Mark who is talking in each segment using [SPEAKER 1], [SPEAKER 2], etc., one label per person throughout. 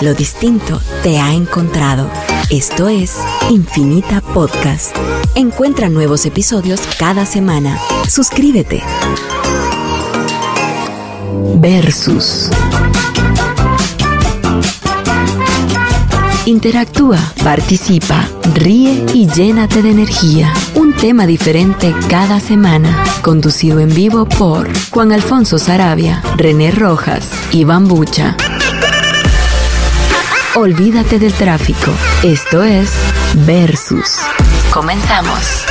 [SPEAKER 1] Lo distinto te ha encontrado. Esto es Infinita Podcast. Encuentra nuevos episodios cada semana. Suscríbete. Versus. Interactúa, participa, ríe y llénate de energía. Un tema diferente cada semana. Conducido en vivo por Juan Alfonso Sarabia, René Rojas, Iván Bucha. Olvídate del tráfico. Esto es Versus. Comenzamos.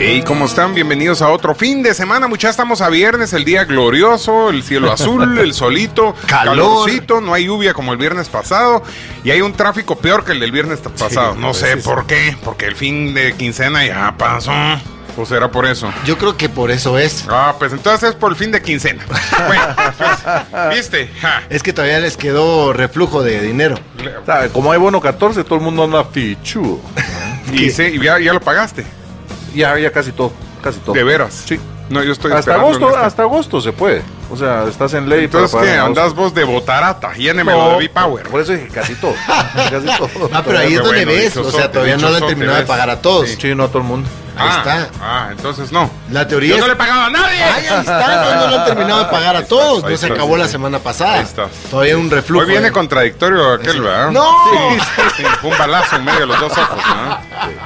[SPEAKER 2] Hey, ¿cómo están? Bienvenidos a otro fin de semana. Muchachos, estamos a viernes, el día glorioso, el cielo azul, el solito,
[SPEAKER 3] Calor.
[SPEAKER 2] calorcito, no hay lluvia como el viernes pasado y hay un tráfico peor que el del viernes pasado. no
[SPEAKER 3] pues,
[SPEAKER 2] sé
[SPEAKER 3] sí, sí.
[SPEAKER 2] por qué, porque el fin de quincena ya pasó. ¿O será por eso?
[SPEAKER 3] Yo creo que por eso es.
[SPEAKER 2] Ah, pues entonces es por el fin de quincena. Bueno, pues, ¿viste? Ja.
[SPEAKER 3] Es que todavía les quedó reflujo de dinero.
[SPEAKER 4] ¿Sabe? Como hay bono 14, todo el mundo anda fichudo.
[SPEAKER 2] Y, sí, y ya, ya lo pagaste,
[SPEAKER 4] Ya, ya casi todo, casi todo.
[SPEAKER 2] de veras.
[SPEAKER 4] Sí.
[SPEAKER 2] No, yo estoy
[SPEAKER 4] Hasta
[SPEAKER 2] esperando en
[SPEAKER 4] agosto,
[SPEAKER 2] este.
[SPEAKER 4] hasta agosto se puede. O sea, estás en ley
[SPEAKER 2] Entonces,
[SPEAKER 4] para
[SPEAKER 2] ¿qué?
[SPEAKER 4] pagar en agosto.
[SPEAKER 2] Andás vos de botarata. Ya me
[SPEAKER 4] No,
[SPEAKER 2] lo debí Power.
[SPEAKER 4] Por eso dije casi todo. casi todo.
[SPEAKER 3] Ah, pero ahí es
[SPEAKER 2] Qué
[SPEAKER 3] donde
[SPEAKER 2] bueno,
[SPEAKER 3] ves.
[SPEAKER 2] dichosote,
[SPEAKER 3] O sea, todavía no lo han
[SPEAKER 2] dichosote,
[SPEAKER 3] terminado de
[SPEAKER 2] ves.
[SPEAKER 3] pagar a todos.
[SPEAKER 4] Sí, no a todo el mundo.
[SPEAKER 3] Ahí está.
[SPEAKER 2] Ah, entonces no.
[SPEAKER 3] La teoría
[SPEAKER 2] Yo
[SPEAKER 3] es.
[SPEAKER 2] no le pagaba a nadie.
[SPEAKER 3] Ay, ahí está, no, no lo han terminado de pagar a
[SPEAKER 2] Ahí está,
[SPEAKER 3] todos.
[SPEAKER 2] ahí
[SPEAKER 3] No se
[SPEAKER 2] está,
[SPEAKER 3] acabó
[SPEAKER 2] sí,
[SPEAKER 3] la
[SPEAKER 2] sí.
[SPEAKER 3] semana pasada.
[SPEAKER 2] Ahí está.
[SPEAKER 3] Todavía un reflujo. ¿eh?
[SPEAKER 2] Hoy viene
[SPEAKER 3] de-
[SPEAKER 2] contradictorio aquel, ¿verdad?
[SPEAKER 3] ¡No!
[SPEAKER 2] Sí, sí, sí, un balazo en medio de los dos ojos, ¿no?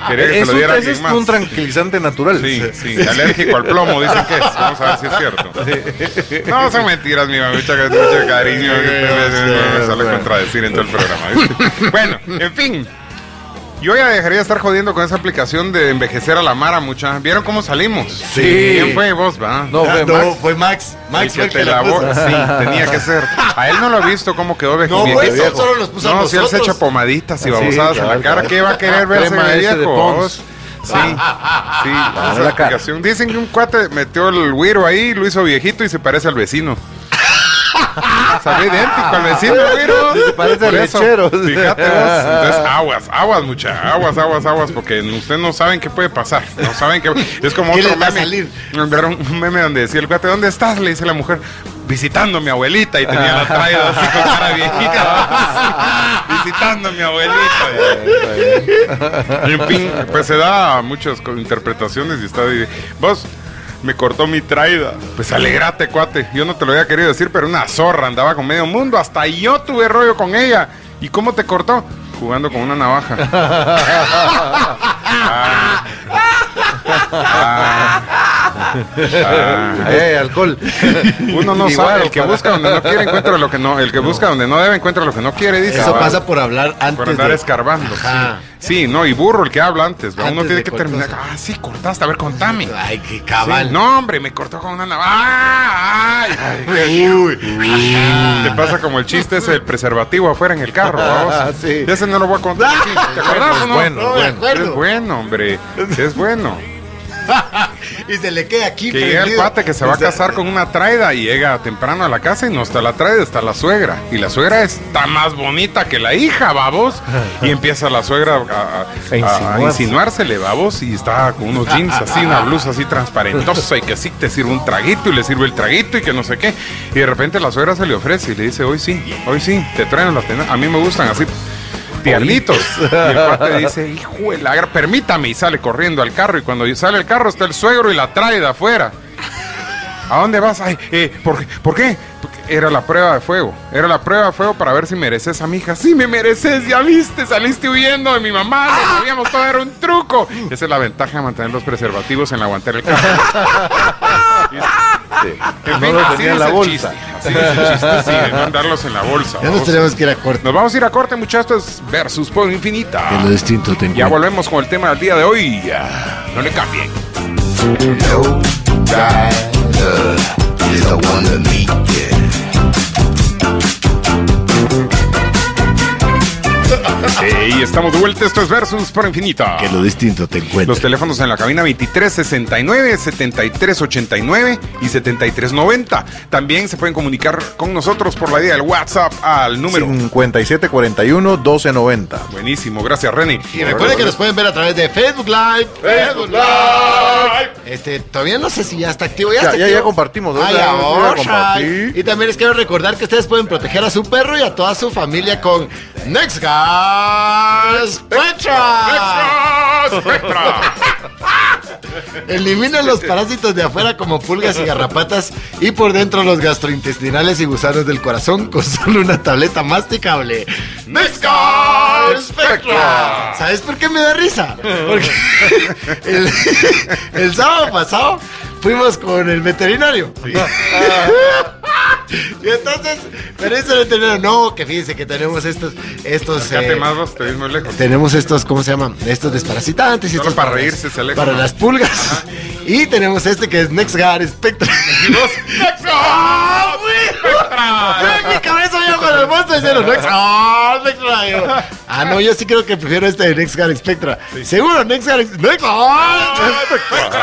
[SPEAKER 2] Quería que se
[SPEAKER 4] Es
[SPEAKER 2] lo
[SPEAKER 4] un,
[SPEAKER 2] diera
[SPEAKER 4] ese es
[SPEAKER 2] alguien más.
[SPEAKER 4] un tranquilizante natural.
[SPEAKER 2] Sí, sí, alérgico al plomo, dicen que es. Vamos a ver si es cierto. No, son mentiras, mi mamá. Mucha, mucha cariño. Me sale contradecir en todo el programa. ¿viste? Bueno, en fin. Yo ya dejaría de estar jodiendo con esa aplicación de envejecer a la mara, mucha. ¿Vieron cómo salimos?
[SPEAKER 3] Sí.
[SPEAKER 2] ¿Quién fue? ¿Vos, va?
[SPEAKER 4] No,
[SPEAKER 3] Ah,
[SPEAKER 4] fue
[SPEAKER 3] no,
[SPEAKER 4] Max.
[SPEAKER 3] fue Max.
[SPEAKER 2] El
[SPEAKER 3] Max
[SPEAKER 2] que
[SPEAKER 3] fue el que
[SPEAKER 2] te
[SPEAKER 3] la
[SPEAKER 2] lavó,
[SPEAKER 3] puso.
[SPEAKER 2] sí, tenía que ser. A él no lo ha visto cómo quedó veje-
[SPEAKER 3] No,
[SPEAKER 2] bien
[SPEAKER 3] pues,
[SPEAKER 2] viejo.
[SPEAKER 3] solo los puso a
[SPEAKER 2] No, si él se
[SPEAKER 3] nosotros.
[SPEAKER 2] echa pomaditas y
[SPEAKER 4] Ah, Sí,
[SPEAKER 2] babosadas en
[SPEAKER 4] claro,
[SPEAKER 2] la cara,
[SPEAKER 4] claro.
[SPEAKER 2] ¿qué va a querer verse
[SPEAKER 4] Crema
[SPEAKER 2] de
[SPEAKER 4] ese de
[SPEAKER 2] viejo?
[SPEAKER 4] Pons. Ah,
[SPEAKER 2] Sí, sí, esa
[SPEAKER 4] la cara.
[SPEAKER 2] aplicación. Dicen que un cuate metió el güiro ahí, lo hizo viejito y se parece al vecino. Salió idéntico al vecino, güiro.
[SPEAKER 4] Se parece
[SPEAKER 2] Por
[SPEAKER 4] al
[SPEAKER 2] eso,
[SPEAKER 4] lechero.
[SPEAKER 2] Fíjate vos. Entonces, aguas, aguas, mucha, aguas, aguas, aguas, porque ustedes no saben qué puede pasar. No saben qué. Es como
[SPEAKER 3] ¿Qué
[SPEAKER 2] otro
[SPEAKER 3] les va a
[SPEAKER 2] meme.
[SPEAKER 3] salir?
[SPEAKER 2] Mandaron un meme donde decía el cuate, ¿dónde estás? Le dice la mujer, visitando a mi abuelita. Y tenía la traída así con cara viejita. visitando a mi abuelita. en fin, pues se da muchas co- interpretaciones y está... de- Vos... Me cortó mi traída. Pues alegrate, cuate. Yo no te lo había querido decir, pero una zorra andaba con medio mundo. Hasta yo tuve rollo con ella. ¿Y cómo te cortó? Jugando con una navaja. Ah. Ah. Ah.
[SPEAKER 4] Ahí
[SPEAKER 3] Eh,
[SPEAKER 4] hay alcohol.
[SPEAKER 2] Uno no
[SPEAKER 4] Igual,
[SPEAKER 2] sabe, el que
[SPEAKER 4] para-
[SPEAKER 2] busca donde no quiere encuentra lo que no, el que busca donde no debe encuentra lo que no quiere, dice.
[SPEAKER 3] Eso
[SPEAKER 2] Ah,
[SPEAKER 3] pasa por hablar antes.
[SPEAKER 2] por andar
[SPEAKER 3] de-
[SPEAKER 2] escarbando.
[SPEAKER 3] Ajá.
[SPEAKER 2] Sí. Sí, no, y burro el que habla antes, ¿va? uno
[SPEAKER 3] Antes
[SPEAKER 2] tiene
[SPEAKER 3] de
[SPEAKER 2] que terminar.
[SPEAKER 3] cortarse.
[SPEAKER 2] Ah, sí, cortaste, a ver, contame.
[SPEAKER 3] Ay, qué
[SPEAKER 2] Sí,
[SPEAKER 3] cabal.
[SPEAKER 2] No, hombre, me cortó con una navaja. ¡Ah! ¡Ay! Te pasa como el chiste ese del preservativo afuera en el carro, vamos.
[SPEAKER 4] Ah, sí.
[SPEAKER 2] Ese no lo voy a contar. aquí. ¿Te acordás o no?
[SPEAKER 4] bueno,
[SPEAKER 3] No me bueno. acuerdo.
[SPEAKER 2] Es bueno, hombre. Es bueno.
[SPEAKER 3] y se le queda aquí.
[SPEAKER 2] Que llega el
[SPEAKER 3] prendido. Este,
[SPEAKER 2] pate que se va a
[SPEAKER 3] O sea,
[SPEAKER 2] casar con una traida y llega temprano a la casa y no está la traida, está la suegra. Y la suegra está más bonita que la hija, babos. Y empieza la suegra a, a- a
[SPEAKER 4] insinuarse.
[SPEAKER 2] insinuársele, babos. Y está con unos jeans así, una blusa así transparentosa. Y que sí, te sirve un traguito y le sirve el traguito y que no sé qué. Y de repente la suegra se le ofrece y le dice, hoy sí, hoy sí, te traen las tenas. A mí me gustan así. Tiernitos. Y el cuate dice, hijo de la gra- permítame. Y sale corriendo al carro. Y cuando sale el carro está el suegro y la trae de afuera. ¿A dónde vas? Ay, eh, ¿por, qué- por qué? Porque era la prueba de fuego. Era la prueba de fuego para ver si mereces a mi hija. Sí, me mereces, ya viste, saliste huyendo de mi mamá, lo sabíamos, todo era un truco. Esa es la ventaja de mantener los preservativos en la guantera del carro. En
[SPEAKER 4] No
[SPEAKER 2] fin,
[SPEAKER 4] lo
[SPEAKER 2] así
[SPEAKER 4] tenía en
[SPEAKER 2] es
[SPEAKER 4] la
[SPEAKER 2] el
[SPEAKER 4] bolsa.
[SPEAKER 2] chiste. Así es el chiste, sí, de mandarlos en la bolsa.
[SPEAKER 3] Ya nos
[SPEAKER 2] vamos.
[SPEAKER 3] tenemos que ir a corte.
[SPEAKER 2] Nos vamos a ir a corte, muchachos, versus por infinita.
[SPEAKER 3] En lo distinto
[SPEAKER 2] Ya
[SPEAKER 3] te encuentro.
[SPEAKER 2] volvemos con el tema del día de hoy. No le cambien. Hey, estamos de vuelta. Esto es Versus por Infinita.
[SPEAKER 3] Que lo distinto te encuentro.
[SPEAKER 2] Los teléfonos en la cabina 2369, 7389 y 7390. También se pueden comunicar con nosotros por la vía del WhatsApp al número.
[SPEAKER 4] 5741-1290.
[SPEAKER 2] Buenísimo, gracias René.
[SPEAKER 3] Y recuerden que nos pueden ver a través de Facebook Live,
[SPEAKER 2] Facebook Live.
[SPEAKER 3] Este, todavía no sé si ya está activo. Ya,
[SPEAKER 4] Ya,
[SPEAKER 3] está
[SPEAKER 4] ya,
[SPEAKER 3] activo?
[SPEAKER 4] ya compartimos, ¿no?
[SPEAKER 3] Ay,
[SPEAKER 4] Ya- ya
[SPEAKER 3] ahora.
[SPEAKER 4] compartí.
[SPEAKER 3] Y también les quiero recordar que ustedes pueden proteger a su perro y a toda su familia con Next Gas Petra.
[SPEAKER 2] ¡Extra!
[SPEAKER 3] Elimina los parásitos de afuera como pulgas y garrapatas y por dentro los gastrointestinales y gusanos del corazón con solo una tableta masticable. Nescau Spectra. ¿Sabes por qué me da risa? Porque el, el sábado pasado fuimos con el veterinario. Y entonces, pero ese veterinario, no, que fíjense que tenemos estos, estos,
[SPEAKER 2] Cate
[SPEAKER 3] eh,
[SPEAKER 2] más vos, te ves muy lejos.
[SPEAKER 3] tenemos estos, ¿cómo se llaman? Estos desparasitantes y
[SPEAKER 2] Solo
[SPEAKER 3] estos
[SPEAKER 2] para
[SPEAKER 3] las-
[SPEAKER 2] reírse, se aleja.
[SPEAKER 3] Para las pulgas. Y tenemos este que es NextGuard Spectra.
[SPEAKER 2] Y vos,
[SPEAKER 3] ¡Ah, güey! Yo en mi cabeza yo con el monstruo diciendo NextGuard Spectra. Yo, ah, no, yo sí creo que prefiero este de NextGuard Spectra. Seguro, NextGuard
[SPEAKER 2] Ah,
[SPEAKER 3] NextGuard.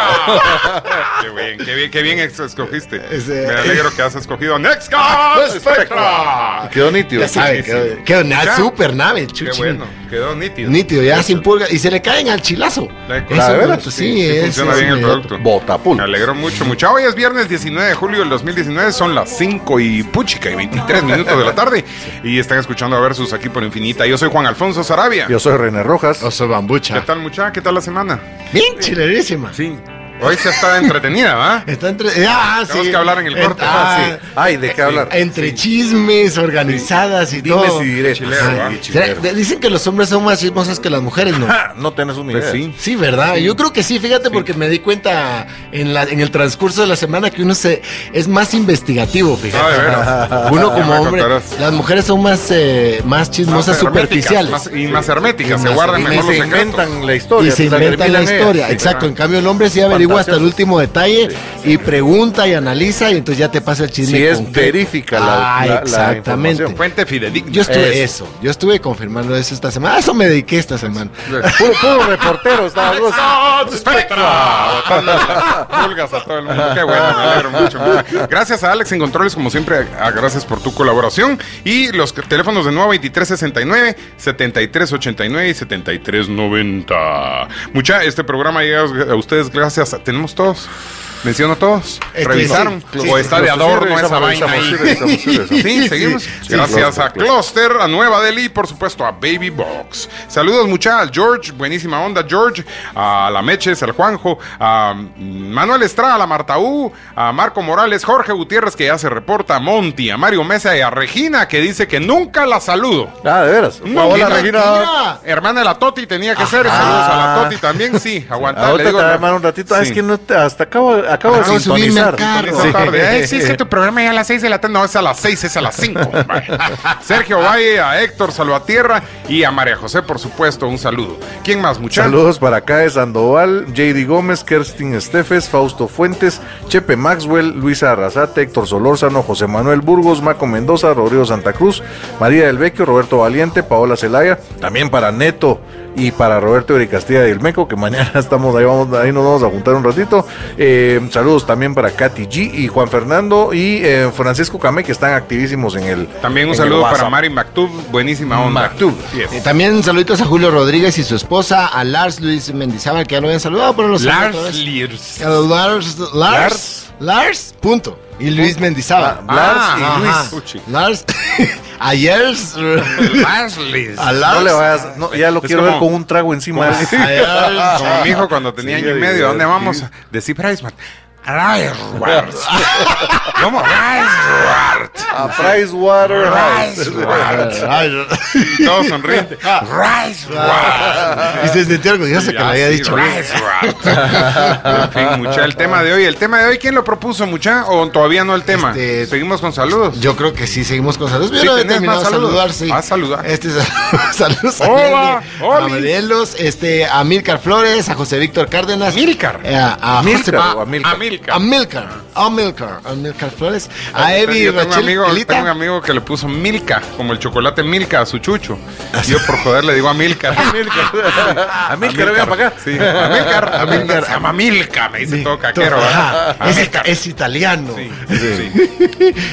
[SPEAKER 2] Qué bien, qué bien, qué bien ex- escogiste.
[SPEAKER 3] Ese-
[SPEAKER 2] Me
[SPEAKER 3] Pues,
[SPEAKER 2] alegro que has escogido Next God Spectra.
[SPEAKER 4] Quedó nítido.
[SPEAKER 3] Ya sabe,
[SPEAKER 2] sí,
[SPEAKER 3] quedó,
[SPEAKER 2] sí.
[SPEAKER 3] quedó una
[SPEAKER 2] Ya.
[SPEAKER 3] super nave,
[SPEAKER 2] Qué
[SPEAKER 3] chuchi.
[SPEAKER 2] bueno, quedó nítido.
[SPEAKER 3] Nítido, ya sin pulgas. Y se le caen al chilazo.
[SPEAKER 2] La-
[SPEAKER 3] Eso,
[SPEAKER 2] la
[SPEAKER 4] de veras,
[SPEAKER 3] producto,
[SPEAKER 2] Sí,
[SPEAKER 3] Sí,
[SPEAKER 2] sí
[SPEAKER 3] es-
[SPEAKER 2] funciona
[SPEAKER 3] es
[SPEAKER 2] bien el
[SPEAKER 3] inmediato.
[SPEAKER 2] producto.
[SPEAKER 4] Botapul.
[SPEAKER 2] Me alegro mucho, mucha. Hoy es viernes 19 de julio del 2019, son las 5 y puchica y 23 minutos de la tarde. Y están escuchando a Versus aquí por Infinita. Yo soy Juan Alfonso Sarabia.
[SPEAKER 4] Yo soy René Rojas.
[SPEAKER 3] Oso
[SPEAKER 2] ¿Qué
[SPEAKER 3] bambucha.
[SPEAKER 2] tal, mucha? ¿Qué tal la semana?
[SPEAKER 3] Bien chilerísima.
[SPEAKER 2] Sí. Hoy se está entretenida, ¿va?
[SPEAKER 3] Está entre. Ah,
[SPEAKER 2] Tenemos
[SPEAKER 3] sí.
[SPEAKER 2] que hablar en el corte.
[SPEAKER 3] Ah, sí.
[SPEAKER 4] Ay, ¿de qué hablar?
[SPEAKER 3] Entre chismes, organizadas y
[SPEAKER 4] Dime
[SPEAKER 3] todo.
[SPEAKER 4] si diré.
[SPEAKER 2] Chilero,
[SPEAKER 4] Ay,
[SPEAKER 2] ah.
[SPEAKER 4] chilero.
[SPEAKER 3] Será- de- Dicen que los hombres son más chismosos que las mujeres, ¿no?
[SPEAKER 4] Ja, Ah, No tenés una idea.
[SPEAKER 2] Pues sí.
[SPEAKER 3] Sí, ¿verdad? Yo creo que sí, fíjate, porque me di cuenta en, la, en el transcurso de la semana que uno se es más investigativo,
[SPEAKER 2] Ah, de
[SPEAKER 3] fíjate.
[SPEAKER 2] veras.
[SPEAKER 3] uno
[SPEAKER 2] Ya
[SPEAKER 3] como
[SPEAKER 2] me
[SPEAKER 3] hombre,
[SPEAKER 2] contarás.
[SPEAKER 3] las mujeres son más, eh, más chismosas
[SPEAKER 2] Más herméticas,
[SPEAKER 3] superficiales.
[SPEAKER 2] más- y más herméticas,
[SPEAKER 3] Y
[SPEAKER 2] se
[SPEAKER 3] más
[SPEAKER 2] guardan
[SPEAKER 4] Y
[SPEAKER 2] mejor
[SPEAKER 4] se
[SPEAKER 2] los secretos.
[SPEAKER 4] inventan la historia.
[SPEAKER 3] y se
[SPEAKER 4] la
[SPEAKER 3] inventa la
[SPEAKER 4] terminan ellas.
[SPEAKER 3] historia.
[SPEAKER 4] Sí,
[SPEAKER 3] Exacto. En cambio, el hombre sí averigua hasta el último detalle y pregunta y analiza y entonces ya te pasa el chisme.
[SPEAKER 4] Si es
[SPEAKER 3] concreto.
[SPEAKER 4] verifica la-
[SPEAKER 3] Ah,
[SPEAKER 4] la- la
[SPEAKER 3] exactamente.
[SPEAKER 4] información.
[SPEAKER 2] Fuente fidedigna.
[SPEAKER 3] yo estuve
[SPEAKER 4] Eso.
[SPEAKER 3] eso. Yo estuve confirmando eso esta semana. A Eso me dediqué esta semana.
[SPEAKER 4] Puro, puro reportero estaba vos.
[SPEAKER 2] Next Spectra. Botando las Pulgas Ah, a todo el mundo. Qué bueno, me alegro mucho. mucho. Gracias a Alex en Controles, como siempre, a- a- gracias por tu colaboración. Y los que- teléfonos de nuevo 2369, 7389 y 7390. Mucha, este programa llega a a ustedes gracias. a- ¿Tenemos todos? ¿Menciono todos?
[SPEAKER 3] Este,
[SPEAKER 2] ¿Revisaron?
[SPEAKER 3] sí, sí.
[SPEAKER 2] ¿O está de adorno esa vaina ahí? Sí, seguimos. Gracias a
[SPEAKER 4] Club.
[SPEAKER 2] Cluster, a Nueva Delhi y por supuesto a Baby Box. Saludos mucha al George, buenísima onda George, a la Meches, al Juanjo, a Manuel Estrada, a la Marta U, a Marco Morales, Jorge Gutiérrez que ya se reporta, a Monty, a Mario Mesa y a Regina que dice que nunca la saludo.
[SPEAKER 4] Ah, de veras.
[SPEAKER 2] Nunca.
[SPEAKER 4] Hola,
[SPEAKER 2] Regina,
[SPEAKER 4] Regina.
[SPEAKER 2] Hermana de la Toti tenía que ser.
[SPEAKER 4] Ajá.
[SPEAKER 2] Saludos a la Toti también, sí. Aguantar.
[SPEAKER 4] Ahorita te voy a llamar un ratito. Ah, es que no te, hasta acabo, acabo
[SPEAKER 3] Acabo
[SPEAKER 4] de
[SPEAKER 3] de subirme
[SPEAKER 4] sintonizar.
[SPEAKER 3] al carro.
[SPEAKER 2] Esa
[SPEAKER 3] Sí.
[SPEAKER 2] tarde. Eh, Ay, sí, es que tu programa ya a las 6 de la tarde. No, es a las 6, es a las 5. Sergio Valle, a Héctor Salvatierra y a María José, por supuesto, un saludo. ¿Quién más, muchachos?
[SPEAKER 4] Saludos para acá de Sandoval, JD Gómez, Kerstin Estefes, Fausto Fuentes, Chepe Maxwell, Luisa Arrasate, Héctor Solórzano, José Manuel Burgos, Maco Mendoza, Rodrigo Santa Cruz, María del Vecchio, Roberto Valiente, Paola Celaya, también para Neto y para Roberto Uri Castilla del Meco, que mañana estamos ahí, vamos, ahí nos vamos a juntar un ratito. Eh, saludos también para Katy G y Juan Fernando y eh, Francisco Camé, que están activísimos en el.
[SPEAKER 2] También un
[SPEAKER 4] en el
[SPEAKER 2] saludo para
[SPEAKER 4] WhatsApp.
[SPEAKER 2] Mari Mactub, buenísima onda.
[SPEAKER 4] Mactub.
[SPEAKER 2] Yes.
[SPEAKER 3] Eh, También saluditos a Julio Rodríguez y su esposa, a Lars Luis Mendizábal, que ya no habían saludado, pero los saludo otra
[SPEAKER 2] Lars
[SPEAKER 3] vez.
[SPEAKER 2] Liers.
[SPEAKER 3] A Lars, Lars,
[SPEAKER 4] Lars.
[SPEAKER 3] Lars, punto. Y Luis Mendizábal.
[SPEAKER 4] Ah, Lars y
[SPEAKER 2] Ah,
[SPEAKER 4] Luis.
[SPEAKER 2] ajá. Puchi.
[SPEAKER 3] Lars, ayer,
[SPEAKER 2] Lars Liers.
[SPEAKER 3] a
[SPEAKER 4] No
[SPEAKER 3] Lars,
[SPEAKER 4] le vayas, no, ya lo
[SPEAKER 2] Es
[SPEAKER 4] quiero ver
[SPEAKER 2] como-
[SPEAKER 4] con un trago encima.
[SPEAKER 3] a Lars.
[SPEAKER 2] Como mi hijo cuando tenía
[SPEAKER 4] Sí,
[SPEAKER 2] año y
[SPEAKER 4] yo
[SPEAKER 2] medio.
[SPEAKER 4] digo,
[SPEAKER 2] ¿a ¿Dónde
[SPEAKER 4] sí.
[SPEAKER 2] vamos? Decí Preisman. Lars Wars. ¿Cómo? Lars Wars.
[SPEAKER 4] A Price Water.
[SPEAKER 2] Rice Y todos sonrientes. Rice Wars.
[SPEAKER 3] y se sintió orgulloso que lo
[SPEAKER 2] Ah,
[SPEAKER 3] había
[SPEAKER 2] sí,
[SPEAKER 3] dicho.
[SPEAKER 2] Rice Rat. en fin, mucha, el tema de hoy. ¿El tema de hoy quién lo propuso, mucha? ¿O todavía no el tema?
[SPEAKER 3] Este-
[SPEAKER 2] Seguimos con saludos.
[SPEAKER 3] Yo creo que sí, seguimos con saludos. Yo
[SPEAKER 2] Sí,
[SPEAKER 3] no había
[SPEAKER 2] tenés
[SPEAKER 3] terminado de
[SPEAKER 2] más saludos.
[SPEAKER 3] saludar, sí.
[SPEAKER 2] Ah, saludar.
[SPEAKER 3] Este, sal- saludos a
[SPEAKER 2] Hola,
[SPEAKER 3] Nelly,
[SPEAKER 2] hola.
[SPEAKER 3] a Morelos, este, a Milcar Flores, a José Víctor Cárdenas.
[SPEAKER 2] Milcar.
[SPEAKER 3] Eh, a, a José-
[SPEAKER 4] Milcar,
[SPEAKER 3] a-
[SPEAKER 4] o a Milcar.
[SPEAKER 2] Amilcar.
[SPEAKER 3] A Milcar. Amilcar, Amilcar Flores, a
[SPEAKER 2] Yo
[SPEAKER 3] Evi
[SPEAKER 2] tengo un
[SPEAKER 3] Rachel
[SPEAKER 2] amigo-
[SPEAKER 3] Elita.
[SPEAKER 2] tengo un amigo que le puso Milka, como el chocolate Milka a su chucho. Y yo por joder le digo a Milka.
[SPEAKER 4] A mí que venga para acá.
[SPEAKER 2] Sí, Amilcar,
[SPEAKER 3] Amilcar.
[SPEAKER 2] Amilcar, se llama Milka, me dice
[SPEAKER 3] Sí,
[SPEAKER 2] todo caquero.
[SPEAKER 3] todo,
[SPEAKER 2] ¿verdad?
[SPEAKER 3] ajá, es,
[SPEAKER 2] Amilcar.
[SPEAKER 3] es italiano.
[SPEAKER 2] Sí, sí.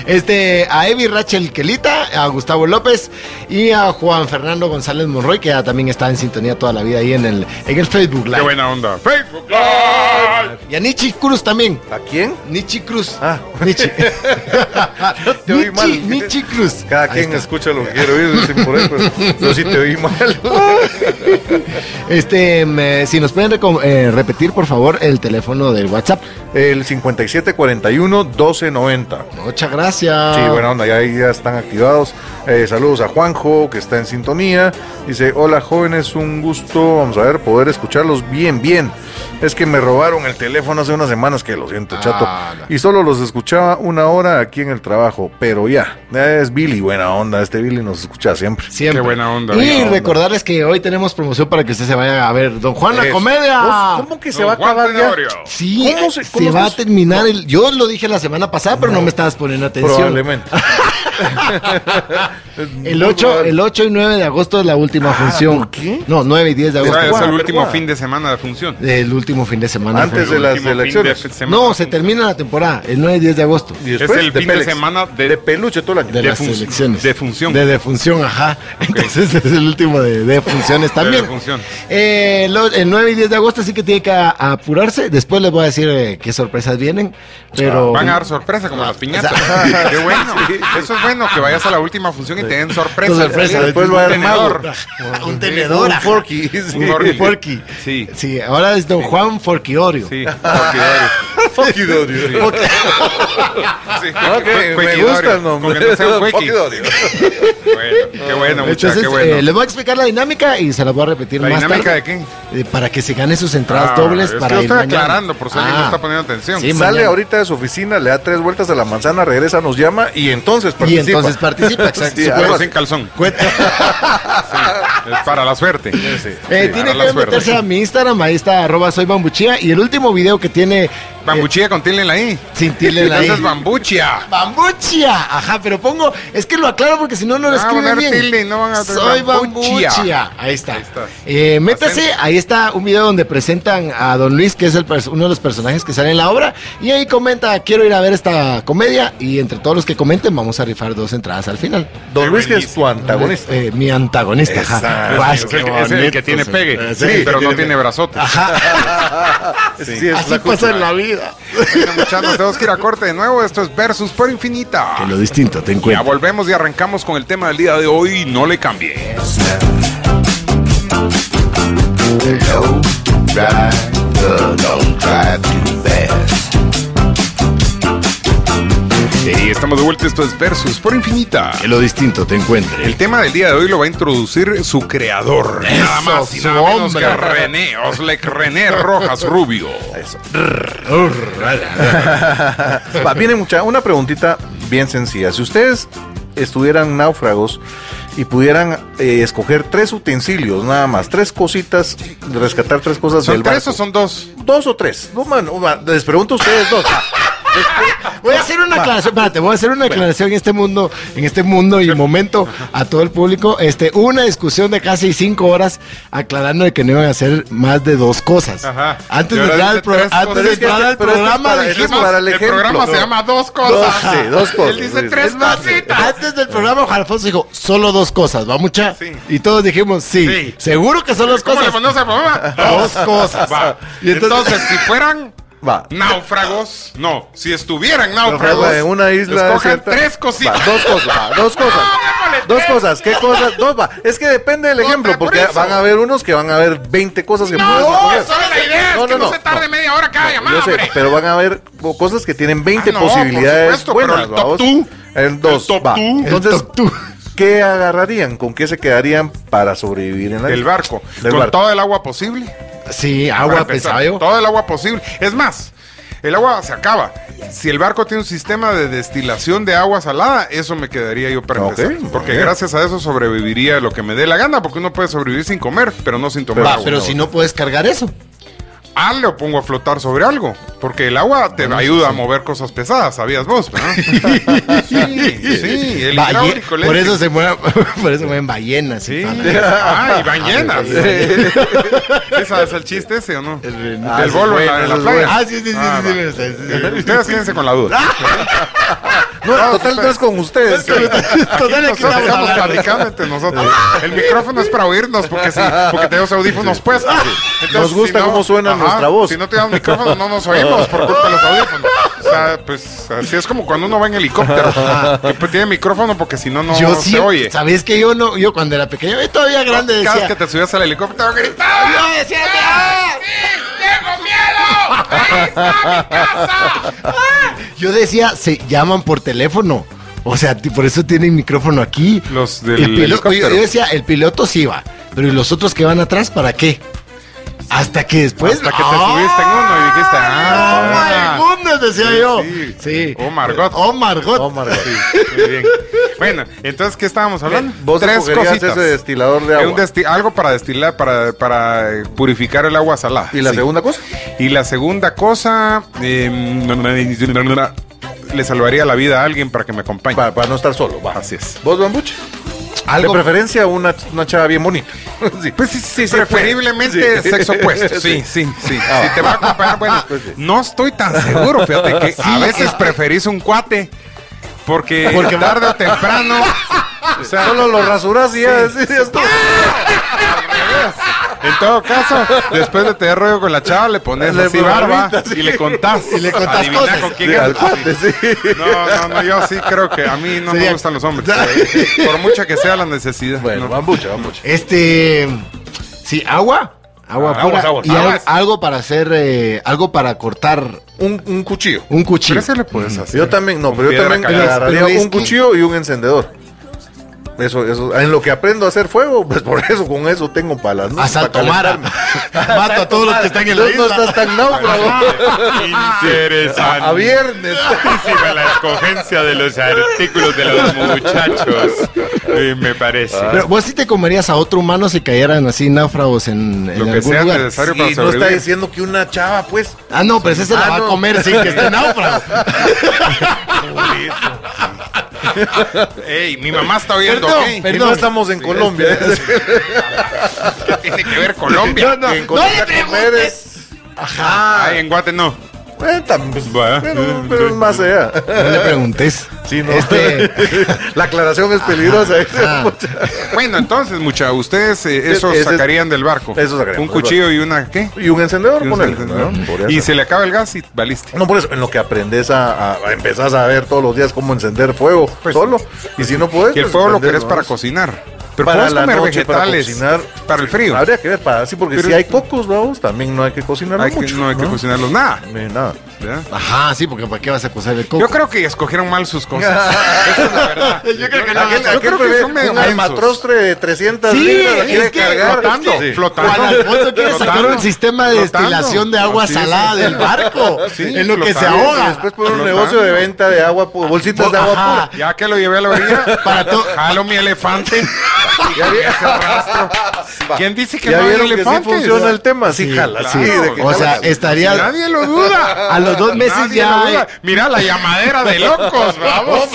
[SPEAKER 3] Este, a Evi Rachel Quelita, a Gustavo López y a Juan Fernando González Monroy, que ya también está en sintonía toda la vida ahí en el, en el Facebook Live.
[SPEAKER 2] Qué buena onda. Facebook Live.
[SPEAKER 3] Y a Nichi Cruz también.
[SPEAKER 4] ¿A quién?
[SPEAKER 3] Nichi Cruz.
[SPEAKER 4] Ah.
[SPEAKER 3] Nichi.
[SPEAKER 4] Te oí mal.
[SPEAKER 3] Nichi, Nichi Cruz.
[SPEAKER 4] Cada
[SPEAKER 3] Ahí
[SPEAKER 4] quien
[SPEAKER 3] está.
[SPEAKER 4] escucha lo que quiere oír, dicen por ahí, pero yo sí te oí mal.
[SPEAKER 3] Este, mm, eh, si nos pueden reco- eh, repetir, por favor, el teléfono del WhatsApp.
[SPEAKER 4] El 5741-1290.
[SPEAKER 3] Muchas gracias.
[SPEAKER 4] Sí, buena onda, ya, ya están activados. Eh, saludos a Juanjo, que está en sintonía. Dice, hola jóvenes, un gusto, vamos a ver, poder escucharlos bien, bien. Es que me robaron el teléfono hace unas semanas, que lo siento, chato.
[SPEAKER 3] Ah, la-
[SPEAKER 4] Y solo los escuchaba una hora aquí en el trabajo, pero ya, es Billy, buena onda, este Billy nos escucha siempre.
[SPEAKER 3] Siempre.
[SPEAKER 2] Qué buena onda,
[SPEAKER 3] Y
[SPEAKER 2] buena onda.
[SPEAKER 3] recordarles que hoy tenemos promoción para que usted se vaya a ver Don Juan la
[SPEAKER 4] Eso.
[SPEAKER 3] comedia.
[SPEAKER 4] ¿Cómo que se
[SPEAKER 2] Don
[SPEAKER 4] va a
[SPEAKER 2] Juan
[SPEAKER 4] acabar ya?
[SPEAKER 2] Tenorio.
[SPEAKER 3] Sí, eh,
[SPEAKER 4] ¿Cómo
[SPEAKER 3] se,
[SPEAKER 4] se- cómo
[SPEAKER 3] va
[SPEAKER 4] se-
[SPEAKER 3] a terminar el. Yo lo dije la semana pasada, pero no, me estabas poniendo atención.
[SPEAKER 4] Probablemente.
[SPEAKER 3] El 8, el 8 y 9 de agosto es la última función.
[SPEAKER 4] ¿por qué?
[SPEAKER 3] No, 9 y 10 de agosto.
[SPEAKER 2] Ahora Este Es
[SPEAKER 4] Guau,
[SPEAKER 2] el último
[SPEAKER 4] guau.
[SPEAKER 2] fin de semana de función.
[SPEAKER 3] El último fin de semana.
[SPEAKER 4] Antes de
[SPEAKER 2] El
[SPEAKER 4] las
[SPEAKER 2] último fin
[SPEAKER 4] elecciones.
[SPEAKER 2] de semana.
[SPEAKER 3] No, se termina la temporada, el 9 y 10 de agosto.
[SPEAKER 4] Y después,
[SPEAKER 2] Es el fin de
[SPEAKER 4] Pélex.
[SPEAKER 2] semana de-
[SPEAKER 4] peluche todo el año.
[SPEAKER 3] De, las
[SPEAKER 2] fun-
[SPEAKER 3] elecciones.
[SPEAKER 2] de función.
[SPEAKER 3] De defunción, ajá. Entonces es el último de, de funciones también.
[SPEAKER 2] defunción.
[SPEAKER 3] Eh, lo- el 9 y 10 de agosto, así que tiene que a- apurarse. Después les voy a decir eh, qué sorpresas vienen. Pero.
[SPEAKER 2] Ah, Van a dar sorpresa como las piñatas. Qué bueno. Eso es bueno, que vayas a la última función y te den sorpresa.
[SPEAKER 3] Con sorpresa.
[SPEAKER 4] Después va a haber
[SPEAKER 2] Un tenedor.
[SPEAKER 4] mago.
[SPEAKER 3] un tenedor.
[SPEAKER 4] Un
[SPEAKER 3] ajá.
[SPEAKER 4] forky. sí.
[SPEAKER 2] Un forky.
[SPEAKER 3] Forky.
[SPEAKER 2] Sí.
[SPEAKER 3] Sí, ahora es don Juan Forquiorio.
[SPEAKER 2] Sí, Coquidorio.
[SPEAKER 4] Forkidorio.
[SPEAKER 2] Sí,
[SPEAKER 4] Ok,
[SPEAKER 2] cue-
[SPEAKER 4] me
[SPEAKER 2] cuequidorio.
[SPEAKER 4] gusta el nombre.
[SPEAKER 2] Con que no sea un cuequi.
[SPEAKER 4] Forkidorio.
[SPEAKER 2] Bueno, qué bueno, muchachos,
[SPEAKER 3] Entonces,
[SPEAKER 2] qué
[SPEAKER 3] eh,
[SPEAKER 2] bueno.
[SPEAKER 3] les voy a explicar la dinámica y se la voy a repetir
[SPEAKER 2] ¿La
[SPEAKER 3] más
[SPEAKER 2] dinámica
[SPEAKER 3] tarde.
[SPEAKER 2] de qué?
[SPEAKER 3] Eh, para que se gane sus entradas
[SPEAKER 2] Ah,
[SPEAKER 3] dobles
[SPEAKER 2] es que
[SPEAKER 3] para
[SPEAKER 2] yo
[SPEAKER 3] ir
[SPEAKER 2] estoy
[SPEAKER 3] mañana.
[SPEAKER 2] aclarando, por si alguien
[SPEAKER 3] Ah,
[SPEAKER 2] no está poniendo atención.
[SPEAKER 3] Sí,
[SPEAKER 4] Sale
[SPEAKER 3] mañana.
[SPEAKER 4] ahorita de su oficina, le da tres vueltas a la manzana, regresa, nos llama y entonces
[SPEAKER 3] Y
[SPEAKER 4] participa.
[SPEAKER 3] entonces participa, exacto. pues.
[SPEAKER 4] Sí,
[SPEAKER 3] Su cuerpo-
[SPEAKER 4] algo
[SPEAKER 2] Pero
[SPEAKER 4] así.
[SPEAKER 2] sin calzón.
[SPEAKER 3] cuenta.
[SPEAKER 2] Es para la suerte.
[SPEAKER 4] Sí.
[SPEAKER 3] Eh,
[SPEAKER 2] Sí,
[SPEAKER 3] tiene
[SPEAKER 2] para
[SPEAKER 3] que
[SPEAKER 2] la suerte.
[SPEAKER 3] meterse a mi Instagram, ahí está arroba soy bambuchía y el último video que tiene eh,
[SPEAKER 2] Bambuchía con tilde en la I.
[SPEAKER 3] sin tilde en la I.
[SPEAKER 2] Entonces bambuchia.
[SPEAKER 3] Bambuchía, ajá, pero pongo, es que lo aclaro porque si no no lo
[SPEAKER 2] Ah, van a
[SPEAKER 3] escriben
[SPEAKER 2] dar
[SPEAKER 3] bien.
[SPEAKER 2] tilde y no van a dar
[SPEAKER 3] Soy
[SPEAKER 2] Bambuchía.
[SPEAKER 3] bambuchía, ahí está.
[SPEAKER 2] Ahí está.
[SPEAKER 3] Eh, métase,
[SPEAKER 2] Acento.
[SPEAKER 3] ahí está un video donde presentan a Don Luis, que es el pers- uno de los personajes que sale en la obra y ahí comenta, quiero ir a ver esta comedia y entre todos los que comenten vamos a rifar dos entradas al final.
[SPEAKER 4] Don Luis, que es tu antagonista.
[SPEAKER 3] Eh, mi antagonista, ajá.
[SPEAKER 4] Exacto.
[SPEAKER 3] Guay,
[SPEAKER 2] Es
[SPEAKER 3] Pues, qué
[SPEAKER 2] el que- es el que
[SPEAKER 3] bonito,
[SPEAKER 2] tiene
[SPEAKER 3] sí. Ah,
[SPEAKER 2] pegue.
[SPEAKER 3] Sí,
[SPEAKER 2] Sí, pero no tiene brazotes.
[SPEAKER 4] Sí, es
[SPEAKER 3] Así
[SPEAKER 4] la
[SPEAKER 3] pasa
[SPEAKER 4] cosa.
[SPEAKER 3] en la vida.
[SPEAKER 2] Bueno, muchachos, nos tenemos que ir a corte de nuevo. Esto es Versus por Infinita.
[SPEAKER 3] Que lo distinto te
[SPEAKER 2] Ya
[SPEAKER 3] encuentro.
[SPEAKER 2] volvemos y arrancamos con el tema del día de hoy. No le cambié. Y estamos de vuelta. Esto es Versus por Infinita.
[SPEAKER 3] Que lo distinto te encuentre.
[SPEAKER 2] El tema del día de hoy lo va a introducir su creador. nada más y
[SPEAKER 3] su
[SPEAKER 2] nada menos
[SPEAKER 3] hombre.
[SPEAKER 2] que René Oslec René Rojas Rubio.
[SPEAKER 4] Va, viene mucha, una preguntita bien sencilla. Si ustedes estuvieran náufragos y pudieran eh, escoger tres utensilios, nada más, tres cositas, rescatar tres cosas
[SPEAKER 2] ¿Son
[SPEAKER 4] del
[SPEAKER 2] tres
[SPEAKER 4] barco.
[SPEAKER 2] o son dos?
[SPEAKER 4] Dos o tres. No, man, no, man, les pregunto a ustedes dos.
[SPEAKER 3] Voy a hacer una aclaración, espérate, voy a hacer una aclaración en este mundo, en este mundo y momento a todo el público. Este, hubo una discusión de casi cinco horas aclarando de que no iban a hacer más de dos cosas.
[SPEAKER 2] Ajá.
[SPEAKER 3] Antes
[SPEAKER 2] Y
[SPEAKER 3] de
[SPEAKER 2] ahora
[SPEAKER 3] entrar al
[SPEAKER 2] dice
[SPEAKER 3] pro-
[SPEAKER 2] tres
[SPEAKER 3] antes de
[SPEAKER 2] cosas.
[SPEAKER 3] entrar al
[SPEAKER 4] Pero es que-
[SPEAKER 3] programa
[SPEAKER 4] pero es que
[SPEAKER 3] dijimos.
[SPEAKER 4] para el ejemplo.
[SPEAKER 2] programa se
[SPEAKER 4] No.
[SPEAKER 2] llama Dos Cosas.
[SPEAKER 4] Dos, sí, dos cosas.
[SPEAKER 2] Él dice
[SPEAKER 4] Sí.
[SPEAKER 2] tres
[SPEAKER 4] Es Ah, más,
[SPEAKER 2] cositas.
[SPEAKER 3] Antes del programa, Juan Alfonso dijo, solo dos cosas, ¿va mucha?
[SPEAKER 2] Sí.
[SPEAKER 3] Y todos dijimos, sí,
[SPEAKER 2] Sí.
[SPEAKER 3] seguro que son dos
[SPEAKER 2] ¿Cómo le
[SPEAKER 3] cosas.
[SPEAKER 2] ponemos al programa?
[SPEAKER 3] Dos cosas.
[SPEAKER 2] Va.
[SPEAKER 3] Y entonces-
[SPEAKER 2] entonces, si fueran
[SPEAKER 4] Va.
[SPEAKER 2] náufragos, no, si estuvieran
[SPEAKER 4] Naufrago
[SPEAKER 2] náufragos,
[SPEAKER 4] en una isla.
[SPEAKER 2] escojan
[SPEAKER 4] desierta.
[SPEAKER 2] tres cositas.
[SPEAKER 4] Va, dos cosas, va, dos cosas.
[SPEAKER 2] démosle
[SPEAKER 4] Dos
[SPEAKER 2] tres.
[SPEAKER 4] cosas, ¿qué cosas? Dos, va. Es que depende del
[SPEAKER 2] Otra,
[SPEAKER 4] ejemplo,
[SPEAKER 2] por
[SPEAKER 4] porque
[SPEAKER 2] eso.
[SPEAKER 4] van a haber unos que van a haber 20 cosas que puedes
[SPEAKER 2] No,
[SPEAKER 4] escoger.
[SPEAKER 2] solo la idea es
[SPEAKER 4] No,
[SPEAKER 2] que
[SPEAKER 4] no,
[SPEAKER 2] no,
[SPEAKER 4] no,
[SPEAKER 2] se tarde
[SPEAKER 4] no.
[SPEAKER 2] media hora cada llamada,
[SPEAKER 4] Yo sé,
[SPEAKER 2] hombre.
[SPEAKER 4] pero van a haber co- cosas que tienen 20
[SPEAKER 2] Ah, no, por
[SPEAKER 4] posibilidades
[SPEAKER 2] supuesto, pero
[SPEAKER 4] buenas,
[SPEAKER 2] el top
[SPEAKER 4] ¿vaos?
[SPEAKER 2] two.
[SPEAKER 4] El 2,
[SPEAKER 2] El top
[SPEAKER 4] va.
[SPEAKER 2] two. El
[SPEAKER 4] Entonces,
[SPEAKER 3] top two.
[SPEAKER 4] ¿qué agarrarían? ¿Con qué se quedarían para sobrevivir en la
[SPEAKER 2] Del
[SPEAKER 4] isla?
[SPEAKER 2] barco,
[SPEAKER 4] Del
[SPEAKER 2] con
[SPEAKER 4] barco.
[SPEAKER 2] todo el agua posible.
[SPEAKER 3] Sí,
[SPEAKER 2] para
[SPEAKER 3] agua,
[SPEAKER 2] empezar,
[SPEAKER 3] pensaba yo.
[SPEAKER 2] Todo el agua posible. Es más, el agua se acaba. Si el barco tiene un sistema de destilación de agua salada, eso me quedaría yo para
[SPEAKER 4] Ok,
[SPEAKER 2] empezar.
[SPEAKER 4] muy
[SPEAKER 2] Porque
[SPEAKER 4] bien.
[SPEAKER 2] gracias a eso sobreviviría lo que me dé la gana, porque uno puede sobrevivir sin comer, pero no sin tomar
[SPEAKER 3] Va,
[SPEAKER 2] agua.
[SPEAKER 3] pero si no puedes cargar eso.
[SPEAKER 2] Ah, lo pongo a flotar sobre algo. Porque el agua te ayuda a mover cosas pesadas, sabías vos, ¿verdad? sí, sí, el hidráulico,
[SPEAKER 3] Balle-
[SPEAKER 2] el
[SPEAKER 3] por
[SPEAKER 2] eléctrico.
[SPEAKER 3] eso se mueven, por eso mueven ballenas. y
[SPEAKER 2] Sí.
[SPEAKER 3] tal.
[SPEAKER 2] Ah, y ballenas. Sí, ¿Sabes el chiste ese o no?
[SPEAKER 3] El-
[SPEAKER 4] Ah,
[SPEAKER 2] Del
[SPEAKER 4] sí,
[SPEAKER 2] bolo en
[SPEAKER 4] bueno,
[SPEAKER 2] la, en la
[SPEAKER 4] eso es
[SPEAKER 2] playa.
[SPEAKER 3] Ah, sí, sí, sí,
[SPEAKER 2] Ah,
[SPEAKER 3] sí,
[SPEAKER 2] va.
[SPEAKER 3] sí, sí, sí, sí.
[SPEAKER 2] Eh, Ustedes quédense con la duda.
[SPEAKER 4] No, total, no es con ustedes.
[SPEAKER 3] Total, aquí
[SPEAKER 2] Nosotros
[SPEAKER 3] estamos
[SPEAKER 2] estamos
[SPEAKER 3] hablando.
[SPEAKER 2] platicando entre nosotros. El micrófono es para oírnos porque sí, porque tenemos audífonos puestos.
[SPEAKER 4] Nos gusta cómo suena nuestra voz.
[SPEAKER 2] Si no tenemos micrófono, no nos oímos por culpa de los audífonos. O sea, pues así es como cuando uno va en helicóptero. Que pues, tiene micrófono porque si no, no
[SPEAKER 3] Yo
[SPEAKER 2] se
[SPEAKER 3] sí,
[SPEAKER 2] oye.
[SPEAKER 3] ¿sabés que yo no? Yo cuando era pequeño, y todavía grande
[SPEAKER 2] Cada vez que
[SPEAKER 3] decía.
[SPEAKER 2] te subías al helicóptero, gritaba.
[SPEAKER 3] Yo decía, "Ah".
[SPEAKER 2] ¡Tengo miedo! ¡Ahí está mi casa!
[SPEAKER 3] Yo decía, se llaman por teléfono. O sea, ti- por eso tienen micrófono aquí.
[SPEAKER 2] Los del
[SPEAKER 3] El pilo- yo,
[SPEAKER 2] helicóptero.
[SPEAKER 3] yo decía, el piloto sí va, pero ¿y los otros que van atrás para qué? Hasta que después.
[SPEAKER 2] Hasta que te subiste en uno y dijiste, ah,
[SPEAKER 3] ¡Oh, my goodness! Decía
[SPEAKER 2] Sí,
[SPEAKER 3] yo.
[SPEAKER 2] sí.
[SPEAKER 3] Sí.
[SPEAKER 2] Oh, my God.
[SPEAKER 3] ¡Oh, Margot!
[SPEAKER 4] No, Margot.
[SPEAKER 2] Muy bien. Bueno, entonces, ¿qué estábamos hablando?
[SPEAKER 4] Vos escogerías ese destilador de
[SPEAKER 2] Eh,
[SPEAKER 4] agua.
[SPEAKER 2] un desti- algo para destilar, para, para eh, purificar el agua salada.
[SPEAKER 4] ¿Y la
[SPEAKER 2] Sí.
[SPEAKER 4] segunda cosa?
[SPEAKER 2] Y la segunda cosa, eh, le salvaría la vida a alguien para que me acompañe.
[SPEAKER 4] Para, para no estar solo. va.
[SPEAKER 2] Así es.
[SPEAKER 4] ¿Vos, Bambuche?
[SPEAKER 3] Algo-
[SPEAKER 4] De preferencia, una, una chava bien bonita. Sí.
[SPEAKER 2] Pues sí, sí,
[SPEAKER 4] se
[SPEAKER 2] preferiblemente
[SPEAKER 4] puede. Sí.
[SPEAKER 2] sexo opuesto. Sí, sí, sí. si te va a acompañar, bueno,
[SPEAKER 4] Pues sí.
[SPEAKER 2] no estoy tan seguro, fíjate que a veces preferís un cuate porque,
[SPEAKER 3] Porque-
[SPEAKER 2] tarde o temprano. o sea,
[SPEAKER 4] Solo lo rasuras y ya decides tú.
[SPEAKER 2] En todo caso, después de tener rollo con la chava, le pones
[SPEAKER 4] Le
[SPEAKER 2] así barba
[SPEAKER 4] barbitas, sí.
[SPEAKER 2] y le contás.
[SPEAKER 3] Y le contás
[SPEAKER 2] Adivina
[SPEAKER 3] cosas.
[SPEAKER 2] con quién
[SPEAKER 4] Sí, al
[SPEAKER 2] andas.
[SPEAKER 4] cuate, sí.
[SPEAKER 2] No, no, no, yo sí creo que a mí no
[SPEAKER 3] Sí.
[SPEAKER 2] me gustan los hombres. Por mucha que sea la necesidad.
[SPEAKER 4] Bueno,
[SPEAKER 2] no.
[SPEAKER 4] Bambuche, Bambuche.
[SPEAKER 3] Este. Sí, agua. Agua
[SPEAKER 2] Ah,
[SPEAKER 3] pura.
[SPEAKER 2] aguas, aguas,
[SPEAKER 3] y al-
[SPEAKER 2] aguas.
[SPEAKER 3] algo para hacer. eh, algo para cortar
[SPEAKER 4] Un, un cuchillo.
[SPEAKER 3] un
[SPEAKER 2] Pero
[SPEAKER 3] cuchillo.
[SPEAKER 2] ese le puedes hacer.
[SPEAKER 4] Yo también, no,
[SPEAKER 2] Con
[SPEAKER 4] pero yo
[SPEAKER 2] piedra
[SPEAKER 4] también
[SPEAKER 2] caliente.
[SPEAKER 3] callada.
[SPEAKER 4] agarraría
[SPEAKER 3] Pero es
[SPEAKER 4] un
[SPEAKER 3] que-
[SPEAKER 4] cuchillo y un encendedor. Eso, eso, en lo que aprendo a hacer fuego, pues por eso, con eso tengo palas. ¿no?
[SPEAKER 3] A Saltomara. Mato a todos los que están en la
[SPEAKER 4] Entonces no
[SPEAKER 3] isla.
[SPEAKER 4] estás tan náufrago.
[SPEAKER 5] Interesante.
[SPEAKER 4] A viernes.
[SPEAKER 5] Interesantísima la escogencia de los artículos de los muchachos. eh, me parece.
[SPEAKER 4] Ah,
[SPEAKER 3] Pero vos sí te comerías a otro humano si cayeran así náufragos en, en
[SPEAKER 2] Lo que
[SPEAKER 3] algún
[SPEAKER 2] sea
[SPEAKER 3] lugar.
[SPEAKER 2] necesario.
[SPEAKER 4] Y no está diciendo que una chava, pues.
[SPEAKER 3] Ah, no, pero ese se la
[SPEAKER 4] Ah,
[SPEAKER 3] va
[SPEAKER 4] no.
[SPEAKER 3] a comer sin que esté náufrago.
[SPEAKER 2] Ey, mi mamá está oyendo,
[SPEAKER 3] Perdón,
[SPEAKER 2] ¿ok?
[SPEAKER 4] Y
[SPEAKER 3] perdón.
[SPEAKER 4] no estamos en Colombia.
[SPEAKER 2] ¿Qué tiene que ver Colombia?
[SPEAKER 4] no,
[SPEAKER 2] En,
[SPEAKER 4] no le preguntes.
[SPEAKER 2] Ajá. Ay, en Guate no. Bueno.
[SPEAKER 4] pero, pero es más allá.
[SPEAKER 3] No le preguntes.
[SPEAKER 4] Sí, no.
[SPEAKER 3] Este,
[SPEAKER 4] La aclaración es peligrosa. pues,
[SPEAKER 3] ajá.
[SPEAKER 2] Bueno, entonces, mucha, ustedes eh, eso
[SPEAKER 4] Ese-
[SPEAKER 2] sacarían del barco.
[SPEAKER 4] eso sacaríamos
[SPEAKER 2] Un
[SPEAKER 4] del
[SPEAKER 2] cuchillo y una, ¿qué?
[SPEAKER 4] Y un encendedor,
[SPEAKER 2] Y un
[SPEAKER 4] ponele,
[SPEAKER 2] encendedor.
[SPEAKER 4] ¿no? Podría
[SPEAKER 2] Y
[SPEAKER 4] ser.
[SPEAKER 2] se le acaba el gas y baliste.
[SPEAKER 4] No, por eso, en lo que aprendes a, a, a empezás a ver todos los días cómo encender fuego
[SPEAKER 2] Pues
[SPEAKER 4] solo. y si no puedes.
[SPEAKER 2] Y el
[SPEAKER 4] pues,
[SPEAKER 2] fuego lo
[SPEAKER 4] prender,
[SPEAKER 2] querés
[SPEAKER 4] ¿no?
[SPEAKER 2] para cocinar. Pero
[SPEAKER 4] Para
[SPEAKER 2] puedes
[SPEAKER 4] la
[SPEAKER 2] comer
[SPEAKER 4] noche, para
[SPEAKER 2] vegetales para,
[SPEAKER 4] cocinar.
[SPEAKER 2] el frío.
[SPEAKER 4] Habría que ver, para, sí, porque
[SPEAKER 2] Pero-
[SPEAKER 4] si hay pocos, vamos, también no hay que cocinar
[SPEAKER 2] Hay que-
[SPEAKER 4] mucho.
[SPEAKER 2] no hay que cocinarlos nada.
[SPEAKER 4] Ni nada.
[SPEAKER 2] ¿verdad?
[SPEAKER 3] ajá, sí, porque ¿para qué vas a coser el coco?
[SPEAKER 2] Yo creo que escogieron mal sus cosas. Esa es la verdad.
[SPEAKER 3] Yo creo que no.
[SPEAKER 4] Aquel,
[SPEAKER 2] yo
[SPEAKER 4] aquel
[SPEAKER 2] creo que
[SPEAKER 4] bebé,
[SPEAKER 2] son medio
[SPEAKER 4] un
[SPEAKER 2] mensos.
[SPEAKER 4] almatrostre de 300
[SPEAKER 3] Sí,
[SPEAKER 4] libras, la
[SPEAKER 3] es
[SPEAKER 4] quiere
[SPEAKER 3] que
[SPEAKER 4] cargar.
[SPEAKER 2] flotando,
[SPEAKER 4] Sí.
[SPEAKER 2] flotando.
[SPEAKER 3] Juan Alfonso quiere sacar
[SPEAKER 2] Flotando.
[SPEAKER 3] un sistema de
[SPEAKER 2] Flotando.
[SPEAKER 3] destilación de agua
[SPEAKER 2] Así es.
[SPEAKER 3] salada del barco.
[SPEAKER 2] Sí,
[SPEAKER 3] en lo que se
[SPEAKER 2] flotando.
[SPEAKER 4] Y
[SPEAKER 3] ahoga.
[SPEAKER 4] después por un
[SPEAKER 2] Flotando.
[SPEAKER 4] negocio de venta de agua, pu- bolsitas de agua
[SPEAKER 3] Ajá.
[SPEAKER 4] pura.
[SPEAKER 2] Ya que lo llevé a la orilla,
[SPEAKER 3] Para to-
[SPEAKER 2] jalo mi elefante.
[SPEAKER 4] Ya, vi-
[SPEAKER 2] ¿Quién dice que
[SPEAKER 4] ya
[SPEAKER 2] no hay
[SPEAKER 4] vieron que sí
[SPEAKER 2] elefantes?
[SPEAKER 4] funciona el tema, sí,
[SPEAKER 3] Sí,
[SPEAKER 4] jala,
[SPEAKER 2] claro.
[SPEAKER 4] sí, de que
[SPEAKER 3] O sea,
[SPEAKER 4] jala, sí.
[SPEAKER 3] estaría.
[SPEAKER 2] Nadie lo duda.
[SPEAKER 3] A los dos meses
[SPEAKER 2] Nadie
[SPEAKER 3] ya-
[SPEAKER 2] lo duda. Mira la llamadera de locos, vamos.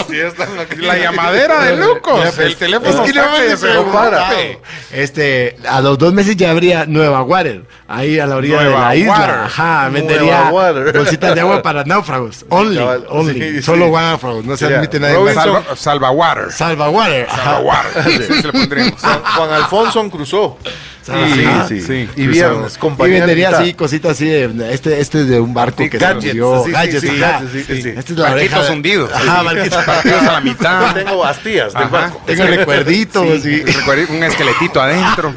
[SPEAKER 2] La llamadera de locos.
[SPEAKER 3] Mira, pues,
[SPEAKER 2] el teléfono
[SPEAKER 3] es que
[SPEAKER 2] está
[SPEAKER 3] no me
[SPEAKER 2] que
[SPEAKER 3] han
[SPEAKER 2] se
[SPEAKER 4] preguntado.
[SPEAKER 2] rompe.
[SPEAKER 3] Este, a los dos meses ya habría Nueva Water, ahí a la orilla
[SPEAKER 2] Nueva
[SPEAKER 3] de la isla.
[SPEAKER 2] Water.
[SPEAKER 3] Ajá,
[SPEAKER 4] Nueva
[SPEAKER 3] vendería
[SPEAKER 4] Water.
[SPEAKER 3] bolsitas de agua para náufragos. Only,
[SPEAKER 4] Cabal,
[SPEAKER 3] only.
[SPEAKER 4] sí,
[SPEAKER 3] Solo
[SPEAKER 4] sí.
[SPEAKER 3] náufragos, no se
[SPEAKER 4] Ya,
[SPEAKER 3] admite nadie más.
[SPEAKER 4] Robinson-
[SPEAKER 2] Salva, salvawater.
[SPEAKER 3] Salva Water. ajá.
[SPEAKER 2] Salvawater. Sí, Ah. se le pondríamos.
[SPEAKER 4] Juan- Juan Alfonso cruzó.
[SPEAKER 2] Sí,
[SPEAKER 3] Ajá.
[SPEAKER 2] sí, sí.
[SPEAKER 4] Y viernes,
[SPEAKER 3] Y
[SPEAKER 4] compañía.
[SPEAKER 3] vendería
[SPEAKER 4] limitada.
[SPEAKER 3] así cositas así de este, este es de un barco
[SPEAKER 4] Sí,
[SPEAKER 3] que
[SPEAKER 4] gadgets,
[SPEAKER 3] se hundió.
[SPEAKER 4] sí, sí,
[SPEAKER 3] Gadgets,
[SPEAKER 4] sí,
[SPEAKER 3] ajá.
[SPEAKER 4] gadgets, sí, sí.
[SPEAKER 3] Este es la oreja
[SPEAKER 2] Barquitos
[SPEAKER 3] de-
[SPEAKER 2] hundidos.
[SPEAKER 3] Ajá, barquitos.
[SPEAKER 2] Partidos a la mitad.
[SPEAKER 4] Tengo bastillas del
[SPEAKER 2] Ajá.
[SPEAKER 4] barco.
[SPEAKER 3] Tengo recuerditos. sí.
[SPEAKER 2] Recuerde, Un esqueletito adentro.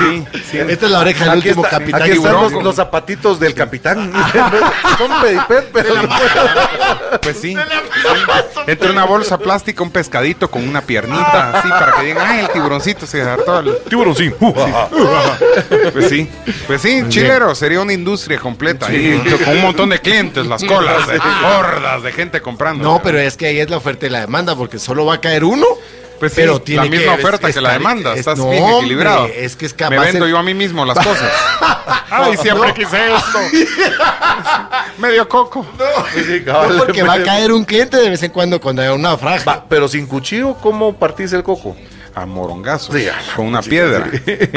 [SPEAKER 2] Sí, sí.
[SPEAKER 3] Esta es la oreja del
[SPEAKER 4] Aquí,
[SPEAKER 3] último
[SPEAKER 4] está-
[SPEAKER 3] capitán.
[SPEAKER 4] aquí están
[SPEAKER 2] tiburón.
[SPEAKER 4] los, los zapatitos del capitán. Son pedipet, pero
[SPEAKER 2] Pues sí. sí. Entre una bolsa plástica, un pescadito con una piernita, así, para que digan, ay, el tiburoncito se hartó. El tiburón, sí. Pues sí. Pues sí, chilero, sería una industria completa. y con un montón de clientes, las colas, eh, hordas de gente comprando.
[SPEAKER 3] No, pero es que ahí es la oferta y la demanda, porque solo va a caer uno
[SPEAKER 2] Pues sí,
[SPEAKER 3] Pero tiene
[SPEAKER 2] la misma
[SPEAKER 3] que
[SPEAKER 2] oferta que la
[SPEAKER 3] estar-
[SPEAKER 2] demanda.
[SPEAKER 3] es-
[SPEAKER 2] Estás
[SPEAKER 3] no,
[SPEAKER 2] bien
[SPEAKER 3] hombre,
[SPEAKER 2] equilibrado.
[SPEAKER 3] es que es
[SPEAKER 2] Me
[SPEAKER 3] capaz
[SPEAKER 2] vendo
[SPEAKER 3] el-
[SPEAKER 2] yo a mí mismo las cosas. Ay, siempre quise esto. Medio coco.
[SPEAKER 3] No, porque va a caer un cliente de vez en cuando cuando haya una franja.
[SPEAKER 4] Va, pero sin cuchillo, ¿cómo partís el coco?
[SPEAKER 2] A morongazo.
[SPEAKER 4] Sí, a la
[SPEAKER 2] con una piedra.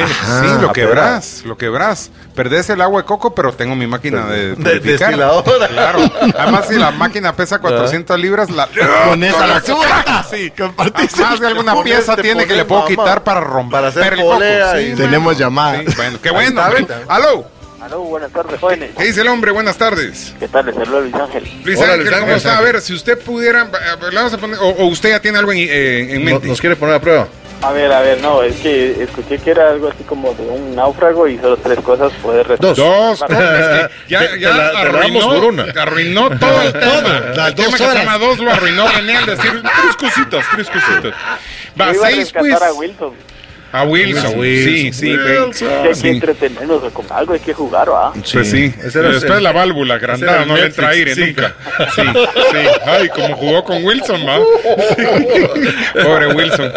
[SPEAKER 4] Ajá,
[SPEAKER 2] sí, lo
[SPEAKER 4] a
[SPEAKER 2] quebrás, lo quebrás. Perdés el agua de coco, pero tengo mi máquina de,
[SPEAKER 4] De-
[SPEAKER 2] purificar.
[SPEAKER 4] destiladora.
[SPEAKER 2] Claro. Además, si la máquina pesa 400 libras, la...
[SPEAKER 3] Con esa la sueltas.
[SPEAKER 2] Sí. Ah,
[SPEAKER 3] Compartís.
[SPEAKER 2] Más de alguna
[SPEAKER 4] Te pones-
[SPEAKER 2] pieza
[SPEAKER 4] te
[SPEAKER 2] tiene que le
[SPEAKER 4] pones,
[SPEAKER 2] puedo
[SPEAKER 4] mamá,
[SPEAKER 2] quitar para romper
[SPEAKER 4] para hacer
[SPEAKER 2] el coco.
[SPEAKER 4] polea
[SPEAKER 2] Sí,
[SPEAKER 4] y-
[SPEAKER 2] bueno.
[SPEAKER 3] Tenemos llamada.
[SPEAKER 2] Sí, bueno, qué bueno.
[SPEAKER 4] Ahí
[SPEAKER 2] hombre.
[SPEAKER 4] está, ahí está.
[SPEAKER 2] Aló.
[SPEAKER 6] Aló, buenas tardes, jóvenes.
[SPEAKER 2] ¿Qué dice el hombre? Buenas tardes.
[SPEAKER 6] ¿Qué tal? Les saluda Luis Ángel.
[SPEAKER 2] Luis
[SPEAKER 4] Hola,
[SPEAKER 2] Ángel,
[SPEAKER 4] Luis
[SPEAKER 2] ¿cómo
[SPEAKER 4] Ángel.
[SPEAKER 2] está? A ver, si usted pudiera, eh, le vamos a poner- o, o usted ya tiene algo en, eh, en
[SPEAKER 4] No-
[SPEAKER 2] mente.
[SPEAKER 4] ¿Nos quiere poner a prueba?
[SPEAKER 6] A ver, a ver, no, es que escuché que era algo así como de un náufrago y solo tres cosas poder
[SPEAKER 4] Dos.
[SPEAKER 2] Dos, no, es que ya,
[SPEAKER 4] Te- te
[SPEAKER 2] ya
[SPEAKER 4] la- te la damos
[SPEAKER 2] arruinó,
[SPEAKER 4] por una.
[SPEAKER 2] arruinó todo el tema.
[SPEAKER 3] las
[SPEAKER 2] el tema
[SPEAKER 3] dos
[SPEAKER 2] que se
[SPEAKER 3] horas.
[SPEAKER 2] llama dos lo arruinó René al decir tres cositas, tres cositas. Va,
[SPEAKER 6] Yo iba a
[SPEAKER 2] seis
[SPEAKER 6] rescatar
[SPEAKER 2] pues.
[SPEAKER 6] a Wilson.
[SPEAKER 2] A Wilson,
[SPEAKER 4] Wilson,
[SPEAKER 2] sí, sí. ve.
[SPEAKER 4] Wilson.
[SPEAKER 6] Que hay
[SPEAKER 2] Ah, sí.
[SPEAKER 6] que entretenernos o con algo, hay que jugar, ¿va?
[SPEAKER 2] Pues sí,
[SPEAKER 4] Ese era
[SPEAKER 2] después
[SPEAKER 4] el-
[SPEAKER 2] la válvula
[SPEAKER 4] era
[SPEAKER 2] agrandada
[SPEAKER 4] el
[SPEAKER 2] no le entra aire
[SPEAKER 4] Netflix, sí.
[SPEAKER 2] nunca. Sí, sí. Ay, como jugó con Wilson, va. Pobre Wilson.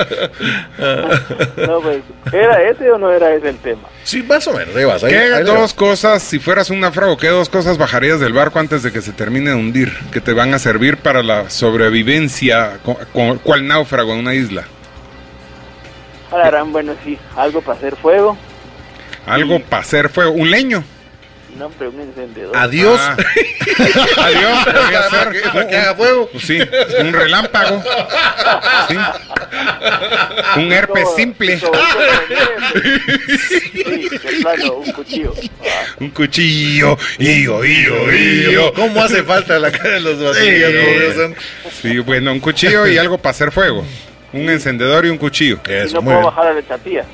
[SPEAKER 6] No, pues, ¿era ese o no era ese el tema?
[SPEAKER 4] Sí, más o menos, ahí vas. ahí-
[SPEAKER 2] ¿Qué
[SPEAKER 4] ahí le
[SPEAKER 2] dos cosas, si fueras un náufrago, qué dos cosas bajarías del barco antes de que se termine de hundir? Que te van a servir para la sobrevivencia, co- co- cual náufrago en una isla.
[SPEAKER 6] Harán, bueno, sí, algo para hacer fuego.
[SPEAKER 2] Algo para hacer fuego. Un leño.
[SPEAKER 6] No, pero un encendedor.
[SPEAKER 4] va. Adiós.
[SPEAKER 2] Ah. Adiós. podría ser.
[SPEAKER 4] Para que haga fuego.
[SPEAKER 2] Sí, un relámpago. Sí. Un herpes
[SPEAKER 6] Como-
[SPEAKER 2] simple. Ah.
[SPEAKER 6] como que me- Sí, de plano, un cuchillo.
[SPEAKER 2] Un cuchillo. Iyo, iyo, iyo.
[SPEAKER 4] ¿Cómo hace falta la cara de los vacíos?
[SPEAKER 2] Sí.
[SPEAKER 4] por Dios santo?
[SPEAKER 2] Sí, bueno, un cuchillo y algo para hacer fuego. Un encendedor y un cuchillo.
[SPEAKER 6] Y no
[SPEAKER 4] Eso, muy
[SPEAKER 6] puedo
[SPEAKER 4] bien.
[SPEAKER 6] bajar a la chatilla.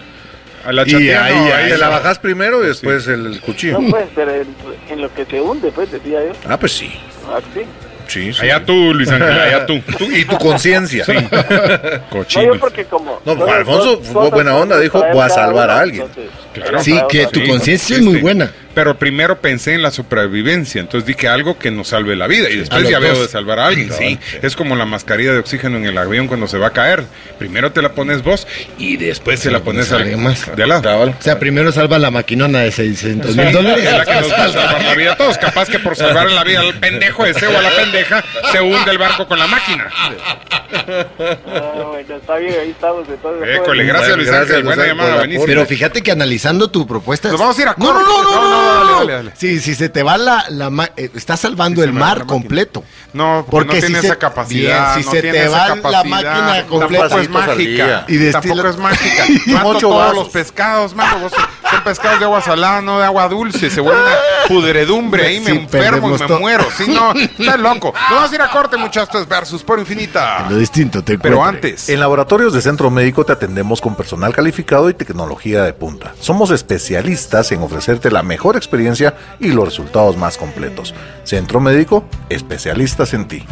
[SPEAKER 2] A la
[SPEAKER 4] Y
[SPEAKER 2] chatea,
[SPEAKER 4] ahí,
[SPEAKER 2] no,
[SPEAKER 4] ahí
[SPEAKER 2] ahí
[SPEAKER 4] te la
[SPEAKER 2] no.
[SPEAKER 4] bajas primero y después el, el cuchillo.
[SPEAKER 6] No, pues, pero en, en lo que se hunde, pues, decía yo.
[SPEAKER 4] Ah, pues sí.
[SPEAKER 6] Ah, sí.
[SPEAKER 4] Sí, sí.
[SPEAKER 2] Allá tú, Luis Ángel, allá tú.
[SPEAKER 4] Tú y tu conciencia.
[SPEAKER 6] No, yo
[SPEAKER 2] Cochino.
[SPEAKER 6] porque como...
[SPEAKER 4] No, pues, Alfonso
[SPEAKER 6] dos
[SPEAKER 4] fue
[SPEAKER 6] cosas
[SPEAKER 4] buena onda,
[SPEAKER 6] para
[SPEAKER 4] dijo,
[SPEAKER 6] traer
[SPEAKER 4] voy a
[SPEAKER 6] cada
[SPEAKER 4] salvar a
[SPEAKER 6] uno,
[SPEAKER 4] alguien.
[SPEAKER 6] entonces,
[SPEAKER 2] Claro.
[SPEAKER 3] Sí,
[SPEAKER 6] para
[SPEAKER 3] que
[SPEAKER 6] otra.
[SPEAKER 3] tu conciencia es muy buena.
[SPEAKER 2] este, Pero primero pensé en la supervivencia, entonces dije algo que nos salve la vida y después
[SPEAKER 3] los
[SPEAKER 2] ya veo
[SPEAKER 3] dos.
[SPEAKER 2] de salvar a alguien. Sí, es como la mascarilla de oxígeno en el avión cuando se va a caer. Primero te la pones vos y después se la pones a alguien más. De al lado.
[SPEAKER 3] O sea, primero salva la maquinona de 600 mil
[SPEAKER 2] Es Pues la
[SPEAKER 3] dólares.
[SPEAKER 2] que nos va a salvar la vida a todos. Capaz que por salvar la vida al pendejo ese o a la pendeja se hunde el barco con la máquina.
[SPEAKER 6] Ah, bueno, está bien, ahí estamos. Entonces,
[SPEAKER 2] École, gracias Luis
[SPEAKER 4] Gracias,
[SPEAKER 2] Ángel.
[SPEAKER 4] Luis
[SPEAKER 2] Buena
[SPEAKER 4] Ángel,
[SPEAKER 2] llamada,
[SPEAKER 4] por la
[SPEAKER 2] buenísimo.
[SPEAKER 4] aporte.
[SPEAKER 3] Pero fíjate que analizando tu propuesta.
[SPEAKER 2] Nos vamos a ir a
[SPEAKER 3] No, no,
[SPEAKER 2] corte.
[SPEAKER 3] no, no,
[SPEAKER 2] No, no,
[SPEAKER 3] no,
[SPEAKER 2] dale,
[SPEAKER 3] no.
[SPEAKER 2] dale, dale.
[SPEAKER 3] Sí, si se te va la. la ma- eh, estás salvando
[SPEAKER 2] Sí, se
[SPEAKER 3] el
[SPEAKER 2] me va la
[SPEAKER 3] mar
[SPEAKER 2] máquina.
[SPEAKER 3] completo.
[SPEAKER 2] No, porque, no tiene
[SPEAKER 3] si
[SPEAKER 2] esa
[SPEAKER 3] se-
[SPEAKER 2] capacidad.
[SPEAKER 3] bien, si
[SPEAKER 2] no
[SPEAKER 3] se
[SPEAKER 2] tiene
[SPEAKER 3] te
[SPEAKER 2] esa
[SPEAKER 3] va la
[SPEAKER 2] capacidad.
[SPEAKER 3] máquina
[SPEAKER 2] Tampoco
[SPEAKER 3] completa.
[SPEAKER 2] es mágica.
[SPEAKER 3] Y destila-
[SPEAKER 2] Tampoco es mágica. Mato
[SPEAKER 4] Ocho
[SPEAKER 2] todos
[SPEAKER 4] vasos.
[SPEAKER 2] los pescados, mano. vos- son pescados de agua salada, no de agua dulce. Se vuelve una pudredumbre. Ahí me
[SPEAKER 3] Sí,
[SPEAKER 2] enfermo y
[SPEAKER 3] perdemos
[SPEAKER 2] me
[SPEAKER 3] todo.
[SPEAKER 2] muero. Si no, estás loco. Nos vamos a ir a corte, muchachos. Versus por infinita.
[SPEAKER 3] Lo distinto te
[SPEAKER 2] Pero
[SPEAKER 3] encuentre.
[SPEAKER 2] antes.
[SPEAKER 4] En laboratorios de centro médico te atendemos con personal calificado y tecnología de punta. Somos especialistas en ofrecerte la mejor experiencia y los resultados más completos. Centro médico, especialistas en ti.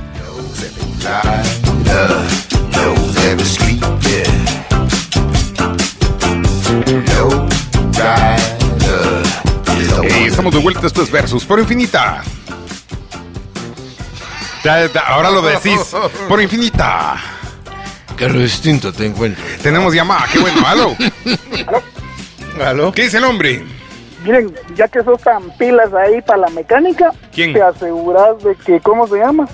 [SPEAKER 2] Eh, estamos de vuelta. Esto es Versus por infinita. Ya, ya, Ahora lo decís. Por infinita.
[SPEAKER 3] Que lo distinto te encuentro.
[SPEAKER 2] Tenemos llamada. Qué bueno. Aló.
[SPEAKER 4] ¿Aló?
[SPEAKER 2] ¿Qué dice el hombre?
[SPEAKER 7] Miren, ya que sos tan pilas ahí para la mecánica,
[SPEAKER 2] ¿Quién?
[SPEAKER 7] te aseguras de que, ¿cómo se llama?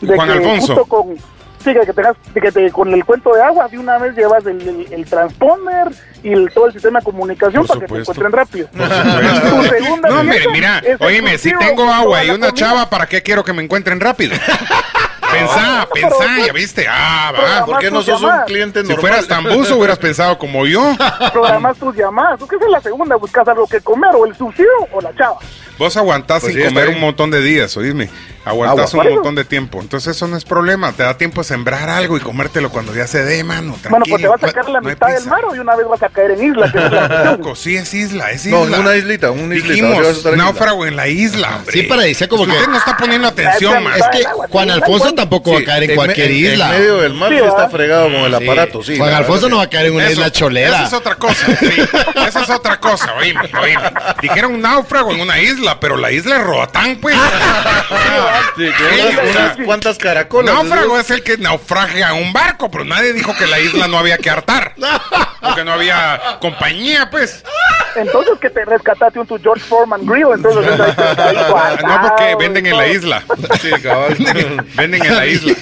[SPEAKER 7] De
[SPEAKER 2] Juan
[SPEAKER 7] que
[SPEAKER 2] Alfonso.
[SPEAKER 7] Justo con, sí, de que, tengas, de que te- con el cuento de agua de una vez llevas el, el- el transponder y el- todo el sistema de comunicación
[SPEAKER 2] Por
[SPEAKER 7] para que te
[SPEAKER 2] supuesto.
[SPEAKER 7] encuentren rápido. Tu Ah, segunda
[SPEAKER 2] No, Este hombre,
[SPEAKER 7] meta
[SPEAKER 2] mira,
[SPEAKER 7] es
[SPEAKER 2] oíme, si
[SPEAKER 7] exclusivo
[SPEAKER 2] tengo
[SPEAKER 7] con
[SPEAKER 2] agua
[SPEAKER 7] toda
[SPEAKER 2] y
[SPEAKER 7] la
[SPEAKER 2] una
[SPEAKER 7] comida.
[SPEAKER 2] chava, ¿para qué quiero que me encuentren rápido? Pensá, pensá,
[SPEAKER 7] pues,
[SPEAKER 2] ya viste. Ah, va.
[SPEAKER 4] ¿Por qué no sos un cliente
[SPEAKER 2] Si
[SPEAKER 4] normal?
[SPEAKER 2] fueras tan buzo, hubieras pensado como yo.
[SPEAKER 7] Programas tus llamadas. ¿Tú qué es la segunda? Buscas algo que comer, o el sucio o la chava.
[SPEAKER 2] Vos aguantás
[SPEAKER 4] Pues
[SPEAKER 2] sin
[SPEAKER 4] sí, está
[SPEAKER 2] comer
[SPEAKER 4] bien.
[SPEAKER 2] un montón de días, oíme. Aguantás
[SPEAKER 4] Agua.
[SPEAKER 2] un montón de tiempo. Entonces eso no es problema. Te da tiempo a sembrar algo y comértelo cuando ya se dé, mano.
[SPEAKER 7] Bueno, pues te
[SPEAKER 2] tranquilo.
[SPEAKER 7] vas a sacar la
[SPEAKER 2] No hay
[SPEAKER 7] mitad del
[SPEAKER 2] prisa.
[SPEAKER 7] mar o de una vez vas a caer en isla. que es la cuestión.
[SPEAKER 2] Loco, sí es isla, es isla.
[SPEAKER 4] No, en una islita, una islita. ahora vas a
[SPEAKER 2] Dijimos,
[SPEAKER 4] estar en isla.
[SPEAKER 2] náufrago en la isla, hombre. Pues
[SPEAKER 3] Sí, para decir como que-
[SPEAKER 2] Usted no está poniendo atención, man.
[SPEAKER 3] Es que Juan Alfonso tampoco va a caer en,
[SPEAKER 4] me-
[SPEAKER 3] cualquier
[SPEAKER 4] en-
[SPEAKER 3] isla.
[SPEAKER 4] En medio del mar
[SPEAKER 7] Sí,
[SPEAKER 4] sí
[SPEAKER 7] ¿verdad?
[SPEAKER 4] está fregado con el aparato, sí.
[SPEAKER 3] Juan
[SPEAKER 4] la
[SPEAKER 3] Alfonso no
[SPEAKER 4] verdad
[SPEAKER 3] va a caer en una
[SPEAKER 2] Eso-
[SPEAKER 3] isla cholera.
[SPEAKER 2] Esa es otra cosa. sí. Esa es otra cosa, oíme, oíme. Dijeron náufrago en una isla, pero la isla es Roatán, pues.
[SPEAKER 4] que- Sí, con unas- unas cuantas caracolas.
[SPEAKER 2] Náufrago es el que naufraga un barco, pero nadie dijo que la isla no había que hartar. Porque no había compañía, pues.
[SPEAKER 7] Entonces que te rescataste un tu George Foreman Grill, entonces ahí está ahí guardado
[SPEAKER 2] No
[SPEAKER 7] y
[SPEAKER 2] porque venden en la
[SPEAKER 7] todo.
[SPEAKER 2] isla.
[SPEAKER 4] Sí, cabal.
[SPEAKER 2] Venden en la isla.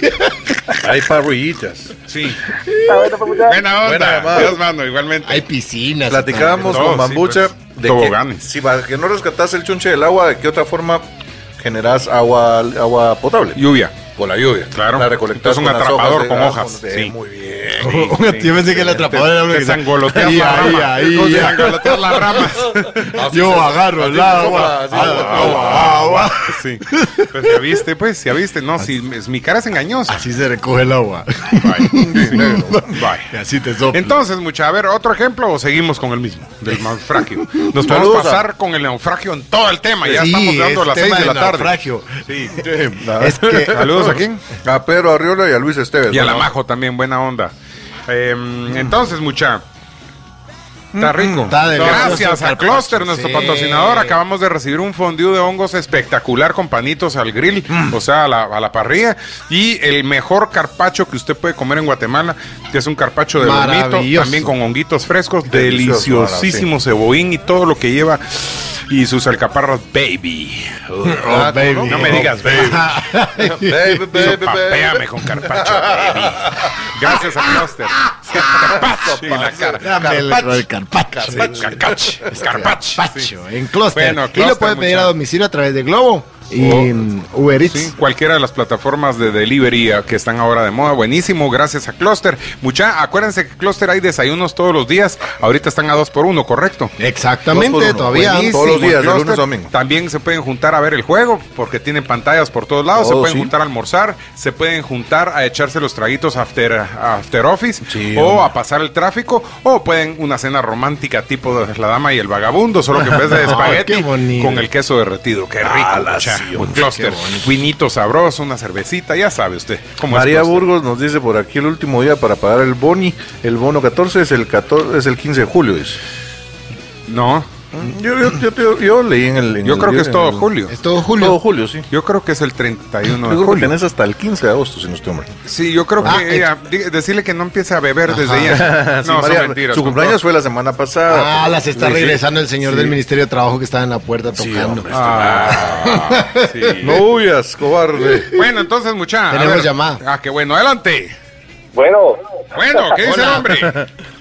[SPEAKER 4] Hay parrillitas.
[SPEAKER 2] Sí.
[SPEAKER 7] Está bueno, pues, ya.
[SPEAKER 2] Buena
[SPEAKER 4] Buena
[SPEAKER 2] onda.
[SPEAKER 4] llamada.
[SPEAKER 2] Dios mano, igualmente.
[SPEAKER 3] Hay piscinas. y
[SPEAKER 4] Platicábamos
[SPEAKER 2] No,
[SPEAKER 4] con
[SPEAKER 2] sí,
[SPEAKER 4] Bambucha
[SPEAKER 2] pues,
[SPEAKER 4] de que
[SPEAKER 2] toboganes.
[SPEAKER 4] si para que no rescatas el chunche del agua, ¿de qué otra forma generas agua, agua potable?
[SPEAKER 2] Lluvia.
[SPEAKER 4] Con la lluvia.
[SPEAKER 2] Claro.
[SPEAKER 4] La recolectas
[SPEAKER 2] Entonces, un
[SPEAKER 4] con las
[SPEAKER 2] atrapador
[SPEAKER 4] hojas de-
[SPEAKER 2] con
[SPEAKER 4] ah,
[SPEAKER 2] hojas,
[SPEAKER 4] sí,
[SPEAKER 2] sí.
[SPEAKER 4] Muy bien.
[SPEAKER 3] todo. Yo pensé que el atrapador era uno
[SPEAKER 2] Te
[SPEAKER 3] que-
[SPEAKER 2] sangoloteas
[SPEAKER 3] Ahí,
[SPEAKER 2] la
[SPEAKER 3] ahí,
[SPEAKER 2] rama.
[SPEAKER 3] ahí,
[SPEAKER 2] Te
[SPEAKER 3] ya.
[SPEAKER 2] sangoloteas las ramas.
[SPEAKER 3] Yo agarro el agua.
[SPEAKER 4] así se
[SPEAKER 3] Agua,
[SPEAKER 4] sopla.
[SPEAKER 3] agua, agua.
[SPEAKER 2] Sí. Pues ya viste, pues, ya viste. No, si es- mi cara es engañosa.
[SPEAKER 3] Así se recoge el agua.
[SPEAKER 2] Bye.
[SPEAKER 3] Y así te sopla.
[SPEAKER 2] Entonces, mucha, a ver, otro ejemplo o seguimos con el mismo, del naufragio. Nos podemos
[SPEAKER 4] Saludos a-
[SPEAKER 2] pasar con el naufragio en todo el tema. Ya
[SPEAKER 3] Sí,
[SPEAKER 2] estamos dando
[SPEAKER 3] es
[SPEAKER 2] las 6
[SPEAKER 3] tema
[SPEAKER 2] de
[SPEAKER 4] este
[SPEAKER 2] la tarde.
[SPEAKER 3] naufragio.
[SPEAKER 2] Sí.
[SPEAKER 3] Es que-
[SPEAKER 2] Saludos a quién?
[SPEAKER 4] A Pedro Arriola y a Luis Esteves.
[SPEAKER 2] Y a la
[SPEAKER 4] Bueno,
[SPEAKER 2] Majo también, buena onda. Em, entonces, mucha. Está rico.
[SPEAKER 3] Está delicioso,
[SPEAKER 2] Gracias a
[SPEAKER 3] carpaccio.
[SPEAKER 2] Cluster, nuestro
[SPEAKER 3] Sí.
[SPEAKER 2] patrocinador. Acabamos de recibir un fondue de hongos espectacular con panitos al grill, o sea, a la, a la parrilla. Y el mejor carpacho que usted puede comer en Guatemala, que es un carpacho de lomito,
[SPEAKER 3] Maravilloso.
[SPEAKER 2] también con honguitos frescos,
[SPEAKER 4] Delicioso,
[SPEAKER 2] deliciosísimo ceboín y todo lo que lleva. Y sus alcaparras, baby.
[SPEAKER 4] Ah,
[SPEAKER 3] Oh, baby.
[SPEAKER 2] No me digas, baby.
[SPEAKER 4] baby, baby,
[SPEAKER 2] Eso,
[SPEAKER 4] baby.
[SPEAKER 2] papéame con carpacho, baby. Gracias a Cluster. Carpacho y la cara.
[SPEAKER 3] Dame el
[SPEAKER 4] Carpaccio.
[SPEAKER 3] el carpaccio.
[SPEAKER 2] Sí, Carcach. Carpach.
[SPEAKER 3] Carpaccio, eh. en Cluster.
[SPEAKER 2] Bueno,
[SPEAKER 3] y lo
[SPEAKER 2] Cluster,
[SPEAKER 3] puedes pedir
[SPEAKER 2] muchacho.
[SPEAKER 3] a domicilio a través de Globo y
[SPEAKER 2] Oh.
[SPEAKER 3] mm, Uber Eats.
[SPEAKER 2] Sí, cualquiera de las plataformas de delivery eh, que están ahora de moda, buenísimo, gracias a Cluster. Mucha, acuérdense que Cluster hay desayunos todos los días, ahorita están a dos por uno, correcto.
[SPEAKER 3] Exactamente,
[SPEAKER 4] Dos por uno.
[SPEAKER 3] todavía.
[SPEAKER 4] Buenísimo. Todos los días, de lunes a domingo.
[SPEAKER 2] También se pueden juntar a ver el juego, porque tienen pantallas por todos lados, se
[SPEAKER 4] Todo,
[SPEAKER 2] pueden
[SPEAKER 4] Oh, sí.
[SPEAKER 2] juntar a almorzar, se pueden juntar a echarse los traguitos after, after office,
[SPEAKER 4] Sí,
[SPEAKER 2] o
[SPEAKER 4] hombre.
[SPEAKER 2] a pasar el tráfico, o pueden una cena romántica tipo de la dama y el vagabundo, solo que en vez de espagueti
[SPEAKER 3] qué bonito.
[SPEAKER 2] con el queso derretido, qué rico,
[SPEAKER 4] Ala,
[SPEAKER 2] mucha.
[SPEAKER 4] Ah, sí,
[SPEAKER 2] Un
[SPEAKER 4] hombre,
[SPEAKER 2] clúster,
[SPEAKER 4] qué bonito.
[SPEAKER 2] vinito sabroso, una cervecita, ya sabe usted. cómo es
[SPEAKER 4] María
[SPEAKER 2] clúster.
[SPEAKER 4] Burgos nos dice por aquí el último día para pagar el boni, el bono 14 es el 14, es el 15 de julio. dice.
[SPEAKER 2] No,
[SPEAKER 4] Mm, Yo, yo, yo, yo- yo leí en el... en
[SPEAKER 2] yo
[SPEAKER 4] el-
[SPEAKER 2] creo que es
[SPEAKER 4] en
[SPEAKER 2] todo
[SPEAKER 4] el-
[SPEAKER 2] julio.
[SPEAKER 3] Es todo julio.
[SPEAKER 4] Todo julio, sí.
[SPEAKER 2] Yo creo que es el 31 de
[SPEAKER 4] Este- Yo creo que
[SPEAKER 2] julio.
[SPEAKER 4] tenés hasta el 15 de agosto, si no estoy mal.
[SPEAKER 2] Sí, yo creo
[SPEAKER 3] Ah,
[SPEAKER 2] que ella, di- decirle que no empiece a beber desde
[SPEAKER 4] Ah,
[SPEAKER 2] ella.
[SPEAKER 4] eh. sí,
[SPEAKER 2] No,
[SPEAKER 4] María,
[SPEAKER 2] son mentiras.
[SPEAKER 4] su
[SPEAKER 2] con
[SPEAKER 4] cumpleaños
[SPEAKER 2] todo.
[SPEAKER 4] fue la semana pasada.
[SPEAKER 3] Ah, las está
[SPEAKER 4] Sí, sí.
[SPEAKER 3] regresando el señor del Ministerio de Trabajo que estaba en la puerta
[SPEAKER 4] Sí,
[SPEAKER 3] tocando.
[SPEAKER 4] hombre.
[SPEAKER 2] Ah, sí.
[SPEAKER 4] No huyas, cobarde.
[SPEAKER 2] Bueno, entonces, muchachos.
[SPEAKER 3] Tenemos llamada.
[SPEAKER 2] Ah, qué bueno. Adelante.
[SPEAKER 6] Bueno,
[SPEAKER 2] Bueno, ¿qué dice el hombre?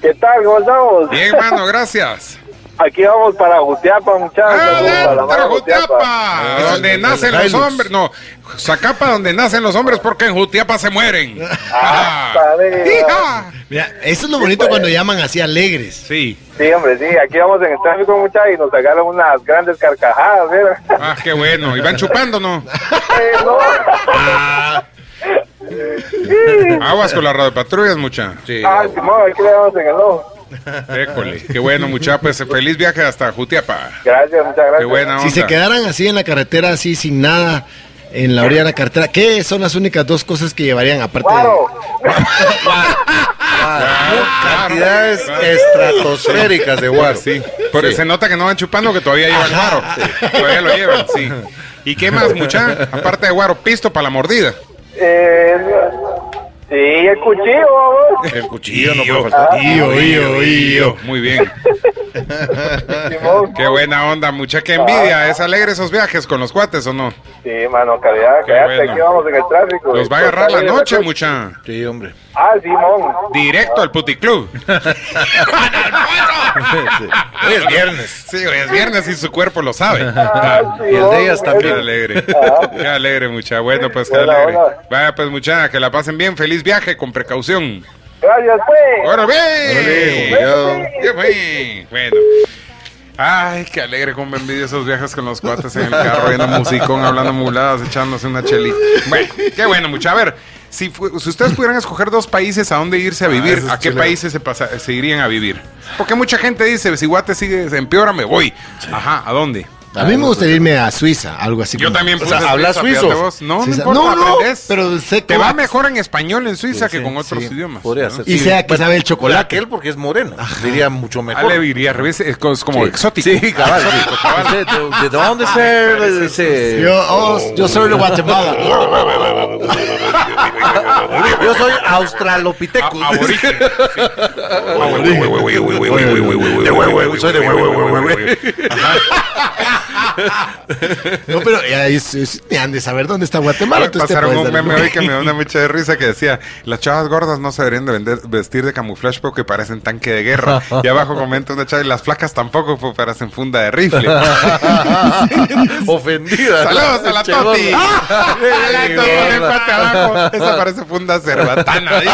[SPEAKER 6] ¿qué tal? ¿Cómo estamos?
[SPEAKER 2] Bien, mano, gracias.
[SPEAKER 6] Aquí vamos para Jutiapa, muchachos. Saludos a la
[SPEAKER 2] ¡Adelante,
[SPEAKER 6] mara Jutiapa.
[SPEAKER 2] Ah, Jutiapa! Donde nacen los hombres. No, Zacapa, donde nacen los hombres, porque en Jutiapa se mueren.
[SPEAKER 6] Ah,
[SPEAKER 2] Ah.
[SPEAKER 6] padre.
[SPEAKER 2] ¡Hija!
[SPEAKER 3] Mira, eso es lo bonito cuando llaman así alegres.
[SPEAKER 2] Sí.
[SPEAKER 6] Sí, hombre, sí, aquí vamos en el tráfico, muchachos, y nos sacaron unas grandes carcajadas, mira.
[SPEAKER 2] Ah, qué bueno. Y van chupando, ¿no?
[SPEAKER 6] Eh, no.
[SPEAKER 2] Aguas con las radiopatrullas, mucha. Sí.
[SPEAKER 6] Ah, Simón, aquí le damos en el ojo.
[SPEAKER 2] École. Qué bueno, mucha. Pues feliz viaje hasta Jutiapa.
[SPEAKER 6] Gracias, muchas gracias.
[SPEAKER 2] Qué buena onda.
[SPEAKER 3] Si se quedaran así en la carretera, así sin nada, en la orilla de la carretera, ¿qué son las únicas dos cosas que llevarían aparte
[SPEAKER 6] Guaro.
[SPEAKER 4] Cantidades eh, estratosféricas de guaro.
[SPEAKER 2] Ah, Sí. Pero se nota que no van chupando, que todavía llevan guaro. Todavía lo llevan, sí. ¿Y qué más, mucha? Aparte de guaro, pisto para la mordida.
[SPEAKER 6] Eh, sí, el cuchillo, vamos.
[SPEAKER 4] El cuchillo no puede faltar.
[SPEAKER 3] Ío, ío, ío.
[SPEAKER 2] Muy bien.
[SPEAKER 6] Simón.
[SPEAKER 2] Qué buena onda, mucha. Qué envidia. ¿Es alegre esos viajes con los cuates o no?
[SPEAKER 6] Sí, mano, calidad,
[SPEAKER 2] Qué
[SPEAKER 6] cállate,
[SPEAKER 2] bueno.
[SPEAKER 6] aquí vamos en el tráfico.
[SPEAKER 2] Los va a agarrar la noche, mucha.
[SPEAKER 4] Sí, hombre.
[SPEAKER 6] Ah, Simón.
[SPEAKER 2] Directo al puticlub.
[SPEAKER 4] Hoy es viernes.
[SPEAKER 2] Sí, hoy es viernes y su cuerpo lo sabe.
[SPEAKER 6] Ah,
[SPEAKER 4] Y el de ellas
[SPEAKER 6] Simón,
[SPEAKER 2] Qué
[SPEAKER 4] también.
[SPEAKER 2] alegre. Qué alegre, mucha. Bueno, pues qué
[SPEAKER 6] Buena
[SPEAKER 2] alegre.
[SPEAKER 6] onda.
[SPEAKER 2] Vaya, pues, mucha, que la pasen bien. Feliz viaje con precaución.
[SPEAKER 6] Gracias, pues.
[SPEAKER 2] ¡Órale!
[SPEAKER 4] Órale, cuidado.
[SPEAKER 2] Qué buen. Bueno. Ay, qué alegre como me envidio esos viajes con los cuates en el carro, viendo musicón, hablando muladas, echándose una chelita. Bueno, qué bueno, mucha. A ver, si, fu- si ustedes pudieran escoger dos países a dónde irse a vivir,
[SPEAKER 3] Ah, eso es
[SPEAKER 2] ¿a qué
[SPEAKER 3] chileno.
[SPEAKER 2] países se, pasa- se irían a vivir? Porque mucha gente dice, si Guate sigue, se empeora, me voy. Ajá, ¿a dónde?
[SPEAKER 3] A mí me gustaría irme a Suiza, algo así.
[SPEAKER 2] Yo
[SPEAKER 3] como-
[SPEAKER 2] también
[SPEAKER 4] O sea,
[SPEAKER 2] puse
[SPEAKER 4] ¿hablas
[SPEAKER 2] Suiza, fíjate
[SPEAKER 4] suizo?
[SPEAKER 2] vos. No,
[SPEAKER 3] Sí,
[SPEAKER 2] no
[SPEAKER 3] sa-
[SPEAKER 2] importa,
[SPEAKER 3] no, no,
[SPEAKER 2] aprendes.
[SPEAKER 3] pero sé
[SPEAKER 2] Te va
[SPEAKER 3] cómo-
[SPEAKER 2] mejor en español en Suiza
[SPEAKER 3] Sí,
[SPEAKER 2] que con
[SPEAKER 3] sí,
[SPEAKER 2] otros
[SPEAKER 3] sí.
[SPEAKER 2] idiomas.
[SPEAKER 4] Podría
[SPEAKER 2] ¿no?
[SPEAKER 4] ser.
[SPEAKER 3] Y
[SPEAKER 4] sí.
[SPEAKER 3] sea que
[SPEAKER 4] Bueno,
[SPEAKER 3] sabe el chocolate.
[SPEAKER 4] Aquel porque es moreno. Diría mucho mejor.
[SPEAKER 2] Ale diría, al revés, es co- es como exótico.
[SPEAKER 4] Sí, cabal. sí. Usted, ¿De, de dónde ser? Dice,
[SPEAKER 3] Yo, oh, yo soy de Guatemala.
[SPEAKER 4] yo soy australopithecus.
[SPEAKER 2] Aborigen.
[SPEAKER 4] Soy de huehue.
[SPEAKER 3] No, pero ya es, es- me han de saber dónde está Guatemala.
[SPEAKER 2] Ahora
[SPEAKER 3] entonces te
[SPEAKER 2] pasaron
[SPEAKER 3] puedes
[SPEAKER 2] un
[SPEAKER 3] dar-
[SPEAKER 2] meme hoy que me da una mucha de risa que decía, las chavas gordas no se deberían de vender- vestir de camuflaje porque parecen tanque de guerra. Y abajo comenta una chava, y las flacas tampoco porque parecen funda de rifle.
[SPEAKER 4] Ofendida.
[SPEAKER 2] Saludos a la
[SPEAKER 4] Che,
[SPEAKER 2] Toti.
[SPEAKER 4] gorda.
[SPEAKER 2] Ah, a la
[SPEAKER 4] Sí,
[SPEAKER 2] Toti,
[SPEAKER 4] gorda.
[SPEAKER 2] pate abajo. Esa parece funda cerbatana. dice.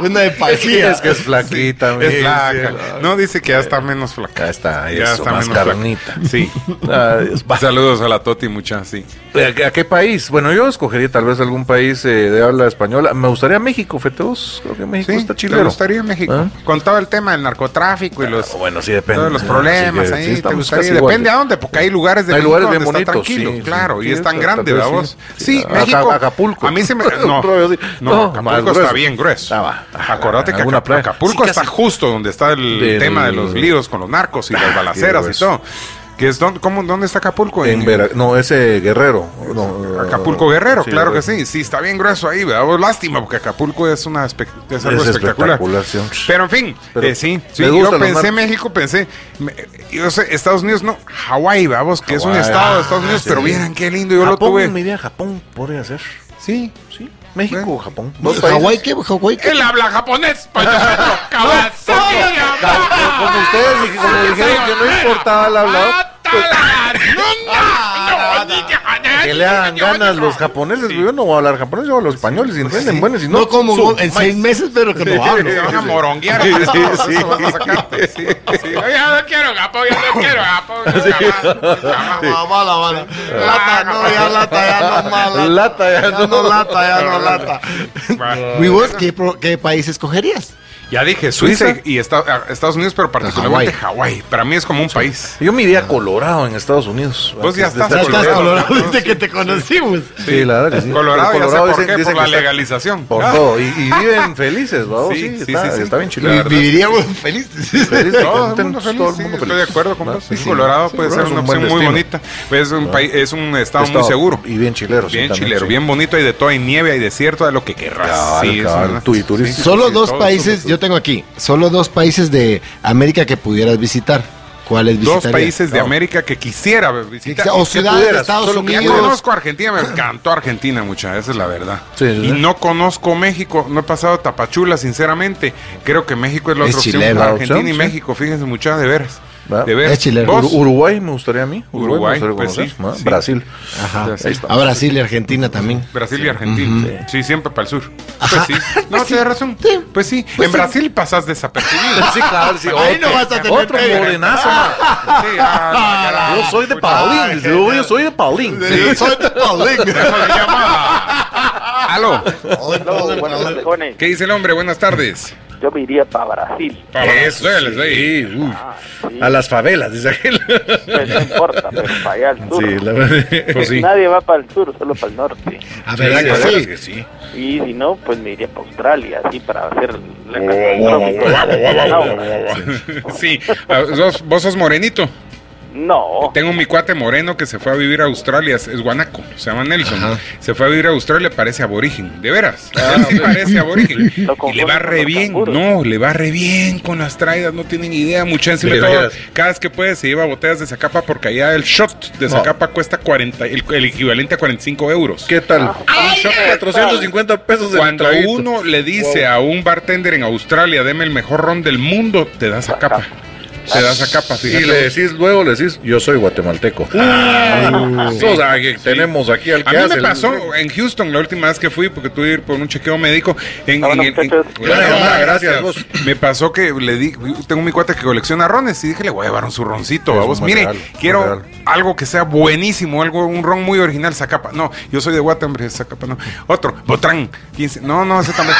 [SPEAKER 3] Una de
[SPEAKER 4] Sí,
[SPEAKER 3] pajilla.
[SPEAKER 4] es que es flaquita. mi
[SPEAKER 2] Es
[SPEAKER 4] cielo.
[SPEAKER 2] flaca. No, dice que ya está menos flaca.
[SPEAKER 4] Acá está,
[SPEAKER 2] Ya
[SPEAKER 4] eso,
[SPEAKER 2] está menos
[SPEAKER 4] más
[SPEAKER 2] flaca.
[SPEAKER 4] carnita.
[SPEAKER 2] Sí.
[SPEAKER 4] Ay, Dios, va.
[SPEAKER 2] Saludos a la Toti, mucha, sí.
[SPEAKER 4] ¿A a qué país? Bueno, yo escogería tal vez algún país eh, de habla española. Me gustaría México, Feteos. Creo que México
[SPEAKER 2] Sí,
[SPEAKER 4] Pues está
[SPEAKER 2] ¿Te
[SPEAKER 4] chilero.
[SPEAKER 2] gustaría México?
[SPEAKER 4] ¿Ah?
[SPEAKER 2] Con todo el tema del narcotráfico y los,
[SPEAKER 4] Ah, bueno, sí depende.
[SPEAKER 2] todos los problemas
[SPEAKER 4] Así que
[SPEAKER 2] ahí.
[SPEAKER 4] sí,
[SPEAKER 2] te
[SPEAKER 4] estamos
[SPEAKER 2] gustaría.
[SPEAKER 4] casi igual.
[SPEAKER 2] Depende a dónde, porque hay lugares de
[SPEAKER 4] Hay
[SPEAKER 2] México
[SPEAKER 4] lugares bien
[SPEAKER 2] donde está
[SPEAKER 4] bonitos,
[SPEAKER 2] tranquilo,
[SPEAKER 4] sí,
[SPEAKER 2] claro.
[SPEAKER 4] sí,
[SPEAKER 2] y es tan
[SPEAKER 4] sí,
[SPEAKER 2] grande,
[SPEAKER 4] tal
[SPEAKER 2] ¿verdad
[SPEAKER 4] vez
[SPEAKER 2] vos?
[SPEAKER 4] sí.
[SPEAKER 2] Sí,
[SPEAKER 4] Aca-
[SPEAKER 2] México.
[SPEAKER 4] Acapulco.
[SPEAKER 2] A mí se me... No,
[SPEAKER 4] Un rollo así.
[SPEAKER 2] no,
[SPEAKER 4] No, más
[SPEAKER 2] Acapulco está
[SPEAKER 4] grueso.
[SPEAKER 2] bien grueso.
[SPEAKER 4] Ah, va. Ah,
[SPEAKER 2] Acordate que
[SPEAKER 4] alguna
[SPEAKER 2] Aca-
[SPEAKER 4] playa.
[SPEAKER 2] Acapulco
[SPEAKER 4] Sí,
[SPEAKER 2] está
[SPEAKER 4] casi.
[SPEAKER 2] justo donde está el
[SPEAKER 4] Del-
[SPEAKER 2] tema de los líos con los narcos y las balaceras y
[SPEAKER 4] grueso.
[SPEAKER 2] todo. Que es don- ¿cómo, ¿Dónde está Acapulco?
[SPEAKER 4] En Vera- No, ese Guerrero. no,
[SPEAKER 2] Acapulco Guerrero,
[SPEAKER 4] sí,
[SPEAKER 2] claro que
[SPEAKER 4] Guerrero.
[SPEAKER 2] sí. Sí, está bien grueso ahí, ¿verdad? Pues Lástima, porque Acapulco es, una espe- es algo
[SPEAKER 4] Es
[SPEAKER 2] espectacular.
[SPEAKER 4] espectacular, sí.
[SPEAKER 2] Pero en fin,
[SPEAKER 4] Pero,
[SPEAKER 2] eh, sí. sí,
[SPEAKER 4] ¿le gustan
[SPEAKER 2] yo
[SPEAKER 4] los
[SPEAKER 2] pensé
[SPEAKER 4] mar-
[SPEAKER 2] México, pensé. me- yo sé, Estados Unidos, no. Hawái, vamos, que es un
[SPEAKER 4] Hawái.
[SPEAKER 2] estado de Estados
[SPEAKER 4] Ah,
[SPEAKER 2] Unidos,
[SPEAKER 4] sí.
[SPEAKER 2] pero miren qué lindo, yo
[SPEAKER 4] Japón,
[SPEAKER 2] lo
[SPEAKER 4] me
[SPEAKER 2] tuve.
[SPEAKER 4] iría a Japón, podría ser.
[SPEAKER 2] Sí.
[SPEAKER 4] Sí, México
[SPEAKER 2] Bueno.
[SPEAKER 4] o Japón. Dos países.
[SPEAKER 3] Pues, Hawái, ¿qué? Hawái, ¿qué?
[SPEAKER 2] Él habla japonés, pues, Pedro, cabezón,
[SPEAKER 4] Como como ustedes dije- como dijeron que no importaba el hablado, que le hagan ganas los japoneses. Yo no voy a hablar japonés, yo hablo español. y Si entienden, bueno, y si Eh, no.
[SPEAKER 3] No, como
[SPEAKER 4] su-
[SPEAKER 3] en seis meses, pero que no hablo.
[SPEAKER 2] Te van a moronguear.
[SPEAKER 4] Sí, sí,
[SPEAKER 2] Eso
[SPEAKER 4] sí.
[SPEAKER 2] vas a sacarte, sí, sí. Oye, yo no quiero Japón, yo no quiero Japón. yo jamás, jamás.
[SPEAKER 3] Ah, bala, bala. Lata, no, ya lata, ya no más.
[SPEAKER 4] Ah, Lata, ya no.
[SPEAKER 3] lata, ya no lata.
[SPEAKER 2] Va.
[SPEAKER 3] ¿Y vos qué, pro- qué país escogerías?
[SPEAKER 2] Ya dije Suiza y esta- a- Estados Unidos, pero particularmente Hawái. Para mí es como un país.
[SPEAKER 4] Yo me iría a Colorado en Estados Unidos.
[SPEAKER 2] Vos ya
[SPEAKER 4] Antes de
[SPEAKER 2] estás
[SPEAKER 3] Ya
[SPEAKER 4] estar-
[SPEAKER 3] estás
[SPEAKER 2] Colorado,
[SPEAKER 3] colorado
[SPEAKER 2] ¿no?
[SPEAKER 3] desde que te conocimos.
[SPEAKER 4] Sí, la verdad que sí.
[SPEAKER 2] Colorado,
[SPEAKER 4] Pero
[SPEAKER 2] ya sé por qué, por la
[SPEAKER 4] que está-
[SPEAKER 2] legalización.
[SPEAKER 4] Por
[SPEAKER 2] Ah.
[SPEAKER 4] todo. Y, y viven felices, ¿va?
[SPEAKER 2] Sí,
[SPEAKER 4] Sí,
[SPEAKER 2] sí,
[SPEAKER 4] está,
[SPEAKER 2] sí, sí.
[SPEAKER 4] está bien
[SPEAKER 3] Vi-
[SPEAKER 4] chido. la verdad.
[SPEAKER 3] Viviríamos felices.
[SPEAKER 4] Feliz,
[SPEAKER 2] Todo el mundo
[SPEAKER 4] contentos,
[SPEAKER 2] feliz,
[SPEAKER 4] todo el
[SPEAKER 2] sí,
[SPEAKER 4] mundo
[SPEAKER 2] estoy
[SPEAKER 4] feliz.
[SPEAKER 2] de acuerdo con
[SPEAKER 4] Ah,
[SPEAKER 2] vos.
[SPEAKER 4] sí,
[SPEAKER 2] Sí,
[SPEAKER 4] sí.
[SPEAKER 2] Colorado
[SPEAKER 4] Sí,
[SPEAKER 2] puede ser
[SPEAKER 4] Colorado
[SPEAKER 2] una
[SPEAKER 4] es un buen
[SPEAKER 2] opción muy bonita.
[SPEAKER 4] destino. Ah.
[SPEAKER 2] Es un, país, es un estado muy
[SPEAKER 4] Estado-
[SPEAKER 2] seguro.
[SPEAKER 4] Y bien chilero. sí,
[SPEAKER 2] Bien
[SPEAKER 4] también,
[SPEAKER 2] chilero,
[SPEAKER 4] sí.
[SPEAKER 2] bien bonito, hay de todo, hay nieve, hay desierto, de lo que querrás.
[SPEAKER 4] Cabal,
[SPEAKER 2] Sí, es
[SPEAKER 4] cabal,
[SPEAKER 2] una-
[SPEAKER 4] tu- y turístico.
[SPEAKER 3] Solo
[SPEAKER 2] sí,
[SPEAKER 3] dos
[SPEAKER 2] todo,
[SPEAKER 3] países, yo tengo aquí, solo dos países de América que pudieras visitar. ¿Cuáles
[SPEAKER 2] Dos
[SPEAKER 3] visitarías?
[SPEAKER 2] países de
[SPEAKER 3] No.
[SPEAKER 2] América que quisiera visitar.
[SPEAKER 3] O
[SPEAKER 2] Y
[SPEAKER 3] ciudades de
[SPEAKER 4] pudieras,
[SPEAKER 3] Estados
[SPEAKER 4] solo que
[SPEAKER 2] Ya
[SPEAKER 3] Unidos.
[SPEAKER 2] conozco a Argentina, me encantó Argentina, mucha, esa es la verdad.
[SPEAKER 4] Sí, sí,
[SPEAKER 2] y
[SPEAKER 4] sí.
[SPEAKER 2] no conozco México, no he pasado a Tapachula, sinceramente. Creo que México es la
[SPEAKER 3] Es
[SPEAKER 2] otra opción.
[SPEAKER 3] chileno,
[SPEAKER 2] Argentina
[SPEAKER 4] opción,
[SPEAKER 2] y
[SPEAKER 4] sí.
[SPEAKER 2] México, fíjense, mucha, de veras.
[SPEAKER 4] Va.
[SPEAKER 2] De veras.
[SPEAKER 3] Es chileno.
[SPEAKER 2] ¿Vos?
[SPEAKER 4] Ur- Uruguay me gustaría a mí.
[SPEAKER 2] Uruguay,
[SPEAKER 4] Uruguay, me gustaría
[SPEAKER 2] pues
[SPEAKER 4] conocer.
[SPEAKER 2] sí,
[SPEAKER 4] ¿no?
[SPEAKER 2] sí.
[SPEAKER 4] Brasil.
[SPEAKER 3] Ajá.
[SPEAKER 4] Ahí está.
[SPEAKER 3] A Brasil y Argentina también.
[SPEAKER 2] Brasil y Argentina. Sí, siempre para el sur.
[SPEAKER 3] Ajá.
[SPEAKER 2] Pues sí. No, tienes razón. Pues sí. en Brasil pasas desapercibido.
[SPEAKER 4] Sí, claro, sí.
[SPEAKER 3] Ahí no
[SPEAKER 4] Otro-
[SPEAKER 3] vas a tener
[SPEAKER 4] Otro
[SPEAKER 3] pega.
[SPEAKER 4] morenazo, man.
[SPEAKER 2] Sí, ah, la
[SPEAKER 4] Yo
[SPEAKER 2] gran-
[SPEAKER 4] soy de
[SPEAKER 2] Pucha,
[SPEAKER 4] Paulín. Yo, yo soy de Paulín.
[SPEAKER 3] Soy de Paulín.
[SPEAKER 2] eso se llama- Aló.
[SPEAKER 6] No, buenas tardes, jóvenes.
[SPEAKER 2] ¿Qué dice el hombre? Buenas tardes.
[SPEAKER 6] Yo me iría para Brasil. Ah,
[SPEAKER 2] Para eso, les doy.
[SPEAKER 4] Sí, Pues, uy.
[SPEAKER 6] Sí,
[SPEAKER 4] A las favelas, dice aquel.
[SPEAKER 6] pues no importa, pero para allá al sur.
[SPEAKER 4] Sí, la verdad.
[SPEAKER 2] Pues sí.
[SPEAKER 6] Nadie va para el sur, solo para el norte.
[SPEAKER 3] A ver,
[SPEAKER 4] la verdad
[SPEAKER 3] que
[SPEAKER 4] es
[SPEAKER 3] sí.
[SPEAKER 4] que sí.
[SPEAKER 6] Y si no, pues me iría para Australia, así para hacer
[SPEAKER 2] Oh,
[SPEAKER 6] la
[SPEAKER 2] Sí, ah, ¿vos, vos sos morenito.
[SPEAKER 6] No,
[SPEAKER 2] Tengo mi cuate moreno que se fue a vivir a Australia, es, es guanaco, se llama Nelson. Se fue a vivir a Australia, parece aborigen, de veras. él sí parece aborigen.
[SPEAKER 6] Lo
[SPEAKER 2] Y le va
[SPEAKER 6] confunden con
[SPEAKER 2] re
[SPEAKER 6] los
[SPEAKER 2] bien,
[SPEAKER 6] canguros.
[SPEAKER 2] no, le va re bien con las traidas, no tienen idea, mucha encima
[SPEAKER 4] De
[SPEAKER 2] de todo,
[SPEAKER 4] veras.
[SPEAKER 2] Cada vez que puede se lleva botellas de Zacapa porque allá el shot de
[SPEAKER 4] No.
[SPEAKER 2] Zacapa cuesta 40, el, el equivalente a 45 euros.
[SPEAKER 4] ¿Qué tal? Un shot, 450 pesos de
[SPEAKER 2] Cuando uno le dice a un bartender en Australia, deme el mejor ron del mundo, te das a capa. Te das a capa,
[SPEAKER 4] Y
[SPEAKER 2] fíjate.
[SPEAKER 4] le decís, luego le decís, yo soy guatemalteco. Ah, o sea, que tenemos aquí al
[SPEAKER 2] Uh.
[SPEAKER 4] que
[SPEAKER 2] a mí
[SPEAKER 4] hace
[SPEAKER 2] me
[SPEAKER 4] el-
[SPEAKER 2] pasó en Houston la última vez que fui, porque tuve que ir por un chequeo médico. En,
[SPEAKER 6] Vámonos,
[SPEAKER 2] en- en-
[SPEAKER 6] muchachos.
[SPEAKER 4] Buena onda, gracias, vos.
[SPEAKER 2] Me pasó que le di, tengo mi cuate que colecciona rones y dije, le voy a llevar un surroncito
[SPEAKER 4] Es
[SPEAKER 2] a
[SPEAKER 4] un
[SPEAKER 2] vos.
[SPEAKER 4] buen
[SPEAKER 2] Mire,
[SPEAKER 4] regalo,
[SPEAKER 2] quiero
[SPEAKER 4] buen regalo.
[SPEAKER 2] algo que sea buenísimo, algo, un ron muy original, Zacapa. No, yo soy de Guate, hombre, Zacapa no. Otro, Botrán, 15. No, no, ese también.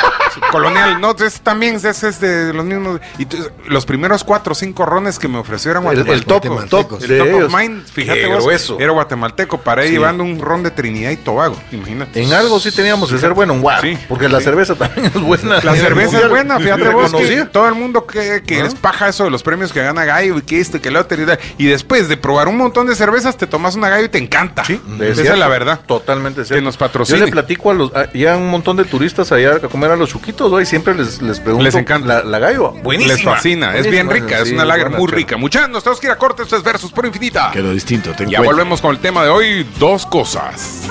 [SPEAKER 2] Colonial, no, ese también, ese es de los mismos. Y tú- los primeros cuatro o cinco marrones que me ofreció era
[SPEAKER 4] El, el
[SPEAKER 2] guatemalteco.
[SPEAKER 4] top, top
[SPEAKER 3] Guatemaltecos.
[SPEAKER 2] El
[SPEAKER 4] de
[SPEAKER 2] top
[SPEAKER 4] ellos.
[SPEAKER 2] of mind, fíjate
[SPEAKER 4] Qué
[SPEAKER 2] vos,
[SPEAKER 4] grueso.
[SPEAKER 2] era guatemalteco para ir llevando un ron de Trinidad y Tobago, imagínate.
[SPEAKER 4] En algo sí teníamos que ser bueno en guar,
[SPEAKER 2] Sí.
[SPEAKER 4] porque la cerveza también es buena.
[SPEAKER 2] La cerveza es buena, fíjate vos que
[SPEAKER 4] Reconocida.
[SPEAKER 2] todo el mundo cree
[SPEAKER 4] Ah.
[SPEAKER 2] que es paja eso de los premios que gana Gallo y que esto y que lo otro y tal. Y después de probar un montón de cervezas, te tomas una Gallo y te encanta.
[SPEAKER 4] Es
[SPEAKER 2] Esa es
[SPEAKER 4] cierto,
[SPEAKER 2] la verdad.
[SPEAKER 4] Totalmente cierto.
[SPEAKER 2] nos patrocine.
[SPEAKER 4] Yo le platico a los. a- ya un montón de turistas allá a comer a los chuquitos, ¿no? Y siempre les, les pregunto.
[SPEAKER 2] Les encanta.
[SPEAKER 4] La, la gallo. Buenísima.
[SPEAKER 2] Les fascina, es bien
[SPEAKER 4] Buenísima,
[SPEAKER 2] rica, es
[SPEAKER 4] sí,
[SPEAKER 2] una lager
[SPEAKER 4] buena,
[SPEAKER 2] muy
[SPEAKER 4] chévere.
[SPEAKER 2] rica. Muchachos, nos tenemos que ir a corte, esto es Versus por Infinita.
[SPEAKER 3] Que lo distinto te
[SPEAKER 2] Ya
[SPEAKER 3] encuentre.
[SPEAKER 2] volvemos con el tema de hoy, dos cosas.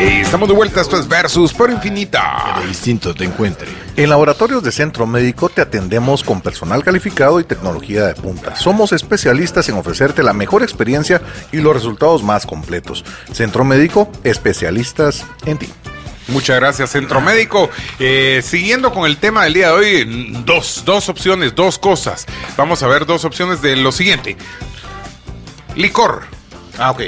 [SPEAKER 2] Y Estamos de vuelta, esto es Versus por
[SPEAKER 3] Que
[SPEAKER 2] Infinita.
[SPEAKER 3] lo distinto te encuentre.
[SPEAKER 4] En Laboratorios de Centro Médico te atendemos con personal calificado y tecnología de punta. Somos especialistas en ofrecerte la mejor experiencia y los resultados más completos. Centro Médico, especialistas en ti.
[SPEAKER 2] Muchas gracias, Centro Médico. Eh, siguiendo con el tema del día de hoy, mm, dos, dos opciones, dos cosas. Vamos a ver dos opciones de lo siguiente. Licor.
[SPEAKER 4] Ah, ok.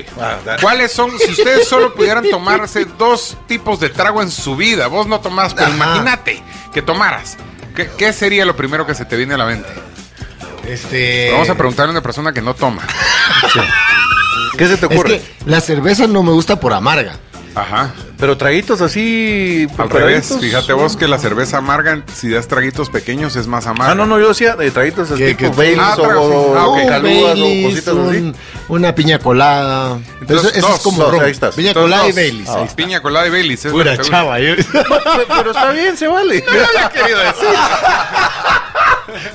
[SPEAKER 2] ¿Cuáles son, si ustedes solo pudieran tomarse dos tipos de trago en su vida? Vos no tomás, pero
[SPEAKER 3] Ajá.
[SPEAKER 2] imagínate que tomaras. ¿Qué, qué sería lo primero que se te viene a la mente?
[SPEAKER 4] Eh.
[SPEAKER 3] Este.
[SPEAKER 2] Vamos a preguntarle a una persona que no toma.
[SPEAKER 4] ¿Qué se te
[SPEAKER 3] Es
[SPEAKER 4] ocurre?
[SPEAKER 3] que la cerveza no me gusta por amarga.
[SPEAKER 2] Ajá.
[SPEAKER 4] Pero traguitos así.
[SPEAKER 2] Al
[SPEAKER 4] preparaditos.
[SPEAKER 2] revés, fíjate vos que la cerveza amarga, si das traguitos pequeños, es más amarga.
[SPEAKER 4] Ah, no, no, yo decía de traguitos así,
[SPEAKER 3] Que-
[SPEAKER 4] tipo
[SPEAKER 3] que-
[SPEAKER 4] Baileys
[SPEAKER 2] Ah,
[SPEAKER 4] o,
[SPEAKER 2] tragos,
[SPEAKER 4] o-
[SPEAKER 2] ah, ok.
[SPEAKER 4] o
[SPEAKER 3] Un
[SPEAKER 4] calúas o
[SPEAKER 3] Baileys,
[SPEAKER 4] cositas
[SPEAKER 3] un- una piña colada. Pero
[SPEAKER 2] Entonces,
[SPEAKER 3] eso eso
[SPEAKER 2] dos,
[SPEAKER 3] es como
[SPEAKER 4] dos,
[SPEAKER 3] ron.
[SPEAKER 4] ahí estás.
[SPEAKER 3] Piña
[SPEAKER 2] Entonces,
[SPEAKER 3] colada y
[SPEAKER 2] dos.
[SPEAKER 3] Baileys. ahí está.
[SPEAKER 2] Piña colada y Baileys. es lo que
[SPEAKER 3] Pura
[SPEAKER 2] te gusta.
[SPEAKER 3] chava. yo-
[SPEAKER 4] así. Pero está bien, se vale.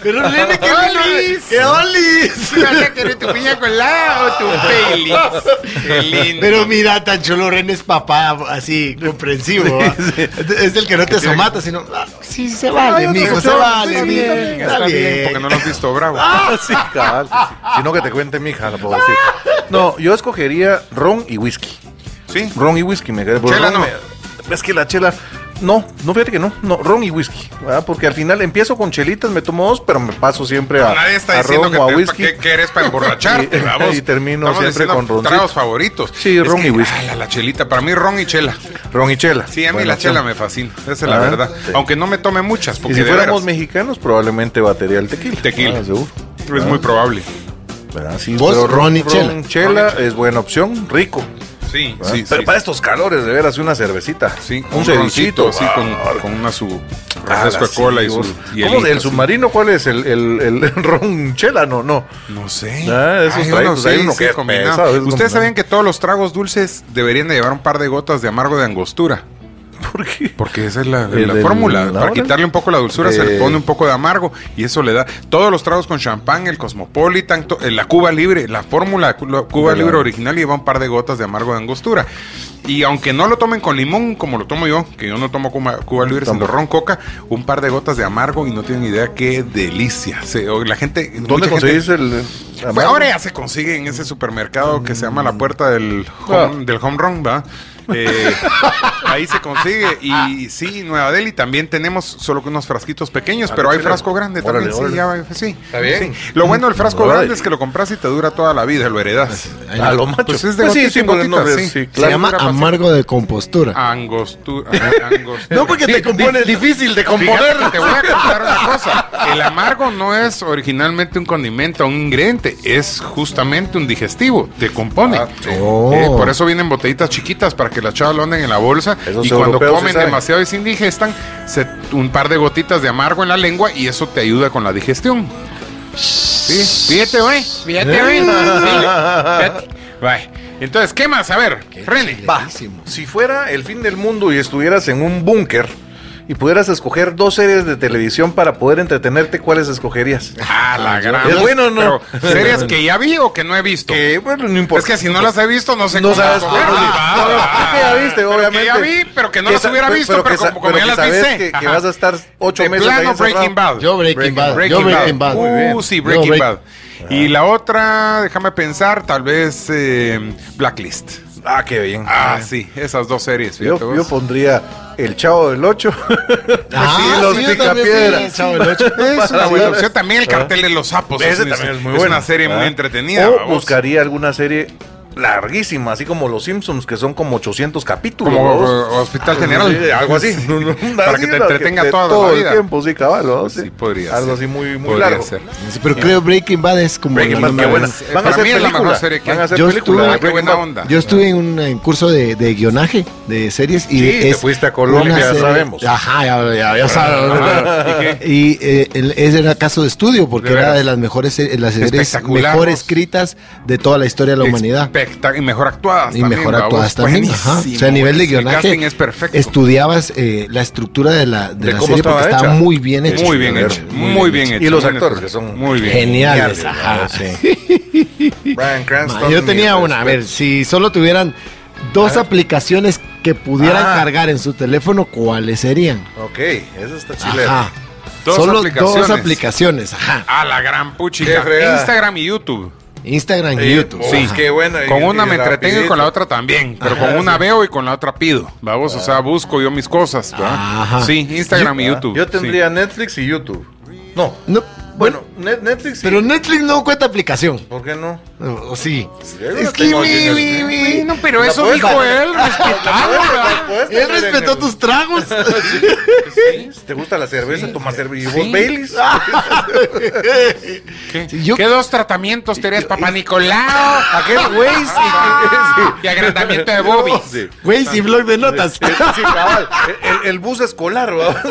[SPEAKER 3] Pero nene, que
[SPEAKER 2] Baileys.
[SPEAKER 3] ¡Qué olis!
[SPEAKER 2] Vas a querer tu piña colada o tu Baileys. Qué lindo.
[SPEAKER 3] Pero mira, tan chulo Ren es papá, así, comprensivo. ¿va? Es el que no te somata, sino. ah, sí, se vale,
[SPEAKER 4] yo te
[SPEAKER 3] mijo, se
[SPEAKER 4] somato,
[SPEAKER 3] vale.
[SPEAKER 4] está
[SPEAKER 3] bien,
[SPEAKER 4] bien, Ah.
[SPEAKER 3] está bien.
[SPEAKER 2] Porque no lo has visto bravo.
[SPEAKER 4] sí, cabal. Sino que te cuente mi hija, la pobrecita. No, yo escogería ron y whisky.
[SPEAKER 2] Sí.
[SPEAKER 4] Ron y whisky me cae. porque
[SPEAKER 2] Chela
[SPEAKER 4] ron
[SPEAKER 2] no.
[SPEAKER 4] me- es que la chela. No, no fíjate que no, no, ron y whisky, ¿verdad? porque al final empiezo con chelitas, me tomo dos, pero me paso siempre a,
[SPEAKER 2] Nadie está
[SPEAKER 4] a
[SPEAKER 2] diciendo
[SPEAKER 4] ron
[SPEAKER 2] que,
[SPEAKER 4] o a
[SPEAKER 2] te-
[SPEAKER 4] whisky.
[SPEAKER 2] que- que eres para emborracharte,
[SPEAKER 4] Y-
[SPEAKER 2] vamos.
[SPEAKER 4] y termino
[SPEAKER 2] Estamos
[SPEAKER 4] siempre
[SPEAKER 2] diciendo
[SPEAKER 4] con roncito.
[SPEAKER 2] tragos favoritos.
[SPEAKER 4] Sí, ron y whisky.
[SPEAKER 2] ah, La, la chelita, para mí ron y chela.
[SPEAKER 4] Ron y chela.
[SPEAKER 2] Sí, a mí
[SPEAKER 4] Buena
[SPEAKER 2] la chela
[SPEAKER 4] opción.
[SPEAKER 2] me fascina, esa es la
[SPEAKER 4] Ah,
[SPEAKER 2] verdad.
[SPEAKER 4] sí.
[SPEAKER 2] Aunque no me tome muchas, porque
[SPEAKER 4] Y si
[SPEAKER 2] de
[SPEAKER 4] fuéramos
[SPEAKER 2] veras,
[SPEAKER 4] mexicanos, probablemente batería el tequila.
[SPEAKER 2] Tequila.
[SPEAKER 4] Ah, seguro.
[SPEAKER 2] es muy probable.
[SPEAKER 4] ¿Verdad? Sí,
[SPEAKER 3] Vos,
[SPEAKER 4] pero
[SPEAKER 3] ron y chela.
[SPEAKER 4] ron, chela es buena opción, rico.
[SPEAKER 2] Sí,
[SPEAKER 4] ¿verdad?
[SPEAKER 2] sí,
[SPEAKER 4] pero
[SPEAKER 2] sí.
[SPEAKER 4] para estos calores, de veras, una cervecita.
[SPEAKER 2] Sí,
[SPEAKER 4] un
[SPEAKER 2] con
[SPEAKER 4] cevichito.
[SPEAKER 2] roncito, sí, con, con una su refresco de
[SPEAKER 4] Ah,
[SPEAKER 2] cola
[SPEAKER 4] sí,
[SPEAKER 2] y su
[SPEAKER 4] vos.
[SPEAKER 2] y
[SPEAKER 4] ¿Cómo
[SPEAKER 2] helito,
[SPEAKER 4] del
[SPEAKER 2] sí.
[SPEAKER 4] submarino? ¿Cuál es? ¿El, el, el ron chela? No, no.
[SPEAKER 2] No sé.
[SPEAKER 4] Ah, esos
[SPEAKER 2] Ay, yo
[SPEAKER 4] traguitos,
[SPEAKER 2] no sé,
[SPEAKER 4] hay uno
[SPEAKER 2] sí,
[SPEAKER 4] que es
[SPEAKER 2] combinado.
[SPEAKER 4] pesado, es
[SPEAKER 2] Ustedes
[SPEAKER 4] combinado.
[SPEAKER 2] sabían que todos los tragos dulces deberían de llevar un par de gotas de amargo de angostura.
[SPEAKER 4] ¿Por qué?
[SPEAKER 2] Porque esa es la,
[SPEAKER 4] El-
[SPEAKER 2] la
[SPEAKER 4] el-
[SPEAKER 2] fórmula.
[SPEAKER 4] la
[SPEAKER 2] Para
[SPEAKER 4] hora.
[SPEAKER 2] quitarle un poco la dulzura se le
[SPEAKER 4] Eh.
[SPEAKER 2] pone un poco de amargo y eso le da. Todos los tragos con champán, el Cosmopolitan, to- eh, la Cuba Libre, la fórmula cu- la Cuba
[SPEAKER 4] De la-
[SPEAKER 2] Libre original lleva un par de gotas de amargo de angostura. Y aunque no lo tomen con limón, como lo tomo yo, que yo no tomo Cuba, Cuba Libre, sino
[SPEAKER 4] Tampoco.
[SPEAKER 2] ron coca, un par de gotas de amargo y no tienen idea qué delicia. Se- o la gente. mucha
[SPEAKER 4] ¿Dónde
[SPEAKER 2] gente-
[SPEAKER 4] conseguís el
[SPEAKER 2] Pues
[SPEAKER 4] amargo?
[SPEAKER 2] ahora ya se consigue en ese supermercado que se llama La Puerta del
[SPEAKER 4] Ah.
[SPEAKER 2] Home, del home Run, ¿verdad? Eh, ahí se consigue. Y sí, Nueva Delhi también tenemos solo que unos frasquitos pequeños,
[SPEAKER 4] Ah,
[SPEAKER 2] pero hay
[SPEAKER 4] chile.
[SPEAKER 2] frasco grande
[SPEAKER 4] Órale,
[SPEAKER 2] también. Sí,
[SPEAKER 4] órale.
[SPEAKER 2] ya va- sí.
[SPEAKER 4] Está bien.
[SPEAKER 2] Sí. Lo bueno del frasco
[SPEAKER 4] Órale.
[SPEAKER 2] grande es que lo compras y te dura toda la vida, lo heredas.
[SPEAKER 4] A lo macho.
[SPEAKER 2] Pues es de
[SPEAKER 4] Pues sí,
[SPEAKER 2] gotita
[SPEAKER 4] sí,
[SPEAKER 2] en
[SPEAKER 4] porque no
[SPEAKER 2] gotita,
[SPEAKER 4] ves,
[SPEAKER 2] sí.
[SPEAKER 4] sí,
[SPEAKER 3] Se
[SPEAKER 4] claro. Ah,
[SPEAKER 3] llama
[SPEAKER 2] Dura fácil.
[SPEAKER 3] amargo de compostura.
[SPEAKER 2] Angostura. a- angostura.
[SPEAKER 3] No porque te compones
[SPEAKER 4] difícil de
[SPEAKER 2] Fíjate, te voy a contar una cosa. El amargo no es originalmente un condimento, un ingrediente, es justamente un digestivo, te compone.
[SPEAKER 4] Ah, sí.
[SPEAKER 3] Oh.
[SPEAKER 2] Eh, por eso vienen botellitas chiquitas para que las chavas lo anden en la bolsa
[SPEAKER 4] Esos
[SPEAKER 2] y cuando
[SPEAKER 4] europeos sí
[SPEAKER 2] comen
[SPEAKER 4] saben.
[SPEAKER 2] demasiado y se indigestan, se- un par de gotitas de amargo en la lengua y eso te ayuda con la digestión. Sí, fíjate, güey. Fíjate, güey. Fíjate. Bye. Entonces, ¿qué más? A ver,
[SPEAKER 3] Ah,
[SPEAKER 2] René.
[SPEAKER 4] Va. Si fuera el fin del mundo y estuvieras en un búnker y pudieras escoger dos series de televisión para poder entretenerte, ¿cuáles escogerías?
[SPEAKER 2] Ah, la gran.
[SPEAKER 4] ¿Es bueno o no?
[SPEAKER 2] Pero, ¿Series que ya vi o que no he visto?
[SPEAKER 4] Que bueno, no importa.
[SPEAKER 2] Es que si no las he visto, no sé
[SPEAKER 4] no sabes
[SPEAKER 2] escoger.
[SPEAKER 4] cómo-
[SPEAKER 2] Ah,
[SPEAKER 4] no, no,
[SPEAKER 2] ah,
[SPEAKER 4] que ya viste,
[SPEAKER 2] pero
[SPEAKER 4] obviamente.
[SPEAKER 2] Que ya vi, pero que no las
[SPEAKER 4] sa-
[SPEAKER 2] hubiera visto, pero,
[SPEAKER 4] que sa-
[SPEAKER 2] como, como
[SPEAKER 4] pero
[SPEAKER 2] ya
[SPEAKER 4] que
[SPEAKER 2] las vi,
[SPEAKER 4] sabes
[SPEAKER 2] sé.
[SPEAKER 4] que- Que,
[SPEAKER 2] Ajá.
[SPEAKER 4] vas a estar ocho
[SPEAKER 2] de
[SPEAKER 4] meses ahí
[SPEAKER 2] plano
[SPEAKER 4] encerrado.
[SPEAKER 2] Breaking Bad.
[SPEAKER 3] Yo Breaking Bad.
[SPEAKER 2] Breaking
[SPEAKER 3] yo Breaking Bad.
[SPEAKER 4] Muy bien.
[SPEAKER 2] Uh, sí,
[SPEAKER 3] Yo
[SPEAKER 2] Breaking
[SPEAKER 3] Break-
[SPEAKER 2] Bad. Y la otra, déjame pensar, tal vez eh, Blacklist.
[SPEAKER 4] Ah, qué bien.
[SPEAKER 2] Ah, sí, esas dos series.
[SPEAKER 4] yo,
[SPEAKER 2] fíjate vos.
[SPEAKER 4] yo pondría El Chavo del Ocho.
[SPEAKER 3] Ah,
[SPEAKER 4] Sí, los
[SPEAKER 3] sí, yo también,
[SPEAKER 4] picapiedras.
[SPEAKER 3] sí, Chavo del Ocho.
[SPEAKER 2] Es una
[SPEAKER 4] Para
[SPEAKER 2] buena
[SPEAKER 4] ver.
[SPEAKER 2] opción. También el cartel de los sapos.
[SPEAKER 4] Ese
[SPEAKER 2] Pues una-
[SPEAKER 4] también es muy bueno.
[SPEAKER 3] Ah.
[SPEAKER 2] una serie muy
[SPEAKER 4] ¿verdad?
[SPEAKER 2] entretenida.
[SPEAKER 4] O
[SPEAKER 2] vamos.
[SPEAKER 4] buscaría alguna serie larguísima, así como los Simpsons, que son como 800 capítulos.
[SPEAKER 2] Como
[SPEAKER 4] ¿vos?
[SPEAKER 2] eh, Hospital General,
[SPEAKER 4] Sí,
[SPEAKER 2] algo así. Para que te
[SPEAKER 4] la
[SPEAKER 2] entretenga
[SPEAKER 4] te-
[SPEAKER 2] toda la
[SPEAKER 4] todo
[SPEAKER 2] vida.
[SPEAKER 4] el tiempo, sí, cabal, ¿no?
[SPEAKER 2] Sí, podría
[SPEAKER 4] Algo
[SPEAKER 2] ser.
[SPEAKER 4] así muy, muy
[SPEAKER 2] Podría
[SPEAKER 4] largo.
[SPEAKER 2] ser.
[SPEAKER 3] Sí, pero creo Breaking Bad es como
[SPEAKER 2] Breaking
[SPEAKER 3] la
[SPEAKER 2] Bad, qué
[SPEAKER 3] número
[SPEAKER 2] buena.
[SPEAKER 3] uno.
[SPEAKER 4] Van a
[SPEAKER 2] Para
[SPEAKER 4] hacer
[SPEAKER 2] mí es la
[SPEAKER 4] película.
[SPEAKER 2] mejor serie que
[SPEAKER 4] Van a
[SPEAKER 2] hay.
[SPEAKER 4] hacer
[SPEAKER 3] Yo
[SPEAKER 4] película.
[SPEAKER 3] estuve-
[SPEAKER 4] de
[SPEAKER 2] Qué
[SPEAKER 4] Breaking
[SPEAKER 2] buena
[SPEAKER 4] Bad.
[SPEAKER 2] onda.
[SPEAKER 3] Yo estuve en un, en curso de, de guionaje de series y
[SPEAKER 4] Sí, te
[SPEAKER 3] es
[SPEAKER 4] fuiste a Colombia,
[SPEAKER 3] una
[SPEAKER 4] ya
[SPEAKER 3] serie-
[SPEAKER 4] sabemos. Ah,
[SPEAKER 3] Ajá, ya, ya, ya sabemos. Y eh, el- ese era caso de estudio porque
[SPEAKER 2] De
[SPEAKER 3] era
[SPEAKER 2] veras.
[SPEAKER 3] de las mejores se- las series
[SPEAKER 2] Espectacular,
[SPEAKER 3] mejor
[SPEAKER 2] ¿no?
[SPEAKER 3] escritas de toda la historia de la humanidad.
[SPEAKER 2] Espectac- y mejor actuadas
[SPEAKER 3] Y
[SPEAKER 2] también,
[SPEAKER 3] mejor
[SPEAKER 2] ¿va?
[SPEAKER 3] actuadas
[SPEAKER 2] Uf,
[SPEAKER 3] también.
[SPEAKER 2] buenísimo,
[SPEAKER 3] Ajá. O sea, a nivel de
[SPEAKER 2] buenísimo. El
[SPEAKER 3] guionaje,
[SPEAKER 2] casting es perfecto.
[SPEAKER 3] estudiabas eh, la estructura de la, de
[SPEAKER 4] De
[SPEAKER 3] la
[SPEAKER 4] cómo
[SPEAKER 3] serie porque
[SPEAKER 4] estaba
[SPEAKER 3] estaba
[SPEAKER 4] hecha.
[SPEAKER 3] muy bien hecha.
[SPEAKER 2] muy bien hecho, muy bien hecho.
[SPEAKER 4] Y los
[SPEAKER 2] muy bien
[SPEAKER 4] actores,
[SPEAKER 2] hecho.
[SPEAKER 4] que son
[SPEAKER 2] muy bien.
[SPEAKER 3] Geniales, ajá.
[SPEAKER 4] Geniales, ¿no? Sí. Bryan Cranston,
[SPEAKER 3] Ma, Yo tenía
[SPEAKER 4] mi
[SPEAKER 3] una, a ver,
[SPEAKER 4] respeto.
[SPEAKER 3] si solo tuvieran dos
[SPEAKER 2] Ah.
[SPEAKER 3] aplicaciones que pudieran
[SPEAKER 4] Ah.
[SPEAKER 3] cargar en su teléfono, ¿cuáles serían?
[SPEAKER 4] Ok, eso está chile.
[SPEAKER 3] Ajá.
[SPEAKER 2] Dos
[SPEAKER 3] solo
[SPEAKER 2] aplicaciones.
[SPEAKER 3] dos aplicaciones, ajá.
[SPEAKER 2] A la gran
[SPEAKER 4] Qué
[SPEAKER 2] puchica.
[SPEAKER 4] fregada.
[SPEAKER 2] Instagram y YouTube.
[SPEAKER 3] Instagram y
[SPEAKER 4] Eh,
[SPEAKER 3] YouTube.
[SPEAKER 4] sí,
[SPEAKER 3] ajá.
[SPEAKER 4] qué buena.
[SPEAKER 2] Con
[SPEAKER 4] y-
[SPEAKER 2] una
[SPEAKER 4] y
[SPEAKER 2] me entretengo y con la
[SPEAKER 4] rapidito.
[SPEAKER 2] otra también. Pero con una veo y con la otra pido. Vamos, o sea, busco yo mis cosas. ¿verdad?
[SPEAKER 3] Ajá.
[SPEAKER 2] Sí, Instagram y
[SPEAKER 4] Ah,
[SPEAKER 2] YouTube.
[SPEAKER 4] Yo
[SPEAKER 2] sí.
[SPEAKER 4] tendría Netflix y YouTube. No.
[SPEAKER 3] No,
[SPEAKER 4] Bueno, Net- Netflix. y-
[SPEAKER 3] pero Netflix no cuenta aplicación.
[SPEAKER 4] ¿Por qué no?
[SPEAKER 3] O o sí.
[SPEAKER 4] yo
[SPEAKER 3] Es
[SPEAKER 4] no
[SPEAKER 3] que
[SPEAKER 4] tengo
[SPEAKER 3] mi-
[SPEAKER 4] dinero.
[SPEAKER 3] mi- mi-
[SPEAKER 2] Sí, no, pero
[SPEAKER 4] La
[SPEAKER 2] eso
[SPEAKER 4] puedes
[SPEAKER 2] dijo
[SPEAKER 4] pagar.
[SPEAKER 2] él, respetado. ¿verdad?
[SPEAKER 3] Él respetó tus tragos.
[SPEAKER 4] Si ¿Te gusta la cerveza? Toma cerveza. ¿Y vos,
[SPEAKER 2] Sí.
[SPEAKER 4] Baileys?
[SPEAKER 2] ¿Qué,
[SPEAKER 3] Sí, yo-
[SPEAKER 2] qué dos tratamientos tenías, papá Nicolau?
[SPEAKER 4] Aquel güey. sí.
[SPEAKER 2] Y agrandamiento de bobis.
[SPEAKER 4] Sí.
[SPEAKER 3] Güey, sin blog de notas.
[SPEAKER 4] Sí, cabal. El, el bus escolar, ¿va?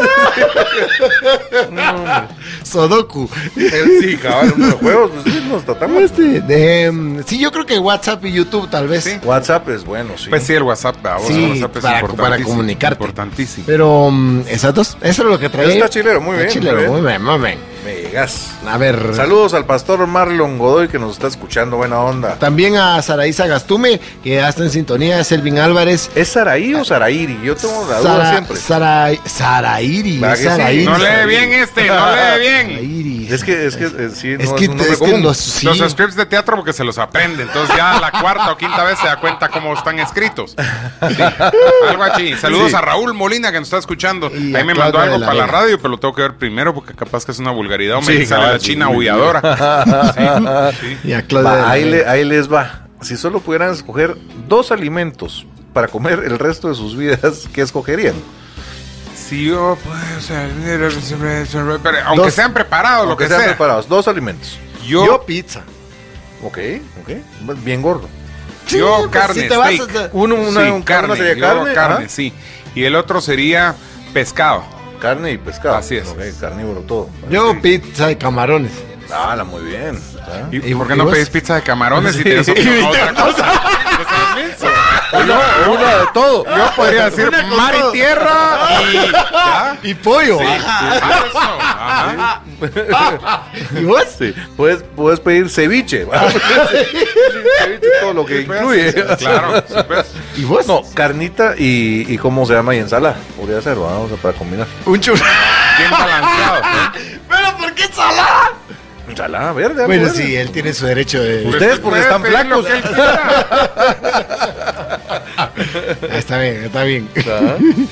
[SPEAKER 3] Sudoku.
[SPEAKER 4] El- Sí, cabal. Los juegos, pues, sí, nos tratamos.
[SPEAKER 3] Este, de, em, sí, yo creo que WhatsApp y YouTube tal vez.
[SPEAKER 4] WhatsApp es bueno, sí.
[SPEAKER 2] Pues sí, el WhatsApp, ¿verdad?
[SPEAKER 3] Sí,
[SPEAKER 2] el WhatsApp
[SPEAKER 3] para-
[SPEAKER 2] importantísimo,
[SPEAKER 3] para comunicarte.
[SPEAKER 2] Importantísimo.
[SPEAKER 3] Pero mm, esas dos, eso es lo que traía.
[SPEAKER 4] Eso está chilero, muy
[SPEAKER 3] Está
[SPEAKER 4] bien,
[SPEAKER 3] chilero,
[SPEAKER 4] muy bien.
[SPEAKER 3] muy bien, muy bien.
[SPEAKER 4] Me llegas.
[SPEAKER 3] A ver.
[SPEAKER 4] Saludos al pastor Marlon Godoy que nos está escuchando. Buena onda.
[SPEAKER 3] También a Saraísa Gastume, que ya está en sintonía, Selvin Álvarez.
[SPEAKER 4] ¿Es Saraí o Sarairi? Yo tengo la duda
[SPEAKER 3] Sara-
[SPEAKER 4] siempre.
[SPEAKER 3] Sarai- Sarairi,
[SPEAKER 4] ¿Verdad
[SPEAKER 3] es
[SPEAKER 4] que sí?
[SPEAKER 3] Sarairi.
[SPEAKER 2] No lee
[SPEAKER 4] Saraí.
[SPEAKER 2] bien este, no lee bien.
[SPEAKER 3] Sarairi.
[SPEAKER 4] Es que, es que, eh, sí,
[SPEAKER 3] Es
[SPEAKER 4] no
[SPEAKER 3] que-
[SPEAKER 4] es un nombre
[SPEAKER 3] es que
[SPEAKER 4] común.
[SPEAKER 3] los- sí.
[SPEAKER 2] Los scripts de teatro porque se los aprende. Entonces ya la cuarta o quinta vez se da cuenta cómo están escritos. Sí, Algo así. Saludos
[SPEAKER 4] Sí.
[SPEAKER 2] a Raúl Molina que nos está escuchando.
[SPEAKER 3] Y
[SPEAKER 2] Ahí
[SPEAKER 3] a
[SPEAKER 2] me
[SPEAKER 3] Claudia
[SPEAKER 2] mandó
[SPEAKER 3] de
[SPEAKER 2] algo
[SPEAKER 3] la
[SPEAKER 2] para la
[SPEAKER 3] Vega.
[SPEAKER 2] radio, pero lo tengo que ver primero porque capaz que es una vulgaridad o me
[SPEAKER 4] Sí,
[SPEAKER 2] sale la
[SPEAKER 4] cabal,
[SPEAKER 2] china
[SPEAKER 4] sí, muy
[SPEAKER 2] aulladora. Sí, sí.
[SPEAKER 3] Y a Claudia. de
[SPEAKER 4] Va,
[SPEAKER 3] la
[SPEAKER 4] ahí,
[SPEAKER 3] Vega.
[SPEAKER 4] le- ahí les va. Si solo pudieran escoger dos alimentos para comer el resto de sus vidas, ¿qué escogerían?
[SPEAKER 2] Si yo, pues, pero aunque
[SPEAKER 3] Dos.
[SPEAKER 2] sean preparados, lo
[SPEAKER 4] Aunque
[SPEAKER 2] que
[SPEAKER 4] sean
[SPEAKER 2] sea.
[SPEAKER 4] preparados, dos alimentos.
[SPEAKER 2] Yo,
[SPEAKER 3] Yo pizza.
[SPEAKER 4] Ok, ok. Bien gordo.
[SPEAKER 2] yo
[SPEAKER 3] Sí, pues,
[SPEAKER 2] carne,
[SPEAKER 3] si te vas a-
[SPEAKER 2] steak.
[SPEAKER 4] Uno, una,
[SPEAKER 2] Sí,
[SPEAKER 4] un-
[SPEAKER 2] carne,
[SPEAKER 4] una sería
[SPEAKER 2] yo
[SPEAKER 4] carne,
[SPEAKER 2] carne,
[SPEAKER 4] ajá.
[SPEAKER 2] sí. Y el otro sería pescado.
[SPEAKER 4] Carne y pescado.
[SPEAKER 2] Así es.
[SPEAKER 4] Ok, carnívoro todo.
[SPEAKER 3] Yo pizza y camarones.
[SPEAKER 4] Ah, la muy bien. Ah.
[SPEAKER 2] ¿Y,
[SPEAKER 3] ¿Y
[SPEAKER 2] por qué
[SPEAKER 3] y
[SPEAKER 2] no
[SPEAKER 3] vos?
[SPEAKER 2] pedís pizza de camarones y
[SPEAKER 4] Sí.
[SPEAKER 2] tienes opción
[SPEAKER 4] Y
[SPEAKER 2] a otra cosa? Pues, inmenso.
[SPEAKER 4] Una, una de todo.
[SPEAKER 2] Yo podría decir
[SPEAKER 3] Una con
[SPEAKER 2] mar
[SPEAKER 3] todo.
[SPEAKER 2] y tierra y ya.
[SPEAKER 3] Y pollo.
[SPEAKER 2] Ah, eso, ajá.
[SPEAKER 3] ¿Y vos?
[SPEAKER 4] Sí, puedes, puedes pedir ceviche. ¿va? ceviche, todo lo que incluye.
[SPEAKER 2] pues, Claro, sí, pues.
[SPEAKER 3] ¿Y vos?
[SPEAKER 4] No, carnita y, y ¿cómo se llama? Y ensalada. Podría ser, ¿va? O sea, para combinar.
[SPEAKER 3] Un churro.
[SPEAKER 2] bien balanceado.
[SPEAKER 3] ¿Pero por qué salada?
[SPEAKER 4] Ensalada verde.
[SPEAKER 3] Bueno,
[SPEAKER 4] verde.
[SPEAKER 3] sí, él tiene su derecho de.
[SPEAKER 4] Ustedes porque
[SPEAKER 2] Puede
[SPEAKER 4] están
[SPEAKER 2] pedir lo
[SPEAKER 4] flacos.
[SPEAKER 2] que él quiera.
[SPEAKER 3] Ah, está bien, está bien.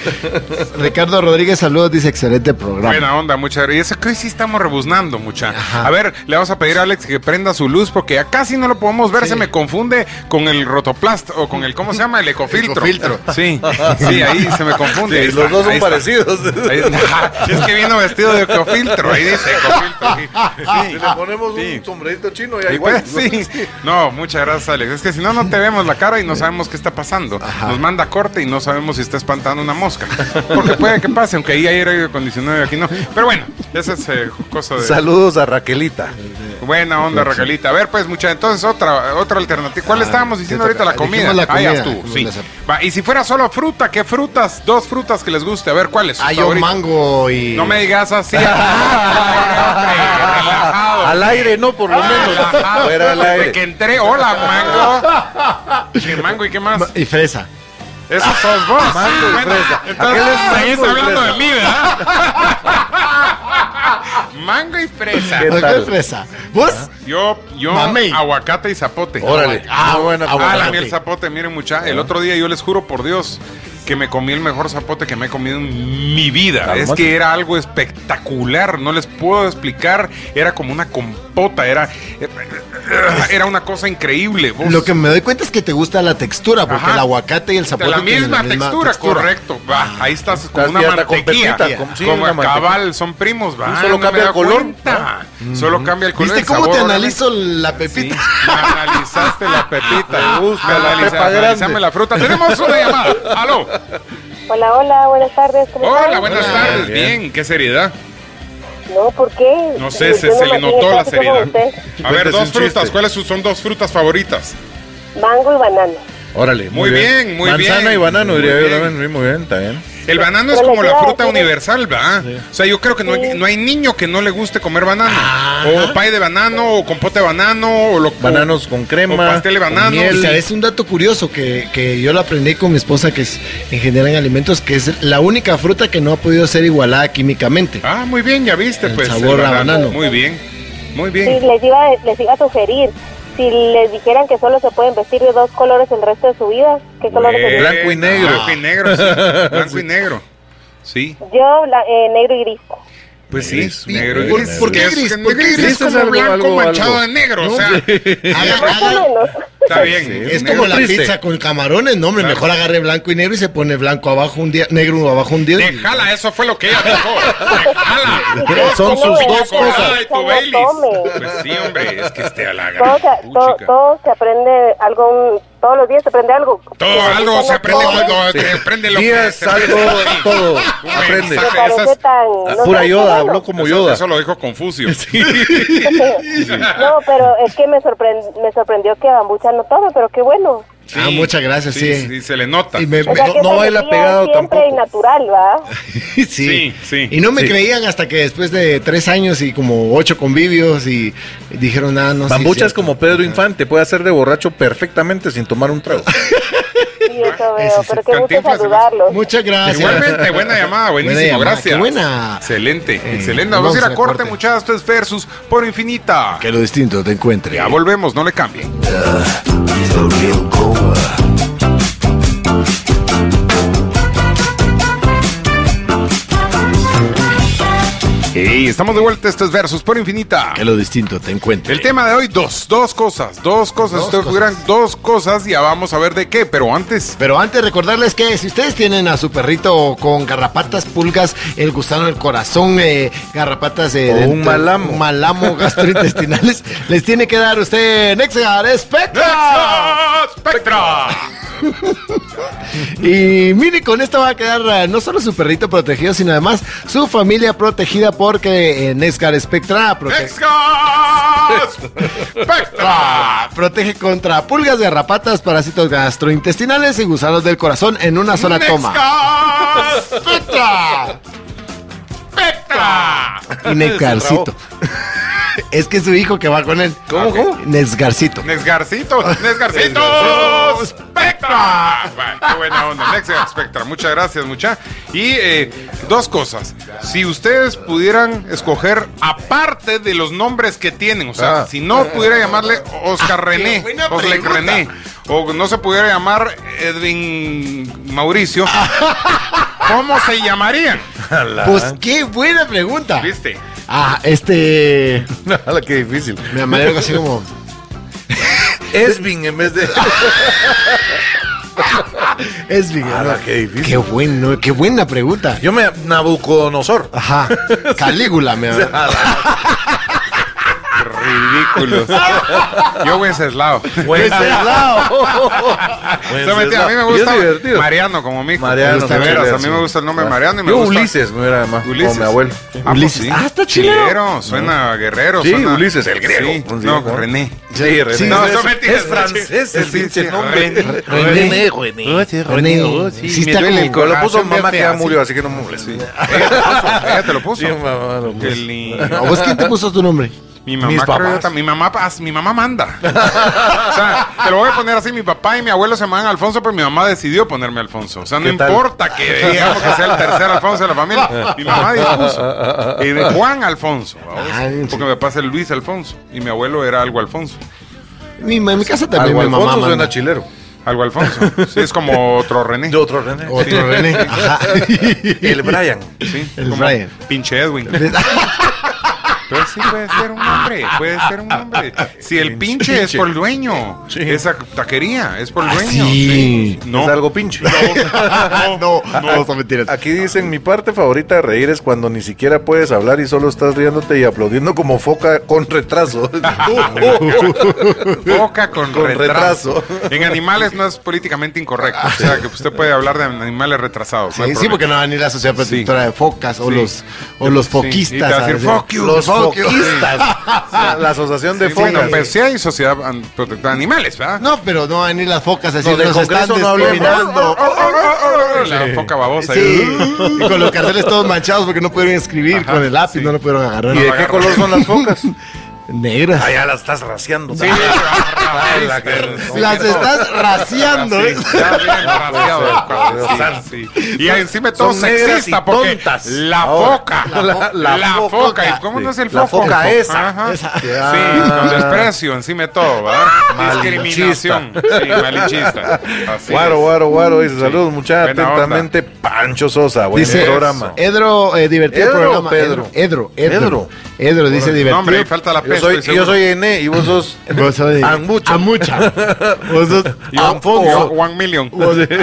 [SPEAKER 3] Ricardo Rodríguez, saludos, dice excelente programa.
[SPEAKER 2] Buena onda, muchas gracias. Y eso que hoy sí estamos rebuznando, mucha. A ver, le vamos a pedir a Alex que prenda su luz porque ya casi no lo podemos ver. Se me confunde con el rotoplast o con el, ¿cómo se llama? El ecofiltro.
[SPEAKER 3] Ecofiltro.
[SPEAKER 2] Sí, sí, ahí se me confunde. Ahí
[SPEAKER 4] Ah,
[SPEAKER 2] está,
[SPEAKER 4] Sí, los dos
[SPEAKER 2] ahí está.
[SPEAKER 4] son parecidos.
[SPEAKER 2] Ahí está. es que vino vestido de ecofiltro. Ahí dice ecofiltro. sí.
[SPEAKER 4] Si le ponemos un sombrerito chino ya
[SPEAKER 2] Ah, Sí,
[SPEAKER 4] igual.
[SPEAKER 2] pues, sí. No, muchas gracias, Alex. Es que si no, no te vemos la cara y no sabemos qué está pasando. Nos manda corte y no sabemos si está espantando una mosca. Porque puede que pase, aunque ahí aire acondicionado y aquí no. Pero bueno, esa es eh, cosa de.
[SPEAKER 4] Saludos a Raquelita.
[SPEAKER 2] Buena onda, Raquelita. A ver, pues, mucha, entonces otra otra alternativa. ¿Cuál
[SPEAKER 3] Ah,
[SPEAKER 2] estábamos diciendo
[SPEAKER 3] te
[SPEAKER 2] ahorita?
[SPEAKER 3] toca.
[SPEAKER 2] La comida.
[SPEAKER 3] Dijimos la
[SPEAKER 2] Ah, ya
[SPEAKER 3] comida.
[SPEAKER 2] estuvo, sí.
[SPEAKER 3] Las-
[SPEAKER 2] Va, y si fuera solo fruta, ¿qué frutas? Dos frutas que les guste. A ver, ¿cuáles? sus
[SPEAKER 3] Hay un
[SPEAKER 2] favoritas?
[SPEAKER 3] Ah, mango y.
[SPEAKER 2] No me digas así. Relajado.
[SPEAKER 4] Al aire, no, por lo menos.
[SPEAKER 2] Relajado.
[SPEAKER 4] Fuera al
[SPEAKER 2] Desde que
[SPEAKER 4] aire.
[SPEAKER 2] entré, hola mango. ¿Qué mango y qué más?
[SPEAKER 3] Ma- Y fresa.
[SPEAKER 2] Eso sos vos.
[SPEAKER 4] Mango y
[SPEAKER 2] Bueno,
[SPEAKER 4] fresa.
[SPEAKER 2] Entonces
[SPEAKER 4] Aquel es
[SPEAKER 2] seguís
[SPEAKER 4] mango y
[SPEAKER 2] hablando de
[SPEAKER 4] fresa.
[SPEAKER 2] mí, ¿verdad? mango y fresa.
[SPEAKER 4] ¿Qué
[SPEAKER 3] ¿Por qué
[SPEAKER 4] tal?
[SPEAKER 3] fresa? ¿Vos?
[SPEAKER 2] Yo, yo,
[SPEAKER 3] Mamey.
[SPEAKER 2] aguacate y zapote.
[SPEAKER 4] Órale.
[SPEAKER 3] Ah,
[SPEAKER 4] Ah, bueno.
[SPEAKER 3] ah,
[SPEAKER 2] Ah,
[SPEAKER 3] bueno.
[SPEAKER 2] la
[SPEAKER 3] aguacate.
[SPEAKER 2] miel zapote, miren mucha, el otro día yo les juro por Dios que me comí el mejor zapote que me he comido en mi vida.
[SPEAKER 4] Cálmate.
[SPEAKER 2] Es que era algo espectacular, no les puedo explicar. Era como una compota, era, eh, era una cosa increíble. vos.
[SPEAKER 3] Lo que me doy cuenta es que te gusta la textura, porque
[SPEAKER 2] Ajá.
[SPEAKER 3] el aguacate y el
[SPEAKER 2] De
[SPEAKER 3] zapote
[SPEAKER 2] la
[SPEAKER 3] tienen
[SPEAKER 2] misma, textura, correcto. Va, ahí estás con
[SPEAKER 4] Estás
[SPEAKER 2] una
[SPEAKER 4] ya hasta con
[SPEAKER 2] mantequilla.
[SPEAKER 4] pepita, con- sí,
[SPEAKER 2] como
[SPEAKER 4] una
[SPEAKER 2] cabal, son primos, va.
[SPEAKER 4] Y solo
[SPEAKER 2] me
[SPEAKER 4] cambia el
[SPEAKER 2] da
[SPEAKER 4] color,
[SPEAKER 2] cuenta. Solo cambia el color.
[SPEAKER 3] ¿Viste
[SPEAKER 2] el
[SPEAKER 3] cómo te
[SPEAKER 2] sabor, órale.
[SPEAKER 3] analizo la
[SPEAKER 2] Sí,
[SPEAKER 3] pepita?
[SPEAKER 2] me analizaste la pepita.
[SPEAKER 4] Busca la
[SPEAKER 2] Analiza-
[SPEAKER 4] pepa grande.
[SPEAKER 2] analízame la fruta. Tenemos una llamada. Aló.
[SPEAKER 8] Hola, hola, buenas tardes. ¿cómo
[SPEAKER 2] Hola,
[SPEAKER 8] están?
[SPEAKER 2] buenas
[SPEAKER 4] Hola.
[SPEAKER 2] tardes.
[SPEAKER 4] Bien.
[SPEAKER 2] Bien, qué seriedad.
[SPEAKER 8] No, ¿por qué?
[SPEAKER 2] No sé, se,
[SPEAKER 8] Yo
[SPEAKER 2] se
[SPEAKER 8] no
[SPEAKER 2] le
[SPEAKER 8] me
[SPEAKER 2] notó la
[SPEAKER 8] casi como
[SPEAKER 2] seriedad.
[SPEAKER 8] usted.
[SPEAKER 2] A ver,
[SPEAKER 4] Cuéntese
[SPEAKER 2] dos
[SPEAKER 4] un
[SPEAKER 2] frutas.
[SPEAKER 4] chiste.
[SPEAKER 2] ¿Cuáles su- son dos frutas favoritas?
[SPEAKER 8] Mango y banana.
[SPEAKER 4] Órale,
[SPEAKER 2] Muy bien, muy bien.
[SPEAKER 4] Manzana y banano,
[SPEAKER 2] Muy
[SPEAKER 4] diría yo
[SPEAKER 2] bien.
[SPEAKER 4] también. Muy bien, también.
[SPEAKER 2] El banano es
[SPEAKER 8] Pero
[SPEAKER 2] como
[SPEAKER 8] les
[SPEAKER 2] la
[SPEAKER 8] iba a
[SPEAKER 2] fruta
[SPEAKER 8] decir-
[SPEAKER 2] universal, ¿va? O sea, yo creo que no hay, no hay niño que no le guste comer banano.
[SPEAKER 3] Ah.
[SPEAKER 2] O pay de banano, o compote de banano, o lo
[SPEAKER 4] Bananos con crema.
[SPEAKER 2] o pastel de
[SPEAKER 4] con
[SPEAKER 2] banano.
[SPEAKER 4] miel.
[SPEAKER 2] Y
[SPEAKER 3] Y sabes un dato curioso que, que yo lo aprendí con mi esposa que es ingeniera en alimentos, que es la única fruta que no ha podido ser igualada químicamente.
[SPEAKER 2] Ah, muy bien, ya viste,
[SPEAKER 3] El
[SPEAKER 2] pues.
[SPEAKER 3] sabor a banano.
[SPEAKER 2] Muy bien, muy
[SPEAKER 8] Sí,
[SPEAKER 2] bien.
[SPEAKER 8] les, iba, les iba a sugerir, si les dijeran que solo se pueden vestir de dos colores el resto de su vida, ¿qué colores
[SPEAKER 2] Bien.
[SPEAKER 8] serían?
[SPEAKER 4] Blanco y
[SPEAKER 3] Ah.
[SPEAKER 4] negro.
[SPEAKER 2] Blanco y negro, sí. Blanco y negro. Sí,
[SPEAKER 8] Yo, la- eh, negro y gris.
[SPEAKER 2] pues sí,
[SPEAKER 4] Gris,
[SPEAKER 2] negro y
[SPEAKER 4] ¿Por-
[SPEAKER 2] negro.
[SPEAKER 3] por qué
[SPEAKER 2] Es
[SPEAKER 3] gris?
[SPEAKER 2] que
[SPEAKER 3] ¿Por qué
[SPEAKER 2] negro
[SPEAKER 4] gris?
[SPEAKER 2] Es como
[SPEAKER 4] Es algo-
[SPEAKER 2] blanco
[SPEAKER 4] algo-
[SPEAKER 2] manchado
[SPEAKER 4] algo.
[SPEAKER 2] de negro,
[SPEAKER 4] No,
[SPEAKER 2] o sea,
[SPEAKER 3] Haga-
[SPEAKER 8] Más o
[SPEAKER 3] haga-
[SPEAKER 8] menos.
[SPEAKER 2] está bien.
[SPEAKER 3] es
[SPEAKER 2] negro.
[SPEAKER 3] como la
[SPEAKER 4] triste.
[SPEAKER 3] pizza con camarones, no hombre,
[SPEAKER 2] Claro.
[SPEAKER 3] mejor agarre blanco y negro y se pone blanco abajo un día, negro abajo un día. y-
[SPEAKER 2] Déjala, eso fue lo que ella dijo. Déjala.
[SPEAKER 4] Son
[SPEAKER 8] Solo
[SPEAKER 4] sus
[SPEAKER 8] verán
[SPEAKER 4] dos
[SPEAKER 8] que la
[SPEAKER 4] cosas.
[SPEAKER 8] pizza
[SPEAKER 2] Ay,
[SPEAKER 8] no
[SPEAKER 2] tu Baileys.
[SPEAKER 8] come.
[SPEAKER 2] Pues sí, hombre, es que esté a la gran
[SPEAKER 8] Todo se, to-
[SPEAKER 2] puchica.
[SPEAKER 8] todo se aprende algo, todos los días se aprende algo.
[SPEAKER 2] Todo
[SPEAKER 8] Que la
[SPEAKER 2] algo
[SPEAKER 8] pizza
[SPEAKER 2] se
[SPEAKER 8] no
[SPEAKER 2] aprende
[SPEAKER 8] come,
[SPEAKER 2] cuando se aprende lo que
[SPEAKER 4] Días,
[SPEAKER 2] se aprende.
[SPEAKER 4] algo, todo.
[SPEAKER 2] Un
[SPEAKER 4] Aprende.
[SPEAKER 8] Me
[SPEAKER 2] mensaje,
[SPEAKER 8] parece
[SPEAKER 2] esas-
[SPEAKER 8] tan... no
[SPEAKER 4] Pura
[SPEAKER 8] sé,
[SPEAKER 4] Yoda,
[SPEAKER 8] bueno.
[SPEAKER 4] habló como
[SPEAKER 2] eso,
[SPEAKER 4] Yoda.
[SPEAKER 2] eso lo dijo Confucio.
[SPEAKER 8] No, pero es que me, sorprend- me sorprendió que Bambucha no tome, pero qué bueno.
[SPEAKER 3] Ah, muchas gracias, sí.
[SPEAKER 2] sí, se le nota.
[SPEAKER 3] Y me-
[SPEAKER 8] O
[SPEAKER 3] me-
[SPEAKER 8] sea,
[SPEAKER 4] no-
[SPEAKER 8] que
[SPEAKER 4] no
[SPEAKER 8] esa
[SPEAKER 4] baila
[SPEAKER 8] energía
[SPEAKER 4] pegado
[SPEAKER 8] es siempre
[SPEAKER 4] tampoco.
[SPEAKER 8] natural, ¿va?
[SPEAKER 3] sí.
[SPEAKER 2] Sí, sí.
[SPEAKER 3] Y no me
[SPEAKER 4] Sí.
[SPEAKER 3] creían hasta que después de tres años y como ocho convivios y y dijeron nada,
[SPEAKER 2] Ah,
[SPEAKER 3] no sé.
[SPEAKER 4] Bambuchas como Pedro Infante, puede hacer de borracho perfectamente sin tomar un trago.
[SPEAKER 8] Sí, eso veo,
[SPEAKER 3] ese
[SPEAKER 8] pero qué gusto
[SPEAKER 2] Cantinflas,
[SPEAKER 8] saludarlos.
[SPEAKER 3] Muchas gracias.
[SPEAKER 2] Igualmente, buena llamada, buenísimo,
[SPEAKER 3] Buena llamada,
[SPEAKER 2] gracias.
[SPEAKER 3] qué buena.
[SPEAKER 2] Excelente,
[SPEAKER 3] Eh,
[SPEAKER 2] excelente.
[SPEAKER 3] nos
[SPEAKER 2] Vamos a ir a
[SPEAKER 3] vamos a
[SPEAKER 2] corte,
[SPEAKER 3] corte.
[SPEAKER 2] muchachos. Esto es Versus por Infinita.
[SPEAKER 3] Que lo distinto te encuentre.
[SPEAKER 2] Ya volvemos, no le cambien. Hey, estamos de vuelta, esto es Versus por Infinita.
[SPEAKER 3] Que lo distinto te encuentre.
[SPEAKER 2] El tema de hoy, dos, dos cosas, dos cosas.
[SPEAKER 3] Dos
[SPEAKER 2] Ustedes
[SPEAKER 3] cosas.
[SPEAKER 2] pudieran dos cosas, ya vamos a ver de qué, pero antes.
[SPEAKER 3] Pero antes recordarles que si ustedes tienen a su perrito con garrapatas, pulgas, el gusano del corazón, eh, garrapatas eh,
[SPEAKER 4] O
[SPEAKER 3] de
[SPEAKER 4] un malamo.
[SPEAKER 3] malamo gastrointestinales, les tiene que dar usted Nexgar
[SPEAKER 4] ¡Ah!
[SPEAKER 3] Spectra.
[SPEAKER 2] ¡Spectra!
[SPEAKER 3] Y mire, con esto va a quedar eh, no solo su perrito protegido, sino además su familia protegida porque eh, Nexgar Spectra protege.
[SPEAKER 2] ¡Spectra!
[SPEAKER 3] Protege contra pulgas, garrapatas, parásitos gastrointestinales y gusanos del corazón en una sola toma.
[SPEAKER 2] ¡Spectra! ¡Spectra!
[SPEAKER 3] Y Nexgarcito. es que es su hijo que va con él.
[SPEAKER 2] ¿Cómo, cómo?
[SPEAKER 3] Nexgarcito.
[SPEAKER 2] Nesgarcito, Nesgarcito, Spectra. Bueno, Qué buena onda, Nesgar Spectra. Muchas gracias, mucha. Y eh, dos cosas. Si ustedes pudieran escoger aparte de los nombres que tienen, o sea,
[SPEAKER 4] Ah.
[SPEAKER 2] si no pudiera llamarle Oscar René,
[SPEAKER 3] Ah, buena
[SPEAKER 2] Oslec
[SPEAKER 3] pregunta.
[SPEAKER 2] René, o no se pudiera llamar Edwin Mauricio,
[SPEAKER 3] Ah.
[SPEAKER 2] ¿cómo se llamarían?
[SPEAKER 3] Pues qué buena pregunta.
[SPEAKER 2] ¿Viste?
[SPEAKER 3] Ah, este.
[SPEAKER 4] Ala, Qué difícil.
[SPEAKER 3] Me amaré algo así como.
[SPEAKER 4] Esbin en vez de.
[SPEAKER 3] Es Miguel.
[SPEAKER 4] Ala, qué difícil.
[SPEAKER 3] Ah, Qué bueno, qué buena pregunta.
[SPEAKER 4] Yo me. Nabucodonosor.
[SPEAKER 3] Ajá. Calígula, me amaré.
[SPEAKER 2] Ridículos. Yo Wenceslao.
[SPEAKER 4] Buen
[SPEAKER 2] No, mentira, a mí me
[SPEAKER 4] Ceslao. Y es
[SPEAKER 2] gusta
[SPEAKER 4] divertido.
[SPEAKER 2] Mariano como mi hijo.
[SPEAKER 4] Mariano,
[SPEAKER 2] Me gusta,
[SPEAKER 4] qué
[SPEAKER 2] de veras,
[SPEAKER 4] chévere,
[SPEAKER 2] a mí
[SPEAKER 4] sí.
[SPEAKER 2] me gusta el nombre Mariano y me
[SPEAKER 4] Yo
[SPEAKER 2] gusta.
[SPEAKER 4] Ulises me hubiera llamado.
[SPEAKER 2] Ulises.
[SPEAKER 4] Como mi abuelo.
[SPEAKER 2] Ah, pues
[SPEAKER 3] Ulises.
[SPEAKER 2] sí.
[SPEAKER 3] Ah, está chilero.
[SPEAKER 2] Suena guerrero.
[SPEAKER 4] Sí,
[SPEAKER 2] suena-
[SPEAKER 4] Ulises, el griego.
[SPEAKER 2] Sí,
[SPEAKER 4] Un
[SPEAKER 2] No,
[SPEAKER 4] día, ¿no?
[SPEAKER 2] René.
[SPEAKER 4] Sí, René.
[SPEAKER 3] Sí,
[SPEAKER 2] No,
[SPEAKER 4] es,
[SPEAKER 2] eso mentira,
[SPEAKER 4] es francés
[SPEAKER 2] sí,
[SPEAKER 4] el
[SPEAKER 2] sí,
[SPEAKER 4] pinche
[SPEAKER 2] sí,
[SPEAKER 4] nombre.
[SPEAKER 2] René.
[SPEAKER 3] René,
[SPEAKER 4] René.
[SPEAKER 3] René, oh, sí,
[SPEAKER 4] Sí,
[SPEAKER 3] me
[SPEAKER 4] está
[SPEAKER 3] duele el
[SPEAKER 4] como- lo puso
[SPEAKER 2] corazón
[SPEAKER 4] mamá
[SPEAKER 2] verte
[SPEAKER 4] que ya
[SPEAKER 2] así.
[SPEAKER 4] murió, así que no me Ah, molestes.
[SPEAKER 2] Ella te lo puso, ella te lo puso.
[SPEAKER 4] Sí, mamá, lo
[SPEAKER 2] Qué
[SPEAKER 4] puso.
[SPEAKER 2] lindo.
[SPEAKER 3] ¿A vos quién te puso tu nombre?
[SPEAKER 2] Mi mamá,
[SPEAKER 3] Mis
[SPEAKER 2] creo
[SPEAKER 3] papás.
[SPEAKER 2] yo también. mi mamá, pas- mi mamá manda. o sea, te lo voy a poner así, mi papá y mi abuelo se llaman Alfonso, pero mi mamá decidió ponerme Alfonso. O sea, no
[SPEAKER 4] ¿Qué tal?
[SPEAKER 2] importa que digamos que sea el tercer Alfonso de la familia. Mi mamá dispuso. Eh, de Juan Alfonso. ¿vamos?
[SPEAKER 3] Ay,
[SPEAKER 2] Porque mi papá es el Luis Alfonso. Y mi abuelo era algo Alfonso.
[SPEAKER 3] Mi, en mi casa también
[SPEAKER 4] Algo
[SPEAKER 3] mi mamá.
[SPEAKER 4] Alfonso
[SPEAKER 3] manda.
[SPEAKER 4] suena chilero.
[SPEAKER 2] Algo Alfonso. Sí, es como otro René.
[SPEAKER 4] De otro René.
[SPEAKER 3] Otro René. Ajá.
[SPEAKER 4] El Brian.
[SPEAKER 2] Sí,
[SPEAKER 3] El
[SPEAKER 2] como
[SPEAKER 3] Brian.
[SPEAKER 2] Pinche Edwin. Entonces sí puede ser un hombre, puede ser un hombre. Si el pinche es por el dueño, esa taquería es por el
[SPEAKER 3] Ah,
[SPEAKER 2] dueño.
[SPEAKER 3] sí.
[SPEAKER 2] No.
[SPEAKER 4] Es algo pinche.
[SPEAKER 3] no, no, no, son mentiras.
[SPEAKER 4] Aquí dicen, mi parte favorita de reír es cuando ni siquiera puedes hablar y solo estás riéndote y aplaudiendo como foca con retraso.
[SPEAKER 2] Boca con,
[SPEAKER 4] Con
[SPEAKER 2] retraso.
[SPEAKER 4] retraso.
[SPEAKER 2] En animales no es políticamente incorrecto. O sea, que usted puede hablar de animales retrasados.
[SPEAKER 3] Sí, sí, porque no van a ir la sociedad protectora de focas o
[SPEAKER 2] Sí.
[SPEAKER 3] los o los foquistas.
[SPEAKER 2] Y te va a decir,
[SPEAKER 3] ¿sabes?
[SPEAKER 2] "Fuck you,
[SPEAKER 3] los
[SPEAKER 2] fuck you".
[SPEAKER 3] foquistas.
[SPEAKER 4] La asociación de
[SPEAKER 2] de fondo.
[SPEAKER 4] focas.
[SPEAKER 2] Pero sí pues, hay sociedad an- protectora de animales, ¿verdad?
[SPEAKER 3] No, pero no van a ir las focas así,
[SPEAKER 4] No, del
[SPEAKER 3] nos están
[SPEAKER 4] Congreso no hablemos.
[SPEAKER 2] Oh,
[SPEAKER 3] discriminando.
[SPEAKER 2] La foca babosa.
[SPEAKER 3] Sí,
[SPEAKER 2] ahí.
[SPEAKER 3] y con los carteles todos manchados porque no pudieron escribir con el lápiz, no lo pudieron agarrar.
[SPEAKER 4] ¿Y de qué color son las focas?
[SPEAKER 3] Negras.
[SPEAKER 4] Ah, ya la estás raseando.
[SPEAKER 2] Sí, la
[SPEAKER 3] Las estás raciando. ¿eh?
[SPEAKER 2] Está bien
[SPEAKER 4] Ah,
[SPEAKER 2] raseado el cuadro, sí, sí. Y encima todo
[SPEAKER 4] Son negras
[SPEAKER 2] sexista
[SPEAKER 4] y
[SPEAKER 2] porque
[SPEAKER 4] tontas.
[SPEAKER 2] la
[SPEAKER 4] Ahora,
[SPEAKER 2] foca,
[SPEAKER 4] la fo-
[SPEAKER 2] la,
[SPEAKER 4] la
[SPEAKER 2] foca,
[SPEAKER 4] foca.
[SPEAKER 2] ¿y cómo no es el
[SPEAKER 4] Sí, la
[SPEAKER 2] foco?
[SPEAKER 4] foca
[SPEAKER 2] El foco.
[SPEAKER 4] esa,
[SPEAKER 2] Ajá.
[SPEAKER 3] esa.
[SPEAKER 2] Sí, con desprecio encima de todo, ¿verdad?
[SPEAKER 4] Malinchista.
[SPEAKER 2] Discriminación, sí, malinchista. Así
[SPEAKER 4] Guaro,
[SPEAKER 2] es.
[SPEAKER 4] guaro, guaro. Dice, saludos muchachos.
[SPEAKER 2] Buena onda.
[SPEAKER 4] Atentamente, Pancho Sosa. Buen
[SPEAKER 3] Dice
[SPEAKER 4] programa.
[SPEAKER 3] Edro, eh, divertido
[SPEAKER 4] Edro,
[SPEAKER 3] programa.
[SPEAKER 4] Pedro.
[SPEAKER 3] Edro, Edro. Edro,
[SPEAKER 4] Edro.
[SPEAKER 3] Edro dice
[SPEAKER 2] No,
[SPEAKER 3] divertido.
[SPEAKER 2] hombre, ahí falta la
[SPEAKER 4] Yo
[SPEAKER 2] peste.
[SPEAKER 4] soy, yo soy N y vos sos
[SPEAKER 3] Vos sos-
[SPEAKER 4] Angucho.
[SPEAKER 3] Amucha. Vos sos Anfonso.
[SPEAKER 2] One million. vaya,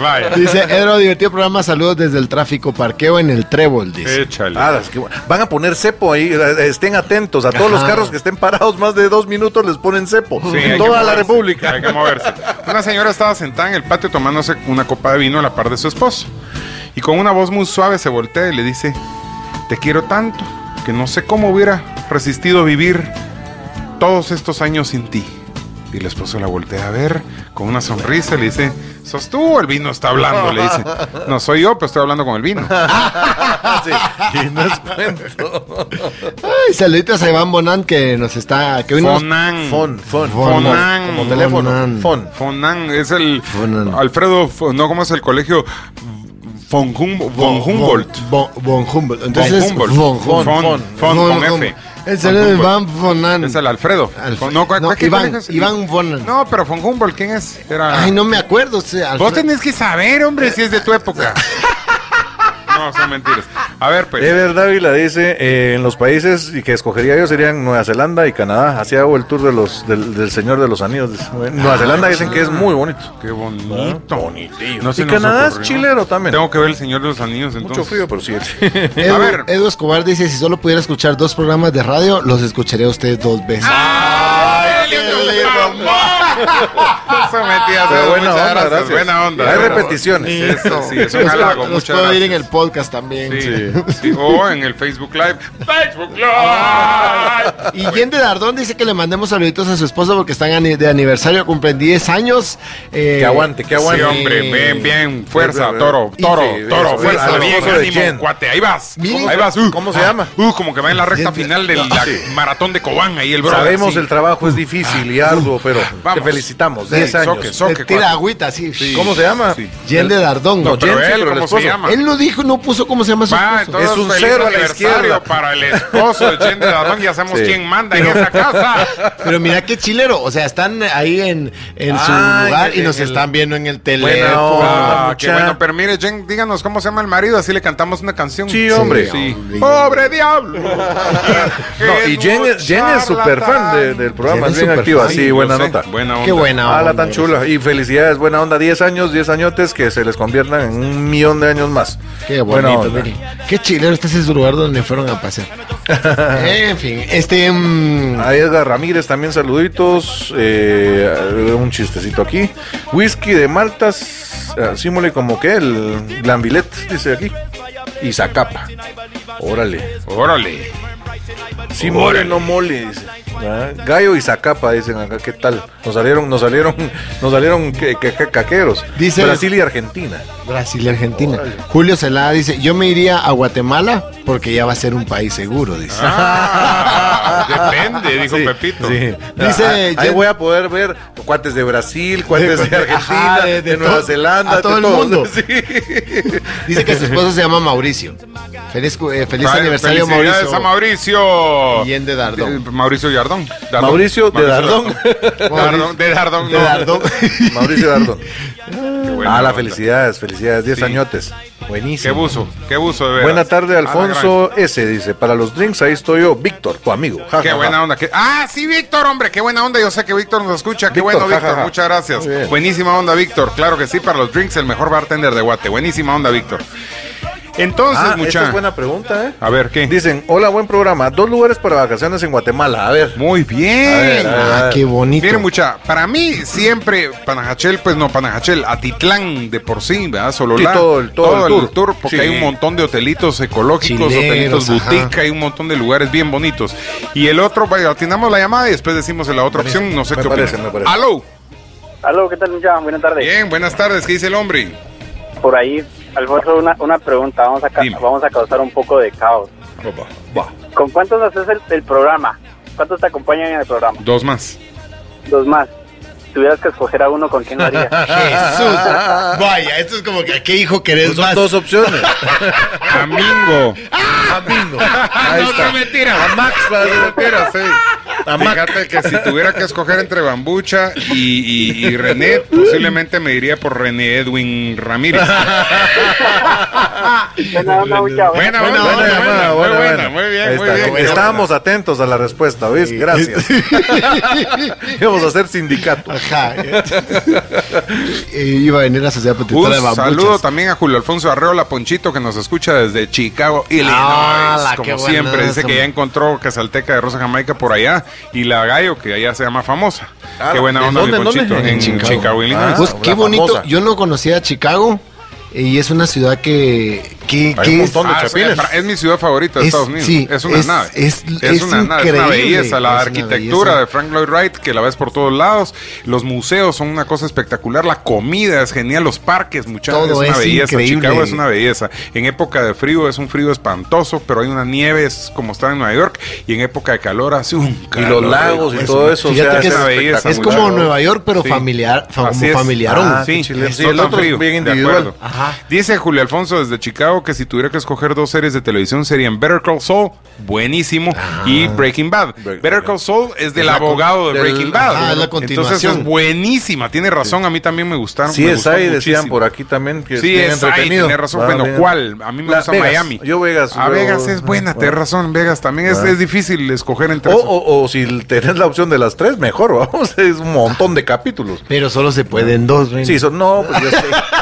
[SPEAKER 2] vaya.
[SPEAKER 3] Dice Edro, divertido programa. Saludos desde el tráfico parqueo en el Trébol. Dice.
[SPEAKER 2] Échale.
[SPEAKER 4] Ah, las que- van a poner cepo ahí, eh, estén atentos. A todos los
[SPEAKER 3] Ajá.
[SPEAKER 4] carros que estén parados más de dos minutos les ponen cepo.
[SPEAKER 2] Sí, hay que
[SPEAKER 4] Toda la
[SPEAKER 2] moverse,
[SPEAKER 4] República.
[SPEAKER 2] Hay que moverse. Una señora estaba sentada en el patio tomándose una copa de vino a la par de su esposo. Y con una voz muy suave se voltea y le dice: Te quiero tanto que no sé cómo hubiera resistido vivir todos estos años sin ti. Y el esposo la voltea a ver con una sonrisa y le dice: ¿Sos tú o el vino está hablando? Le dice: No soy yo, pero estoy hablando con el vino.
[SPEAKER 3] Ay, saluditos a Iván Bonan que nos está. Que hoy nos-
[SPEAKER 2] Fonan.
[SPEAKER 4] Fon, fon,
[SPEAKER 3] Fon-
[SPEAKER 2] Fonan.
[SPEAKER 4] Como teléfono.
[SPEAKER 3] Fonan.
[SPEAKER 4] Fon.
[SPEAKER 2] Fonan es el
[SPEAKER 3] Fonan.
[SPEAKER 2] Alfredo, Fo- no, ¿cómo es el colegio? Von, Hum- von Humboldt.
[SPEAKER 3] Von, von Humboldt. Entonces,
[SPEAKER 2] Humboldt.
[SPEAKER 3] von
[SPEAKER 2] Von-
[SPEAKER 3] Humboldt.
[SPEAKER 2] von- con F.
[SPEAKER 3] Humboldt. El saludo de
[SPEAKER 2] Von
[SPEAKER 3] Iván Bonan.
[SPEAKER 2] Es el Alfredo.
[SPEAKER 3] Alf-
[SPEAKER 2] Fon- no, ¿cuál-
[SPEAKER 3] no,
[SPEAKER 2] cuál- qué
[SPEAKER 3] Iván-
[SPEAKER 2] colegio es?
[SPEAKER 3] Iván Fonan.
[SPEAKER 2] No, pero von Humboldt, ¿quién es? Era...
[SPEAKER 3] Ay, no me acuerdo. o
[SPEAKER 2] Vos
[SPEAKER 3] sea, Alfredo-
[SPEAKER 2] tenés que saber, hombre, si es de tu época. no, son mentiras. A ver,
[SPEAKER 3] Eh,
[SPEAKER 2] pues.
[SPEAKER 4] Ever Dávila dice, eh, en los países y que escogería yo serían Nueva Zelanda y Canadá. Así hago el tour de los, del, del Señor de los Anillos. dice. Nueva
[SPEAKER 2] Ah,
[SPEAKER 4] Zelanda dicen que es muy bonito.
[SPEAKER 2] Qué bonito.
[SPEAKER 3] ¿Ah?
[SPEAKER 2] No se
[SPEAKER 4] Y
[SPEAKER 2] pues nos
[SPEAKER 4] Canadá es
[SPEAKER 2] ocurrió.
[SPEAKER 4] chilero también.
[SPEAKER 2] Tengo que ver el Señor de los Anillos entonces.
[SPEAKER 4] Mucho frío, pero sí.
[SPEAKER 3] Edu,
[SPEAKER 2] A ver.
[SPEAKER 3] Edu Escobar dice: si solo pudiera escuchar dos programas de radio, los escucharía a ustedes dos veces.
[SPEAKER 2] Ah, ¡Ay, qué lindo amor! Eso, mentiras,
[SPEAKER 4] Pero
[SPEAKER 2] Edu, muchas
[SPEAKER 4] buena onda,
[SPEAKER 2] gracias,
[SPEAKER 4] gracias.
[SPEAKER 2] Buena onda.
[SPEAKER 4] Hay
[SPEAKER 2] Buena
[SPEAKER 4] repeticiones.
[SPEAKER 2] onda. Eso, sí, es un
[SPEAKER 3] Los-
[SPEAKER 2] halago.
[SPEAKER 3] los
[SPEAKER 2] Muchas
[SPEAKER 3] puedo
[SPEAKER 2] gracias.
[SPEAKER 3] ir en el podcast también.
[SPEAKER 2] Sí, sí, O en el Facebook Live. ¡Facebook Live!
[SPEAKER 3] Y Jen de Dardón dice que le mandemos saluditos a su esposa porque están ani- de aniversario, cumplen 10 años. eh,
[SPEAKER 4] Que aguante, que aguante.
[SPEAKER 2] Sí, hombre, bien, bien, fuerza,
[SPEAKER 4] Sí,
[SPEAKER 2] toro,
[SPEAKER 4] sí,
[SPEAKER 2] toro,
[SPEAKER 4] sí,
[SPEAKER 2] toro,
[SPEAKER 4] eso,
[SPEAKER 2] fuerza,
[SPEAKER 4] eso,
[SPEAKER 2] bien,
[SPEAKER 4] eso de
[SPEAKER 2] ánimo,
[SPEAKER 4] Jen.
[SPEAKER 2] cuate, ahí vas,
[SPEAKER 3] Miren-
[SPEAKER 2] ahí vas, uh,
[SPEAKER 4] ¿Cómo se
[SPEAKER 2] ah,
[SPEAKER 4] llama?
[SPEAKER 2] Uh, como que va en la recta final del la- maratón de Cobán, ahí el brother.
[SPEAKER 4] Sabemos
[SPEAKER 2] sí.
[SPEAKER 4] el trabajo es difícil y arduo, pero
[SPEAKER 2] Vamos.
[SPEAKER 4] te felicitamos.
[SPEAKER 2] Sí,
[SPEAKER 4] 10 años.
[SPEAKER 2] soque,
[SPEAKER 3] le
[SPEAKER 2] soque,
[SPEAKER 3] tira
[SPEAKER 2] cuate.
[SPEAKER 3] agüita, así.
[SPEAKER 4] ¿Cómo se llama?
[SPEAKER 2] Sí.
[SPEAKER 3] Jen de Dardón.
[SPEAKER 2] No, pero
[SPEAKER 4] Jensen,
[SPEAKER 2] él,
[SPEAKER 4] pero el
[SPEAKER 2] ¿cómo se
[SPEAKER 4] esposo.
[SPEAKER 2] llama?
[SPEAKER 3] Él no dijo, no puso cómo se llama su
[SPEAKER 2] Va,
[SPEAKER 3] esposo.
[SPEAKER 2] entonces,
[SPEAKER 4] Es un
[SPEAKER 2] feliz
[SPEAKER 4] cero a la
[SPEAKER 2] aniversario
[SPEAKER 4] izquierda.
[SPEAKER 2] para el esposo de Chen de Dadón, ya sabemos
[SPEAKER 4] Sí.
[SPEAKER 2] quién manda en esa casa.
[SPEAKER 3] Pero mira qué chilero, o sea, están ahí en, en
[SPEAKER 4] Ah,
[SPEAKER 3] su lugar
[SPEAKER 4] en
[SPEAKER 3] y nos
[SPEAKER 4] el-
[SPEAKER 3] están viendo en el
[SPEAKER 4] Buena
[SPEAKER 3] teléfono.
[SPEAKER 4] onda,
[SPEAKER 2] Ah, qué
[SPEAKER 4] mucha.
[SPEAKER 2] bueno, pero mire, Jen, díganos cómo se llama el marido, así le cantamos una canción.
[SPEAKER 4] Sí, hombre.
[SPEAKER 2] Sí.
[SPEAKER 3] hombre.
[SPEAKER 2] ¡Pobre diablo!
[SPEAKER 4] No, y Jen, es- Jen es súper fan de- del programa,
[SPEAKER 3] Jen es
[SPEAKER 4] es bien
[SPEAKER 3] súper
[SPEAKER 4] activa,
[SPEAKER 3] fan.
[SPEAKER 4] sí,
[SPEAKER 2] Yo
[SPEAKER 4] buena
[SPEAKER 2] sé,
[SPEAKER 4] nota.
[SPEAKER 2] Buena onda.
[SPEAKER 3] Qué buena
[SPEAKER 4] Ah, la
[SPEAKER 3] onda.
[SPEAKER 4] tan chula. Y felicidades, buena onda. 10 años, 10 añotes que se les conviertan en un millón de años más.
[SPEAKER 3] Qué
[SPEAKER 4] Buena
[SPEAKER 3] bonito,
[SPEAKER 4] onda.
[SPEAKER 3] mire. Qué chilero este es su lugar donde fueron a pasear. en fin, este... mm,
[SPEAKER 4] A Edgar Ramírez también saluditos. eh, un chistecito aquí. Whisky de Maltas, ah, símole como que el Glambilet, dice aquí. Y Zacapa. Órale.
[SPEAKER 2] Órale.
[SPEAKER 4] Sí, mole, no mole, dice. Ah, Gallo y Zacapa, dicen acá, ¿qué tal? Nos salieron, nos salieron, nos salieron que- que- que- caqueros.
[SPEAKER 3] Dice-
[SPEAKER 4] Brasil y Argentina.
[SPEAKER 3] Brasil y Argentina. Julio Celada dice, yo me iría a Guatemala porque ya va a ser un país seguro, dice.
[SPEAKER 2] Ah, depende, dijo
[SPEAKER 4] Sí,
[SPEAKER 2] Pepito.
[SPEAKER 4] sí.
[SPEAKER 3] Dice
[SPEAKER 4] Ah, ahí
[SPEAKER 3] Jen-
[SPEAKER 4] voy a poder ver cuates de Brasil, cuates de, Argentina,
[SPEAKER 3] Ajá,
[SPEAKER 4] de,
[SPEAKER 3] de- de
[SPEAKER 4] Nueva
[SPEAKER 3] todo-
[SPEAKER 4] Zelanda,
[SPEAKER 3] a
[SPEAKER 4] de
[SPEAKER 3] todo el mundo.
[SPEAKER 4] Sí.
[SPEAKER 3] Dice que su esposo se llama Mauricio. Feliz, cu- eh, feliz
[SPEAKER 2] Ay,
[SPEAKER 3] aniversario,
[SPEAKER 2] felicidades
[SPEAKER 3] Mauricio.
[SPEAKER 2] a Mauricio.
[SPEAKER 3] Allende Dardón.
[SPEAKER 2] Eh, Mauricio Yardón. Dardón.
[SPEAKER 4] Mauricio de Dardón.
[SPEAKER 2] Dardón, De Dardón.
[SPEAKER 3] De
[SPEAKER 2] no.
[SPEAKER 3] Dardón.
[SPEAKER 4] Mauricio Dardón.
[SPEAKER 2] Qué buena
[SPEAKER 4] Ah, la
[SPEAKER 2] onda.
[SPEAKER 4] felicidades, felicidades, 10
[SPEAKER 2] Sí.
[SPEAKER 4] añotes.
[SPEAKER 2] Qué
[SPEAKER 4] Buenísimo.
[SPEAKER 2] buzo, qué Ah, buzo de veras.
[SPEAKER 4] Buena tarde,
[SPEAKER 2] A la gran.
[SPEAKER 4] Alfonso S. Dice, para los drinks ahí estoy yo, Víctor, tu amigo. Ja,
[SPEAKER 2] Qué
[SPEAKER 4] ja,
[SPEAKER 2] buena
[SPEAKER 4] ja.
[SPEAKER 2] onda. qué- Ah, sí, Víctor, hombre, qué buena onda. Yo sé que Víctor nos escucha. Qué
[SPEAKER 4] Víctor,
[SPEAKER 2] bueno,
[SPEAKER 4] ja,
[SPEAKER 2] Víctor.
[SPEAKER 4] ja, ja.
[SPEAKER 2] Muchas gracias.
[SPEAKER 4] Muy bien.
[SPEAKER 2] Buenísima onda, Víctor. Claro que sí, para los drinks, el mejor bartender de Guate. Buenísima onda, Víctor. Entonces,
[SPEAKER 4] Ah, esta
[SPEAKER 2] mucha.
[SPEAKER 4] es buena pregunta, ¿eh?
[SPEAKER 2] A ver, ¿qué?
[SPEAKER 4] Dicen, hola, buen programa. Dos lugares para vacaciones en Guatemala. A ver.
[SPEAKER 2] Muy bien.
[SPEAKER 4] A ver, a ver.
[SPEAKER 3] Ah, qué bonito.
[SPEAKER 2] Miren, mucha, para mí siempre Panajachel, pues no Panajachel, Atitlán de por sí, ¿verdad? Sololá.
[SPEAKER 4] Sí, todo el- todo el tour.
[SPEAKER 2] porque
[SPEAKER 4] Sí.
[SPEAKER 2] hay un montón de hotelitos ecológicos,
[SPEAKER 3] Chileros,
[SPEAKER 2] hotelitos
[SPEAKER 3] ajá.
[SPEAKER 2] boutique, hay un montón de lugares bien bonitos. Y el otro, vaya, atinamos la llamada y después decimos la otra opción, no sé
[SPEAKER 4] me
[SPEAKER 2] qué
[SPEAKER 4] parece,
[SPEAKER 2] opinan.
[SPEAKER 4] me parece.
[SPEAKER 2] Aló.
[SPEAKER 6] Aló, ¿qué tal, muchachos? Buenas tardes.
[SPEAKER 2] Bien, buenas tardes, ¿qué dice el hombre?
[SPEAKER 6] Por ahí, Alfonso, una, una pregunta. Vamos a, ca-
[SPEAKER 2] Dime.
[SPEAKER 6] vamos a causar un poco de caos. ¿Con cuántos haces el, el programa? ¿Cuántos te acompañan en el programa?
[SPEAKER 2] Dos más.
[SPEAKER 6] Dos más. Si tuvieras que escoger a uno, ¿con quién lo harías?
[SPEAKER 3] Jesús. Vaya, esto es como que ¿a qué hijo querés
[SPEAKER 4] Son
[SPEAKER 3] más?
[SPEAKER 4] dos opciones.
[SPEAKER 2] Amingo.
[SPEAKER 4] Amigo. Ah. Ahí está.
[SPEAKER 2] mentira.
[SPEAKER 4] A Max, para que lo quieras, sí. A Max.
[SPEAKER 2] Fíjate que si tuviera que escoger entre Bambucha y, y- y René, posiblemente me diría por René Edwin Ramírez.
[SPEAKER 6] Buena onda, mucha,
[SPEAKER 2] Buena, buena,
[SPEAKER 4] Buena
[SPEAKER 2] buena,
[SPEAKER 4] llamada,
[SPEAKER 2] muy
[SPEAKER 4] buena,
[SPEAKER 2] buena,
[SPEAKER 4] buena.
[SPEAKER 2] muy bien,
[SPEAKER 4] Ahí
[SPEAKER 2] muy
[SPEAKER 4] está.
[SPEAKER 2] bien.
[SPEAKER 4] Como Estábamos atentos a la respuesta, ¿ves? Gracias. Íbamos a hacer sindicato.
[SPEAKER 3] Ajá. Eh, iba a venir la sociedad
[SPEAKER 2] Un
[SPEAKER 3] protectora de bambuchas.
[SPEAKER 2] saludo también a Julio Alfonso Arreola Ponchito que nos escucha desde Chicago, Illinois.
[SPEAKER 3] Ah, la qué
[SPEAKER 2] como
[SPEAKER 3] buena
[SPEAKER 2] siempre, dice
[SPEAKER 3] esa,
[SPEAKER 2] que ya
[SPEAKER 3] man.
[SPEAKER 2] encontró Casalteca de Rosa Jamaica por allá y la Gallo que allá se llama famosa.
[SPEAKER 4] Ah,
[SPEAKER 2] qué buena
[SPEAKER 4] ¿en
[SPEAKER 2] onda, mi
[SPEAKER 4] dónde, en dónde?
[SPEAKER 2] Ponchito.
[SPEAKER 4] En
[SPEAKER 2] En,
[SPEAKER 4] Chicago.
[SPEAKER 2] Chicago, Illinois.
[SPEAKER 4] Ah,
[SPEAKER 3] Pues,
[SPEAKER 4] la
[SPEAKER 3] qué bonito.
[SPEAKER 4] famosa.
[SPEAKER 3] Yo no conocía Chicago y es una ciudad que. que,
[SPEAKER 4] Hay
[SPEAKER 3] que
[SPEAKER 4] un
[SPEAKER 3] es-
[SPEAKER 4] montón de
[SPEAKER 2] Ah,
[SPEAKER 4] chapines.
[SPEAKER 2] es, es mi ciudad favorita de
[SPEAKER 3] Es-
[SPEAKER 2] Estados Unidos.
[SPEAKER 3] sí,
[SPEAKER 2] es una
[SPEAKER 3] es-
[SPEAKER 2] nave.
[SPEAKER 3] es- es
[SPEAKER 2] una nave, es una
[SPEAKER 3] increíble.
[SPEAKER 2] belleza. La
[SPEAKER 3] Es una
[SPEAKER 2] arquitectura
[SPEAKER 3] belleza.
[SPEAKER 2] de Frank Lloyd Wright, que la ves por todos lados. Los museos son una cosa espectacular. La comida es genial. Los parques, muchachos, es
[SPEAKER 3] Todo
[SPEAKER 2] una
[SPEAKER 3] es
[SPEAKER 2] belleza.
[SPEAKER 3] increíble.
[SPEAKER 2] Chicago es una belleza. En época de frío es un frío espantoso, pero hay una nieve, es como estar en Nueva York. Y en época de calor hace un
[SPEAKER 4] Y
[SPEAKER 2] calor.
[SPEAKER 4] los lagos y
[SPEAKER 2] rico.
[SPEAKER 4] todo eso. o
[SPEAKER 3] fíjate
[SPEAKER 4] sea,
[SPEAKER 3] que
[SPEAKER 4] es
[SPEAKER 3] es-
[SPEAKER 4] espectacular.
[SPEAKER 3] es como
[SPEAKER 2] muchacho.
[SPEAKER 3] Nueva York, pero
[SPEAKER 2] Sí.
[SPEAKER 3] familiar, fa-
[SPEAKER 2] Así
[SPEAKER 3] como
[SPEAKER 2] es.
[SPEAKER 3] familiarón.
[SPEAKER 4] Ah,
[SPEAKER 2] sí,
[SPEAKER 4] qué chileno.
[SPEAKER 2] sí,
[SPEAKER 4] Sí, el
[SPEAKER 2] el
[SPEAKER 4] otro es bien individual.
[SPEAKER 3] Ajá.
[SPEAKER 2] Dice Julio Alfonso desde Chicago que si tuviera que escoger dos series de televisión serían Better Call Saul, buenísimo, y Breaking Bad.
[SPEAKER 4] Breaking
[SPEAKER 2] Better Call Saul es del abogado de
[SPEAKER 4] del-
[SPEAKER 2] Breaking Bad.
[SPEAKER 3] ajá, es la
[SPEAKER 2] Entonces
[SPEAKER 3] continuación.
[SPEAKER 2] es buenísima, tiene razón, a mí también me gustaron.
[SPEAKER 4] Sí,
[SPEAKER 2] me
[SPEAKER 4] es
[SPEAKER 2] gustó
[SPEAKER 4] ahí, decían
[SPEAKER 2] muchísimo.
[SPEAKER 4] por aquí también que
[SPEAKER 2] Sí,
[SPEAKER 4] bien
[SPEAKER 2] es ahí,
[SPEAKER 4] entretenido.
[SPEAKER 2] tiene razón.
[SPEAKER 4] Ah,
[SPEAKER 2] bueno,
[SPEAKER 4] bien.
[SPEAKER 2] ¿cuál? A mí me
[SPEAKER 4] La-
[SPEAKER 2] gusta
[SPEAKER 4] Vegas.
[SPEAKER 2] Miami.
[SPEAKER 4] Yo Vegas.
[SPEAKER 2] A
[SPEAKER 4] yo-
[SPEAKER 2] Vegas es buena,
[SPEAKER 4] bueno.
[SPEAKER 2] tienes razón. Vegas también es,
[SPEAKER 4] Ah.
[SPEAKER 2] es difícil escoger entre
[SPEAKER 4] O,
[SPEAKER 2] eso.
[SPEAKER 4] o, o si tenés la opción de las tres, mejor, vamos. Es un montón de capítulos.
[SPEAKER 3] Pero solo se pueden dos, Reni.
[SPEAKER 4] Sí, son, no, pues yo sé.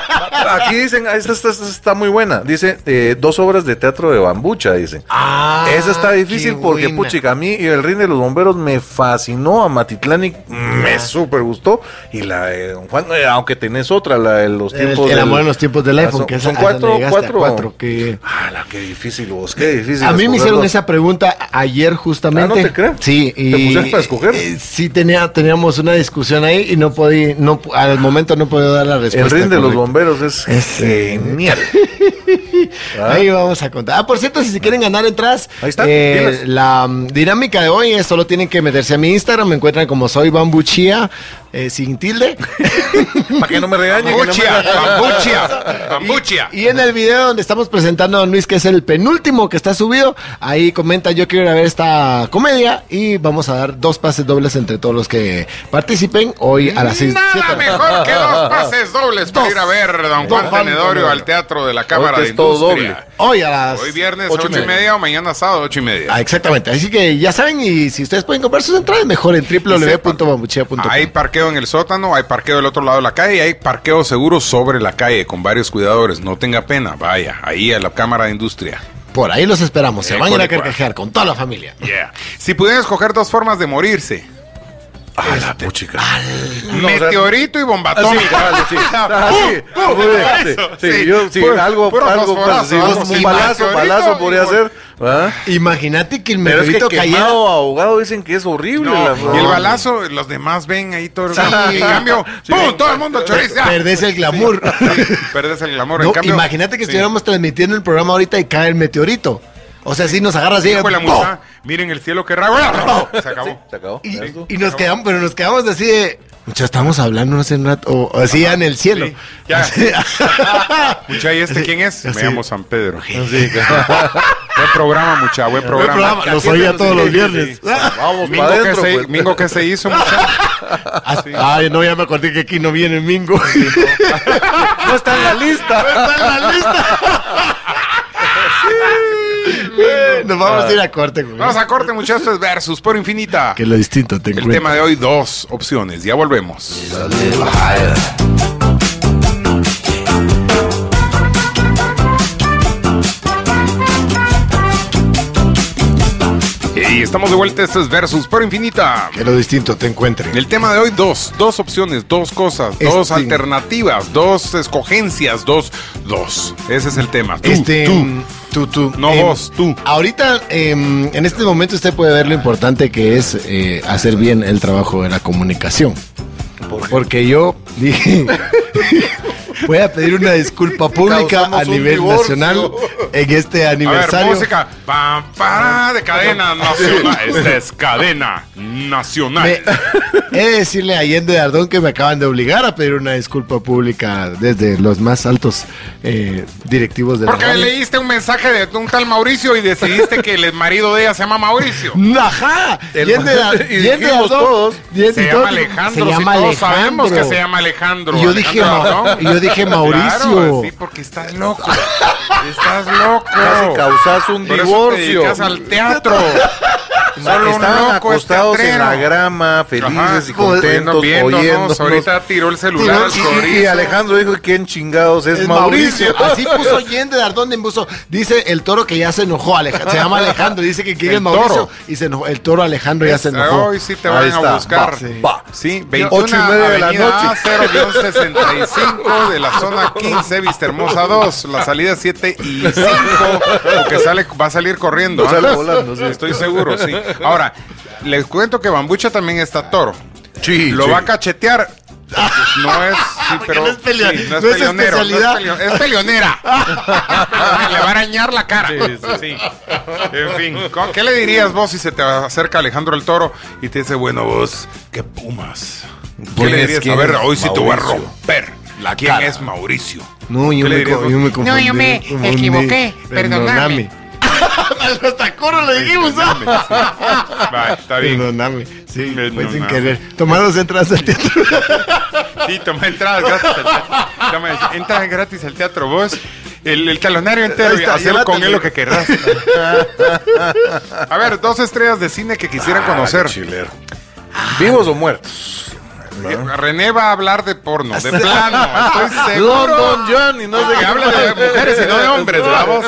[SPEAKER 4] Aquí dicen, ah, esta, esta- esta está muy buena. Dice, eh, dos obras de teatro de bambucha, dice.
[SPEAKER 3] Ah,
[SPEAKER 4] Esa está
[SPEAKER 3] qué
[SPEAKER 4] difícil porque,
[SPEAKER 3] buena.
[SPEAKER 4] puchica, a mí y el ring de los bomberos me fascinó. A Matitlán y me súper gustó. Y la de Don Juan, eh, aunque tenés otra, la de los
[SPEAKER 3] Eh, El,
[SPEAKER 4] tiempos.
[SPEAKER 3] el
[SPEAKER 4] del-
[SPEAKER 3] amor en los tiempos del
[SPEAKER 4] Ah,
[SPEAKER 3] iPhone.
[SPEAKER 4] son-
[SPEAKER 3] que
[SPEAKER 4] son
[SPEAKER 3] esa- esa
[SPEAKER 4] cuatro,
[SPEAKER 3] le llegaste a
[SPEAKER 4] cuatro.
[SPEAKER 3] que-
[SPEAKER 4] Ah, la, qué difícil vos, qué difícil.
[SPEAKER 3] A mí me hicieron
[SPEAKER 4] escogerlos.
[SPEAKER 3] esa pregunta ayer justamente.
[SPEAKER 4] Ah, ¿no te creo?
[SPEAKER 3] Sí.
[SPEAKER 4] ¿Te pusieron para escoger?
[SPEAKER 3] eh, sí, tenía, teníamos una discusión ahí y no podía, no, al momento no podía dar la respuesta.
[SPEAKER 4] El ring de los
[SPEAKER 3] correcta.
[SPEAKER 4] bomberos es,
[SPEAKER 3] Es-
[SPEAKER 4] genial.
[SPEAKER 3] Ahí vamos a contar. Ah, por cierto, si se quieren ganar entradas,
[SPEAKER 4] Ahí está,
[SPEAKER 3] eh,
[SPEAKER 4] diles.
[SPEAKER 3] la mm, dinámica de hoy es solo tienen que meterse a mi Instagram, me encuentran como soy bambuchía, eh, sin tilde.
[SPEAKER 4] Para que no me regañen. que no me
[SPEAKER 2] Bambuchia,
[SPEAKER 4] regañen.
[SPEAKER 2] bambuchia, bambuchia.
[SPEAKER 3] Y en el video donde estamos presentando a Don Luis, que es el penúltimo que está subido, ahí comenta yo quiero ir a ver esta comedia y vamos a dar dos pases dobles entre todos los que participen hoy a las seis.
[SPEAKER 2] Nada
[SPEAKER 3] siete.
[SPEAKER 2] mejor que dos pases dobles para
[SPEAKER 3] Dos.
[SPEAKER 2] ir a ver Don Juan
[SPEAKER 3] Don Juan
[SPEAKER 2] Tenedorio
[SPEAKER 3] Tenedorio.
[SPEAKER 2] al Teatro de la Cámara
[SPEAKER 4] que
[SPEAKER 2] de
[SPEAKER 4] es todo
[SPEAKER 2] Industria.
[SPEAKER 4] doble.
[SPEAKER 3] Hoy a las
[SPEAKER 2] Hoy viernes ocho y media o mañana sábado ocho y media.
[SPEAKER 3] Ah, exactamente, así que ya saben y si ustedes pueden comprar sus entradas mejor en www.bambuchea.com.
[SPEAKER 2] Hay parqueo en el sótano, hay parqueo del otro lado de la calle y hay parqueo seguro sobre la calle con varios cuidadores. No tenga pena, vaya, ahí a la Cámara de Industria.
[SPEAKER 3] Por ahí los esperamos, se
[SPEAKER 2] Eh,
[SPEAKER 3] van a ir a
[SPEAKER 2] correcto.
[SPEAKER 3] carcajear con toda la familia.
[SPEAKER 2] Yeah. Si pudieran escoger dos formas de morirse,
[SPEAKER 4] Ah,
[SPEAKER 3] Este,
[SPEAKER 4] la puchica. No, o sea,
[SPEAKER 2] meteorito y bomba
[SPEAKER 4] Ah, sí,
[SPEAKER 2] atómica.
[SPEAKER 4] vale, sí. Ah, sí.
[SPEAKER 2] ¡Pum!
[SPEAKER 4] Muy bien, sí,
[SPEAKER 2] Eso,
[SPEAKER 4] sí,
[SPEAKER 2] sí.
[SPEAKER 4] yo, sí,
[SPEAKER 2] Puro-
[SPEAKER 4] algo,
[SPEAKER 2] puro
[SPEAKER 4] algo,
[SPEAKER 2] fosforazo,
[SPEAKER 4] sí,
[SPEAKER 2] vamos,
[SPEAKER 4] un
[SPEAKER 2] sí,
[SPEAKER 4] balazo,
[SPEAKER 2] meteorito
[SPEAKER 4] balazo
[SPEAKER 2] y
[SPEAKER 4] podría ser. ¿ah?
[SPEAKER 3] Imagínate que el
[SPEAKER 4] Pero es que
[SPEAKER 3] meteorito
[SPEAKER 4] quemado,
[SPEAKER 3] cayera
[SPEAKER 4] ahogado, dicen que es horrible.
[SPEAKER 2] No,
[SPEAKER 4] la-
[SPEAKER 2] y el balazo, los demás ven ahí todo el
[SPEAKER 3] Sí.
[SPEAKER 2] En cambio,
[SPEAKER 4] Sí.
[SPEAKER 2] ¡pum! Todo el mundo choriza.
[SPEAKER 3] Perdés el glamour.
[SPEAKER 2] Sí, perdes el glamour.
[SPEAKER 3] No,
[SPEAKER 2] en cambio,
[SPEAKER 3] imagínate que
[SPEAKER 2] sí.
[SPEAKER 3] estuviéramos transmitiendo el programa ahorita y cae el meteorito. O sea, si nos agarras y
[SPEAKER 2] Hijo de la
[SPEAKER 3] ¡pum!
[SPEAKER 2] mucha, miren el cielo que raro. Se acabó.
[SPEAKER 4] Se acabó.
[SPEAKER 3] Y,
[SPEAKER 4] ¿Ves tú?
[SPEAKER 3] y nos quedamos, pero nos quedamos así de. Mucha, estamos hablando hace un rato. O así ya en el cielo.
[SPEAKER 2] Sí, ya.
[SPEAKER 3] Así-
[SPEAKER 2] Mucha, ¿y este quién es?
[SPEAKER 3] Sí.
[SPEAKER 2] Me llamo San Pedro. Buen programa, mucha, buen
[SPEAKER 3] Buen
[SPEAKER 2] programa.
[SPEAKER 3] programa, Los oía todos los viernes.
[SPEAKER 4] Vamos,
[SPEAKER 2] Mingo,
[SPEAKER 4] para
[SPEAKER 2] que
[SPEAKER 4] adentro.
[SPEAKER 2] se,
[SPEAKER 4] pues.
[SPEAKER 2] Mingo, ¿qué se hizo, mucha?
[SPEAKER 3] Ah, Ay, no, ya me acordé que aquí no viene Mingo.
[SPEAKER 4] No está en la lista.
[SPEAKER 3] está en la lista. Eh, Nos vamos a ir a corte, güey.
[SPEAKER 2] Vamos a corte, muchachos, versus por infinita.
[SPEAKER 3] Que lo distinto te
[SPEAKER 2] El tema de hoy, dos opciones. Ya volvemos. Y estamos de vuelta, este es Versus por Infinita.
[SPEAKER 3] Que lo distinto te encuentre.
[SPEAKER 2] El tema de hoy, dos, dos opciones, dos cosas, dos
[SPEAKER 3] Este-
[SPEAKER 2] alternativas, dos escogencias, dos, dos. Ese es el tema. Tú,
[SPEAKER 3] este,
[SPEAKER 2] tú.
[SPEAKER 3] tú, tú.
[SPEAKER 2] No
[SPEAKER 3] Em,
[SPEAKER 2] vos, tú.
[SPEAKER 3] Ahorita, em, en este momento, usted puede ver lo importante que es eh, hacer bien el trabajo de la comunicación. Porque yo dije. Voy a pedir una disculpa pública
[SPEAKER 4] Causamos
[SPEAKER 3] a
[SPEAKER 4] un
[SPEAKER 3] nivel
[SPEAKER 4] divorcio.
[SPEAKER 3] nacional en este
[SPEAKER 2] A ver,
[SPEAKER 3] aniversario.
[SPEAKER 2] música. Pam, pa, de cadena nacional. Esta es cadena nacional.
[SPEAKER 3] Me- he de decirle a Allende Ardón que me acaban de obligar a pedir una disculpa pública desde los más altos eh, directivos de la
[SPEAKER 2] Porque
[SPEAKER 3] radio.
[SPEAKER 2] leíste un mensaje de un tal Mauricio y decidiste que el marido de ella se llama Mauricio.
[SPEAKER 3] ¡Ajá!
[SPEAKER 4] El-
[SPEAKER 3] Allende,
[SPEAKER 4] y dijimos todos,
[SPEAKER 3] Allende
[SPEAKER 2] Se
[SPEAKER 3] Ardón,
[SPEAKER 2] llama Alejandro.
[SPEAKER 3] se
[SPEAKER 2] si
[SPEAKER 3] llama
[SPEAKER 2] todos sabemos que
[SPEAKER 3] Alejandro.
[SPEAKER 2] se llama Alejandro.
[SPEAKER 3] Y yo
[SPEAKER 2] Alejandro
[SPEAKER 3] dije, Ma-
[SPEAKER 2] Ladrón.
[SPEAKER 3] y yo dije,
[SPEAKER 2] Claro,
[SPEAKER 3] Mauricio.
[SPEAKER 2] sí, porque estás loco. Estás loco.
[SPEAKER 4] Casi causás un
[SPEAKER 2] Por eso
[SPEAKER 4] divorcio.
[SPEAKER 2] te dedicas al teatro. Solo un
[SPEAKER 4] Estaban
[SPEAKER 2] loco es
[SPEAKER 4] acostados en la
[SPEAKER 2] teatrero.
[SPEAKER 4] grama, felices
[SPEAKER 2] Ajá,
[SPEAKER 4] y contentos,
[SPEAKER 2] viéndonos, viéndonos.
[SPEAKER 4] oyéndonos.
[SPEAKER 2] Ahorita tiró el celular al
[SPEAKER 4] Y- y, y
[SPEAKER 2] chorizo.
[SPEAKER 4] Alejandro dijo, ¿quién chingados es,
[SPEAKER 3] Es
[SPEAKER 4] Mauricio?
[SPEAKER 3] Mauricio. Así puso Allende Ardón en buzo. Dice el toro que ya se enojó. Alej- se llama Alejandro. Dice que quiere
[SPEAKER 2] El
[SPEAKER 3] es Mauricio.
[SPEAKER 2] toro.
[SPEAKER 3] Y se enojó. El toro Alejandro ya se enojó.
[SPEAKER 2] Este, Hoy sí te
[SPEAKER 4] Ahí
[SPEAKER 2] van
[SPEAKER 4] está,
[SPEAKER 2] a buscar.
[SPEAKER 4] va, sí.
[SPEAKER 2] Va. Sí, 21
[SPEAKER 4] Ocho y media de la
[SPEAKER 2] Avenida
[SPEAKER 4] noche.
[SPEAKER 2] A0-65 de la zona 15, Vista Hermosa 2. La salida 7 y 5. Porque sale, va a salir corriendo.
[SPEAKER 4] No,
[SPEAKER 2] ¿ah?
[SPEAKER 4] sale volando, sí.
[SPEAKER 2] Estoy seguro, sí. Ahora, les cuento que Bambucha también está toro.
[SPEAKER 4] Sí,
[SPEAKER 2] Lo
[SPEAKER 4] sí.
[SPEAKER 2] va a cachetear. No es, sí, pero,
[SPEAKER 3] no es pelea-
[SPEAKER 2] sí,
[SPEAKER 3] no es
[SPEAKER 2] peleonero, no
[SPEAKER 3] especialidad.
[SPEAKER 2] es, peleo- es peleonera. Le va a arañar la cara. En fin, ¿con- ¿qué le dirías vos si se te acerca Alejandro el Toro y te dice, bueno, vos, qué pumas? ¿Qué
[SPEAKER 4] ¿Quién
[SPEAKER 2] le
[SPEAKER 4] es-
[SPEAKER 2] dirías?
[SPEAKER 4] quién
[SPEAKER 2] A ver,
[SPEAKER 4] es
[SPEAKER 2] hoy sí te voy a
[SPEAKER 4] Mauricio?
[SPEAKER 2] romper. La ¿Quién es Mauricio?
[SPEAKER 3] No, yo
[SPEAKER 2] ¿Qué le
[SPEAKER 3] me,
[SPEAKER 2] dirías
[SPEAKER 3] co-
[SPEAKER 2] vos?
[SPEAKER 3] yo me confundí.
[SPEAKER 9] yo me
[SPEAKER 3] confundí.
[SPEAKER 9] equivoqué, perdóname.
[SPEAKER 3] Hasta coro le dijimos, ¿ah?
[SPEAKER 2] Va, está bien.
[SPEAKER 3] Perdóname. Sí,
[SPEAKER 2] Perdóname.
[SPEAKER 3] fue sin querer. Tomar dos entradas al teatro.
[SPEAKER 2] Sí, toma entradas gratis al teatro. Toma, entradas gratis al teatro. Vos, el, el talonario entero,
[SPEAKER 3] Ahí está,
[SPEAKER 2] y hacer
[SPEAKER 3] llévatelo.
[SPEAKER 2] con él lo que querrás. A ver, dos estrellas de cine que quisieran
[SPEAKER 4] Ah,
[SPEAKER 2] conocer.
[SPEAKER 4] ¿Vivos o muertos? Ah.
[SPEAKER 2] Eh, René va a hablar de porno, de Este plano. Estoy seguro.
[SPEAKER 4] London John y no sé
[SPEAKER 2] Que
[SPEAKER 4] qué.
[SPEAKER 2] habla de mujeres y no de hombres, vamos.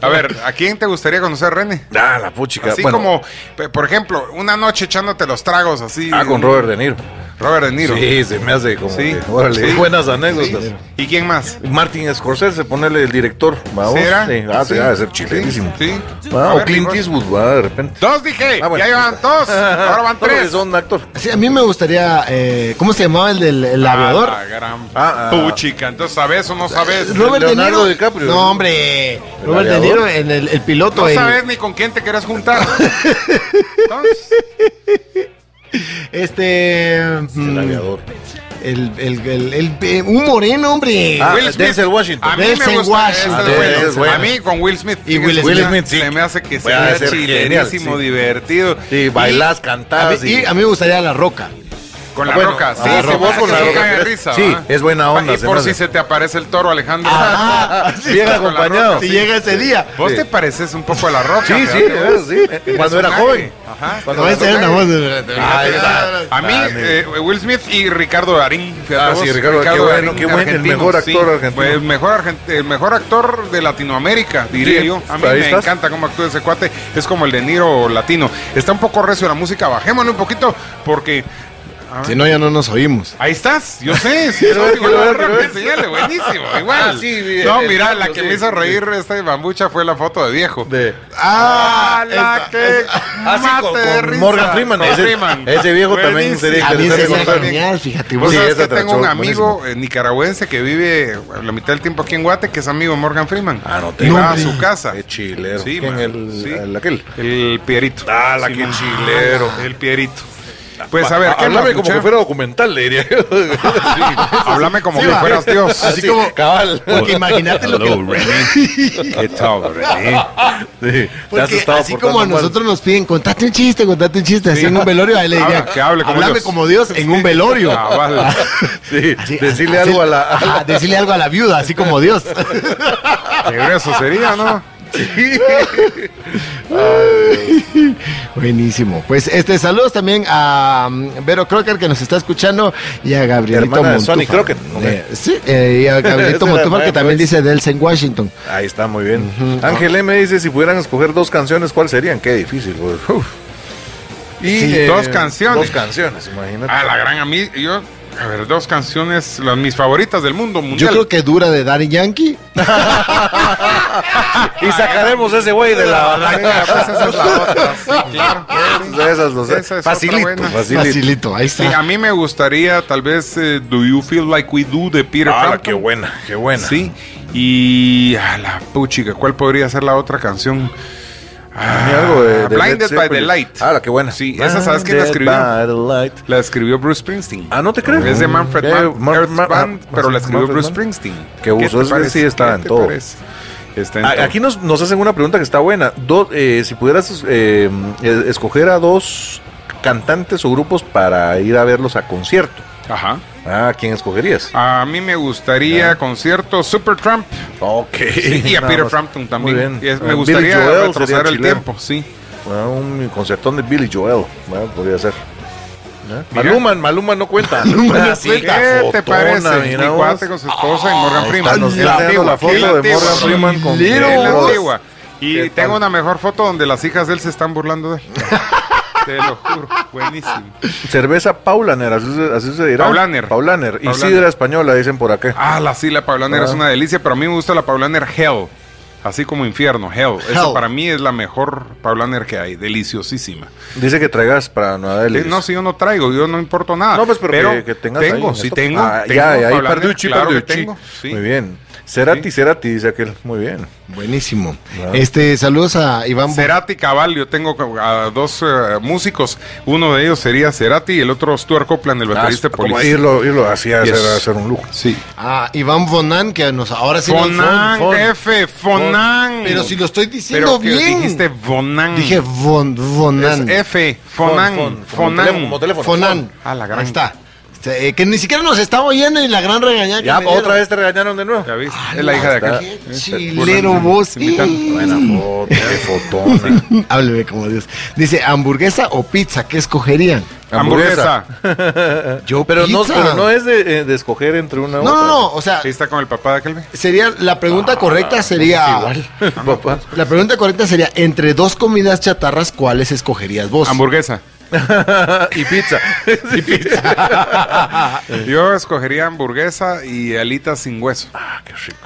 [SPEAKER 2] A ver, ¿a quién te gustaría conocer, René?
[SPEAKER 4] Ah, la puchica.
[SPEAKER 2] Así
[SPEAKER 4] Bueno,
[SPEAKER 2] como, pe- por ejemplo, una noche echándote los tragos así.
[SPEAKER 4] Ah, con Robert De Niro.
[SPEAKER 2] Robert De Niro.
[SPEAKER 4] Sí, se me hace como
[SPEAKER 2] Sí.
[SPEAKER 4] que, órale,
[SPEAKER 2] Sí.
[SPEAKER 4] buenas anécdotas.
[SPEAKER 2] ¿Y quién más?
[SPEAKER 4] Martin Scorsese, ponerle el director, vamos.
[SPEAKER 2] ¿Será?
[SPEAKER 4] Sí, ah, sí,
[SPEAKER 2] Sí.
[SPEAKER 4] ha de ser chilenísimo.
[SPEAKER 2] Sí.
[SPEAKER 4] Ah,
[SPEAKER 2] A
[SPEAKER 4] o
[SPEAKER 2] ver,
[SPEAKER 4] Clint
[SPEAKER 2] Rigor.
[SPEAKER 4] Eastwood, va, de repente.
[SPEAKER 2] Dos dije,
[SPEAKER 4] Ah, bueno.
[SPEAKER 2] ya iban dos, ahora van
[SPEAKER 4] No, porque
[SPEAKER 2] tres.
[SPEAKER 4] Son actor.
[SPEAKER 3] Sí, a mí me gustaría. eh, ¿Cómo se llamaba el del el aviador?
[SPEAKER 2] Ah, la gran
[SPEAKER 4] Ah, ah.
[SPEAKER 2] puchica. Entonces, ¿sabes o no sabes?
[SPEAKER 3] Robert De Niro.
[SPEAKER 4] Leonardo DiCaprio.
[SPEAKER 3] No, hombre. Robert De
[SPEAKER 4] aviador?
[SPEAKER 3] Niro en el, el piloto.
[SPEAKER 2] No
[SPEAKER 3] el-
[SPEAKER 2] sabes ni con quién te quieres juntar.
[SPEAKER 4] Ah,
[SPEAKER 2] Entonces,
[SPEAKER 3] Este.
[SPEAKER 4] El
[SPEAKER 3] mm,
[SPEAKER 4] aviador.
[SPEAKER 3] El, el, el, el- eh, un moreno, hombre.
[SPEAKER 4] Ah,
[SPEAKER 2] Will Smith.
[SPEAKER 4] Denzel Washington.
[SPEAKER 2] A mí me
[SPEAKER 3] Denzel
[SPEAKER 2] gusta
[SPEAKER 3] Washington.
[SPEAKER 2] ese es bueno.
[SPEAKER 4] Denzel
[SPEAKER 2] A
[SPEAKER 4] Washington.
[SPEAKER 2] mí con Will Smith.
[SPEAKER 3] Y Will
[SPEAKER 2] fíjese, se me-
[SPEAKER 3] Smith.
[SPEAKER 4] Will Smith, sí.
[SPEAKER 2] Se me hace que
[SPEAKER 4] Va a
[SPEAKER 2] sea
[SPEAKER 4] ser
[SPEAKER 2] chilenísimo,
[SPEAKER 4] genial, sí.
[SPEAKER 2] divertido.
[SPEAKER 4] Sí, bailás,
[SPEAKER 3] A mí,
[SPEAKER 4] cantás.
[SPEAKER 3] y a mí me gustaría La Roca.
[SPEAKER 2] Con la
[SPEAKER 4] Bueno,
[SPEAKER 2] roca, sí,
[SPEAKER 4] a la
[SPEAKER 2] sí,
[SPEAKER 4] roca.
[SPEAKER 2] vos con la
[SPEAKER 4] Sí,
[SPEAKER 2] roca de
[SPEAKER 4] es-
[SPEAKER 2] risa.
[SPEAKER 4] sí,
[SPEAKER 2] ¿va?
[SPEAKER 4] es buena onda,
[SPEAKER 2] Y
[SPEAKER 4] se
[SPEAKER 2] por
[SPEAKER 4] me hace.
[SPEAKER 2] si se te aparece el toro, Alejandro.
[SPEAKER 3] Ah,
[SPEAKER 4] Llega
[SPEAKER 2] con la
[SPEAKER 4] acompañado.
[SPEAKER 2] roca,
[SPEAKER 3] Si
[SPEAKER 2] sí.
[SPEAKER 3] llega ese día.
[SPEAKER 2] Vos
[SPEAKER 4] Sí.
[SPEAKER 2] te pareces un poco a la roca.
[SPEAKER 4] Sí,
[SPEAKER 2] ¿verdad?
[SPEAKER 4] sí, es, sí. Cuando era joven.
[SPEAKER 2] Ajá.
[SPEAKER 4] Cuando
[SPEAKER 3] No,
[SPEAKER 4] era
[SPEAKER 3] esa era una
[SPEAKER 4] joven.
[SPEAKER 3] voz de-
[SPEAKER 4] Ah, esa.
[SPEAKER 2] A mí, eh, Will Smith y Ricardo Darín. fíjate
[SPEAKER 4] Ah, sí, Ricardo, qué bueno, qué bueno, el
[SPEAKER 2] argentino,
[SPEAKER 4] mejor actor argentino.
[SPEAKER 2] Pues, el, mejor argent- el mejor actor de Latinoamérica, diría
[SPEAKER 4] Sí,
[SPEAKER 2] yo. A mí
[SPEAKER 4] ahí
[SPEAKER 2] me
[SPEAKER 4] estás.
[SPEAKER 2] encanta cómo actúa ese cuate. Es como el de Niro latino. Está un poco recio la música, bajémosle un poquito porque... A
[SPEAKER 3] Si
[SPEAKER 2] ver.
[SPEAKER 3] no, ya no nos oímos.
[SPEAKER 2] Ahí estás, yo sé, sí,
[SPEAKER 4] Quiero ver,
[SPEAKER 2] sos igual
[SPEAKER 4] quiero
[SPEAKER 2] a
[SPEAKER 4] ver, quiero
[SPEAKER 2] Rocky,
[SPEAKER 4] ver.
[SPEAKER 2] señale, buenísimo, igual.
[SPEAKER 4] Ah, sí, bien,
[SPEAKER 2] no,
[SPEAKER 4] el
[SPEAKER 2] mira, la
[SPEAKER 4] foto,
[SPEAKER 2] que
[SPEAKER 4] sí.
[SPEAKER 2] me hizo reír esta de bambucha fue la foto de viejo.
[SPEAKER 4] De,
[SPEAKER 2] Ah, la
[SPEAKER 3] esta,
[SPEAKER 2] que
[SPEAKER 4] Ah, sí, con-
[SPEAKER 2] mate de
[SPEAKER 4] con
[SPEAKER 2] risa.
[SPEAKER 4] Morgan Freeman,
[SPEAKER 2] Con
[SPEAKER 4] ese- ese viejo también sería
[SPEAKER 3] A mí
[SPEAKER 4] interesante
[SPEAKER 3] se me
[SPEAKER 4] conocer.
[SPEAKER 3] genial, fíjate.
[SPEAKER 2] Vos
[SPEAKER 3] vos.
[SPEAKER 4] Sí,
[SPEAKER 2] sabés
[SPEAKER 4] esa
[SPEAKER 2] pues que
[SPEAKER 4] te
[SPEAKER 2] tengo
[SPEAKER 4] la
[SPEAKER 2] un
[SPEAKER 4] echó,
[SPEAKER 2] amigo eh, nicaragüense que vive eh, la mitad del tiempo aquí en Guate, que es amigo de Morgan Freeman.
[SPEAKER 4] Ah, no te
[SPEAKER 2] Y va
[SPEAKER 4] digo.
[SPEAKER 2] a su casa.
[SPEAKER 4] Qué chilero.
[SPEAKER 2] Sí,
[SPEAKER 4] ¿Quién?
[SPEAKER 2] man,
[SPEAKER 4] El-
[SPEAKER 2] sí.
[SPEAKER 4] el aquel?
[SPEAKER 2] El Pierito.
[SPEAKER 4] Ah, la que Ah,
[SPEAKER 2] chilero. El Pierito. Pues a ver, ¿qué más,
[SPEAKER 4] Háblame como
[SPEAKER 2] Luchero?
[SPEAKER 4] que fuera documental, le diría yo.
[SPEAKER 2] Háblame como
[SPEAKER 3] Sí,
[SPEAKER 2] que
[SPEAKER 3] va.
[SPEAKER 2] fueras Dios.
[SPEAKER 3] Así como-
[SPEAKER 4] Cabal.
[SPEAKER 3] Porque imagínate lo que...
[SPEAKER 2] ¿Qué tal, René?
[SPEAKER 4] Sí, te has
[SPEAKER 3] Porque
[SPEAKER 4] estado
[SPEAKER 3] así como a
[SPEAKER 4] portando mal.
[SPEAKER 3] nosotros nos piden, contate un chiste, contate un chiste, así
[SPEAKER 2] Sí.
[SPEAKER 3] en un velorio, ahí le
[SPEAKER 2] Habla,
[SPEAKER 3] diría,
[SPEAKER 2] que hable como
[SPEAKER 3] háblame
[SPEAKER 2] Dios".
[SPEAKER 3] como Dios en un velorio.
[SPEAKER 2] Cabal.
[SPEAKER 4] Sí,
[SPEAKER 3] Así-
[SPEAKER 4] Ah, decirle
[SPEAKER 3] así-
[SPEAKER 4] algo a la. a la-
[SPEAKER 3] Ajá, decirle algo a la viuda, así como Dios.
[SPEAKER 2] Qué grueso sería, ¿no?
[SPEAKER 3] Buenísimo. Pues este saludos también a um, Vero Crocker que nos está escuchando y a Gabrielito
[SPEAKER 4] Hermana de
[SPEAKER 3] Montúfar.
[SPEAKER 4] Sonny Crockett, ¿no?
[SPEAKER 3] Eh, sí, eh, y a Gabrielito
[SPEAKER 4] Esa era
[SPEAKER 3] Montúfar que
[SPEAKER 4] buena,
[SPEAKER 3] también
[SPEAKER 4] pues.
[SPEAKER 3] dice Delsen Washington.
[SPEAKER 4] Ahí está, muy bien. Ángel M dice: si pudieran escoger dos canciones, ¿cuál serían? Qué difícil, güey. Uf. Y
[SPEAKER 2] Sí, dos canciones. Ah,
[SPEAKER 4] eh, Dos canciones, imagínate.
[SPEAKER 2] A la gran a mí, yo, a ver, dos canciones, las mis favoritas del mundo mundial.
[SPEAKER 3] Yo creo que dura de Daddy Yankee.
[SPEAKER 4] Y sacaremos ese güey de la
[SPEAKER 2] Ah, pues esa es la otra, sí, claro.
[SPEAKER 4] De esas dos.
[SPEAKER 2] Esa es otra buena.
[SPEAKER 4] facilito.
[SPEAKER 3] Facilito, ahí
[SPEAKER 2] Sí,
[SPEAKER 3] está.
[SPEAKER 2] a mí me gustaría tal vez eh, Do You Feel Like We Do de Peter
[SPEAKER 4] Ah,
[SPEAKER 2] Frampton.
[SPEAKER 4] qué buena, qué buena.
[SPEAKER 2] Sí, y a la puchica, ¿cuál podría ser la otra canción? Ah,
[SPEAKER 4] Ni algo de, de Led
[SPEAKER 2] Blinded by the
[SPEAKER 4] Zeppelin.
[SPEAKER 2] Light.
[SPEAKER 4] Ah, la que buena.
[SPEAKER 2] Sí, esa sabes quién la
[SPEAKER 4] Blinded
[SPEAKER 2] escribió.
[SPEAKER 4] by the light.
[SPEAKER 2] La escribió Bruce Springsteen.
[SPEAKER 4] Ah, no te creo.
[SPEAKER 2] Es de Manfred
[SPEAKER 4] Eh,
[SPEAKER 2] Mann,
[SPEAKER 4] Mar-
[SPEAKER 2] Earth
[SPEAKER 4] Mar-
[SPEAKER 2] Band,
[SPEAKER 4] ah,
[SPEAKER 2] pero la escribió
[SPEAKER 4] Manfred
[SPEAKER 2] Bruce
[SPEAKER 4] Mann.
[SPEAKER 2] Springsteen.
[SPEAKER 4] Qué abuso,
[SPEAKER 2] te
[SPEAKER 4] ese
[SPEAKER 2] parece?
[SPEAKER 4] sí estaba
[SPEAKER 2] ¿Qué
[SPEAKER 4] en
[SPEAKER 2] te
[SPEAKER 4] todo.
[SPEAKER 2] parece? Este, Está en
[SPEAKER 4] A-
[SPEAKER 2] todo.
[SPEAKER 4] Ah, Aquí nos, nos hacen una pregunta que está buena. Do- eh, si pudieras eh, eh, escoger a dos cantantes o grupos para ir a verlos a concierto,
[SPEAKER 2] Ajá.
[SPEAKER 4] ah, ¿a quién escogerías?
[SPEAKER 2] A mí me gustaría concierto Supertramp
[SPEAKER 4] ok.
[SPEAKER 2] y a
[SPEAKER 4] Nada
[SPEAKER 2] Peter
[SPEAKER 4] más.
[SPEAKER 2] Frampton también.
[SPEAKER 4] Muy bien.
[SPEAKER 2] Y es-
[SPEAKER 4] Ah,
[SPEAKER 2] me
[SPEAKER 4] Billy
[SPEAKER 2] gustaría
[SPEAKER 4] Joel sería
[SPEAKER 2] retroceder el
[SPEAKER 4] chileno.
[SPEAKER 2] tiempo, sí.
[SPEAKER 4] Ah, un concertón de Billy Joel. Bueno, podría ser. ¿Ah?
[SPEAKER 2] Mira.
[SPEAKER 4] Maluma, Maluma no cuenta.
[SPEAKER 3] Maluma
[SPEAKER 4] Ah,
[SPEAKER 3] no
[SPEAKER 4] sí,
[SPEAKER 3] cuenta.
[SPEAKER 2] ¿Qué te
[SPEAKER 4] fotona,
[SPEAKER 2] parece?
[SPEAKER 4] mira
[SPEAKER 2] Mi
[SPEAKER 4] vos. Ah,
[SPEAKER 2] cuate con su esposa y Morgan Freeman.
[SPEAKER 4] nos
[SPEAKER 2] Es
[SPEAKER 4] está
[SPEAKER 2] la
[SPEAKER 4] dando la
[SPEAKER 2] antigua,
[SPEAKER 4] foto
[SPEAKER 2] es
[SPEAKER 4] de
[SPEAKER 2] la
[SPEAKER 4] Morgan
[SPEAKER 2] antigua.
[SPEAKER 4] Freeman con
[SPEAKER 2] Es la
[SPEAKER 4] Lilo.
[SPEAKER 2] antigua.
[SPEAKER 4] ¿Qué
[SPEAKER 2] Y
[SPEAKER 4] tal?
[SPEAKER 2] tengo una mejor foto donde las hijas de él se están burlando de él. Te lo juro, buenísimo.
[SPEAKER 4] Cerveza Paulaner, así se, así se dirá.
[SPEAKER 2] Paulaner.
[SPEAKER 4] Paulaner. Y
[SPEAKER 2] Paulaner.
[SPEAKER 4] sidra española, dicen por acá.
[SPEAKER 2] Ah, la sí, la paulaner
[SPEAKER 4] Ah.
[SPEAKER 2] es una delicia, pero a mí me gusta la paulaner Hell. Así como infierno, Hell. Esa
[SPEAKER 3] Hell.
[SPEAKER 2] para mí es la mejor paulaner que hay, deliciosísima.
[SPEAKER 4] Dice que traigas para Nueva Delhi.
[SPEAKER 2] Te- Eh, No, si yo no traigo, yo no importo nada.
[SPEAKER 4] No, pues, pero que- que tengas
[SPEAKER 2] Tengo,
[SPEAKER 4] ahí en
[SPEAKER 2] sí
[SPEAKER 4] esto.
[SPEAKER 2] tengo.
[SPEAKER 4] Ah,
[SPEAKER 2] tengo
[SPEAKER 4] ya, ya, ahí
[SPEAKER 2] Paulaner,
[SPEAKER 4] Parducci,
[SPEAKER 2] claro que
[SPEAKER 4] Parducci.
[SPEAKER 2] tengo, sí.
[SPEAKER 4] Muy bien. Cerati,
[SPEAKER 2] Sí.
[SPEAKER 4] Cerati, dice aquel. Muy bien.
[SPEAKER 3] Buenísimo. Este, saludos a Iván Bo-
[SPEAKER 2] Cerati Cabal, yo tengo a dos eh, músicos. Uno de ellos sería Cerati y el otro Stuart Copeland, el baterista
[SPEAKER 4] Ah, como
[SPEAKER 2] Police.
[SPEAKER 4] irlo, irlo hacía
[SPEAKER 2] Yes.
[SPEAKER 4] hacer, hacer un lujo.
[SPEAKER 2] Sí.
[SPEAKER 3] a Ah, Iván Bonan que nos ahora sí nos-
[SPEAKER 2] Fonan,
[SPEAKER 3] Fon- Fon.
[SPEAKER 2] F, Fonan.
[SPEAKER 3] Pero si lo estoy
[SPEAKER 2] Pero
[SPEAKER 3] diciendo
[SPEAKER 2] que
[SPEAKER 3] bien.
[SPEAKER 2] dijiste Bonan.
[SPEAKER 3] Dije Von
[SPEAKER 2] Es
[SPEAKER 3] Bonan.
[SPEAKER 2] F, Fonan,
[SPEAKER 4] Fon, fon, como
[SPEAKER 2] Fonan.
[SPEAKER 4] teléfono, como teléfono.
[SPEAKER 3] Fonan.
[SPEAKER 4] Fon.
[SPEAKER 2] Ah, la gran.
[SPEAKER 3] Ahí está. Este, eh, que ni siquiera nos está oyendo y la gran regañada que
[SPEAKER 4] Ya,
[SPEAKER 3] me
[SPEAKER 4] otra
[SPEAKER 3] dieron.
[SPEAKER 4] vez te regañaron de nuevo.
[SPEAKER 2] ¿Ya viste? es la hija de acá.
[SPEAKER 3] Qué Ah, chilero vos.
[SPEAKER 4] Buena foto, qué fotona.
[SPEAKER 3] Hábleme como Dios. Dice, ¿hamburguesa o pizza? ¿Qué escogerían?
[SPEAKER 2] Hamburguesa.
[SPEAKER 3] Yo,
[SPEAKER 4] Pero no,
[SPEAKER 3] pizza.
[SPEAKER 4] pero no es de, eh, de escoger entre una
[SPEAKER 3] No,
[SPEAKER 4] u otra.
[SPEAKER 3] no, no, O sea,
[SPEAKER 2] Ahí está con el papá de aquel. ve.
[SPEAKER 3] sería, la
[SPEAKER 2] Ah,
[SPEAKER 3] pregunta correcta sería...
[SPEAKER 4] Papá.
[SPEAKER 3] La pregunta correcta sería, entre dos comidas chatarras, ¿cuáles escogerías vos?
[SPEAKER 2] Hamburguesa.
[SPEAKER 4] y pizza. y pizza.
[SPEAKER 3] Ah, eh.
[SPEAKER 2] Yo escogería hamburguesa y alitas sin hueso.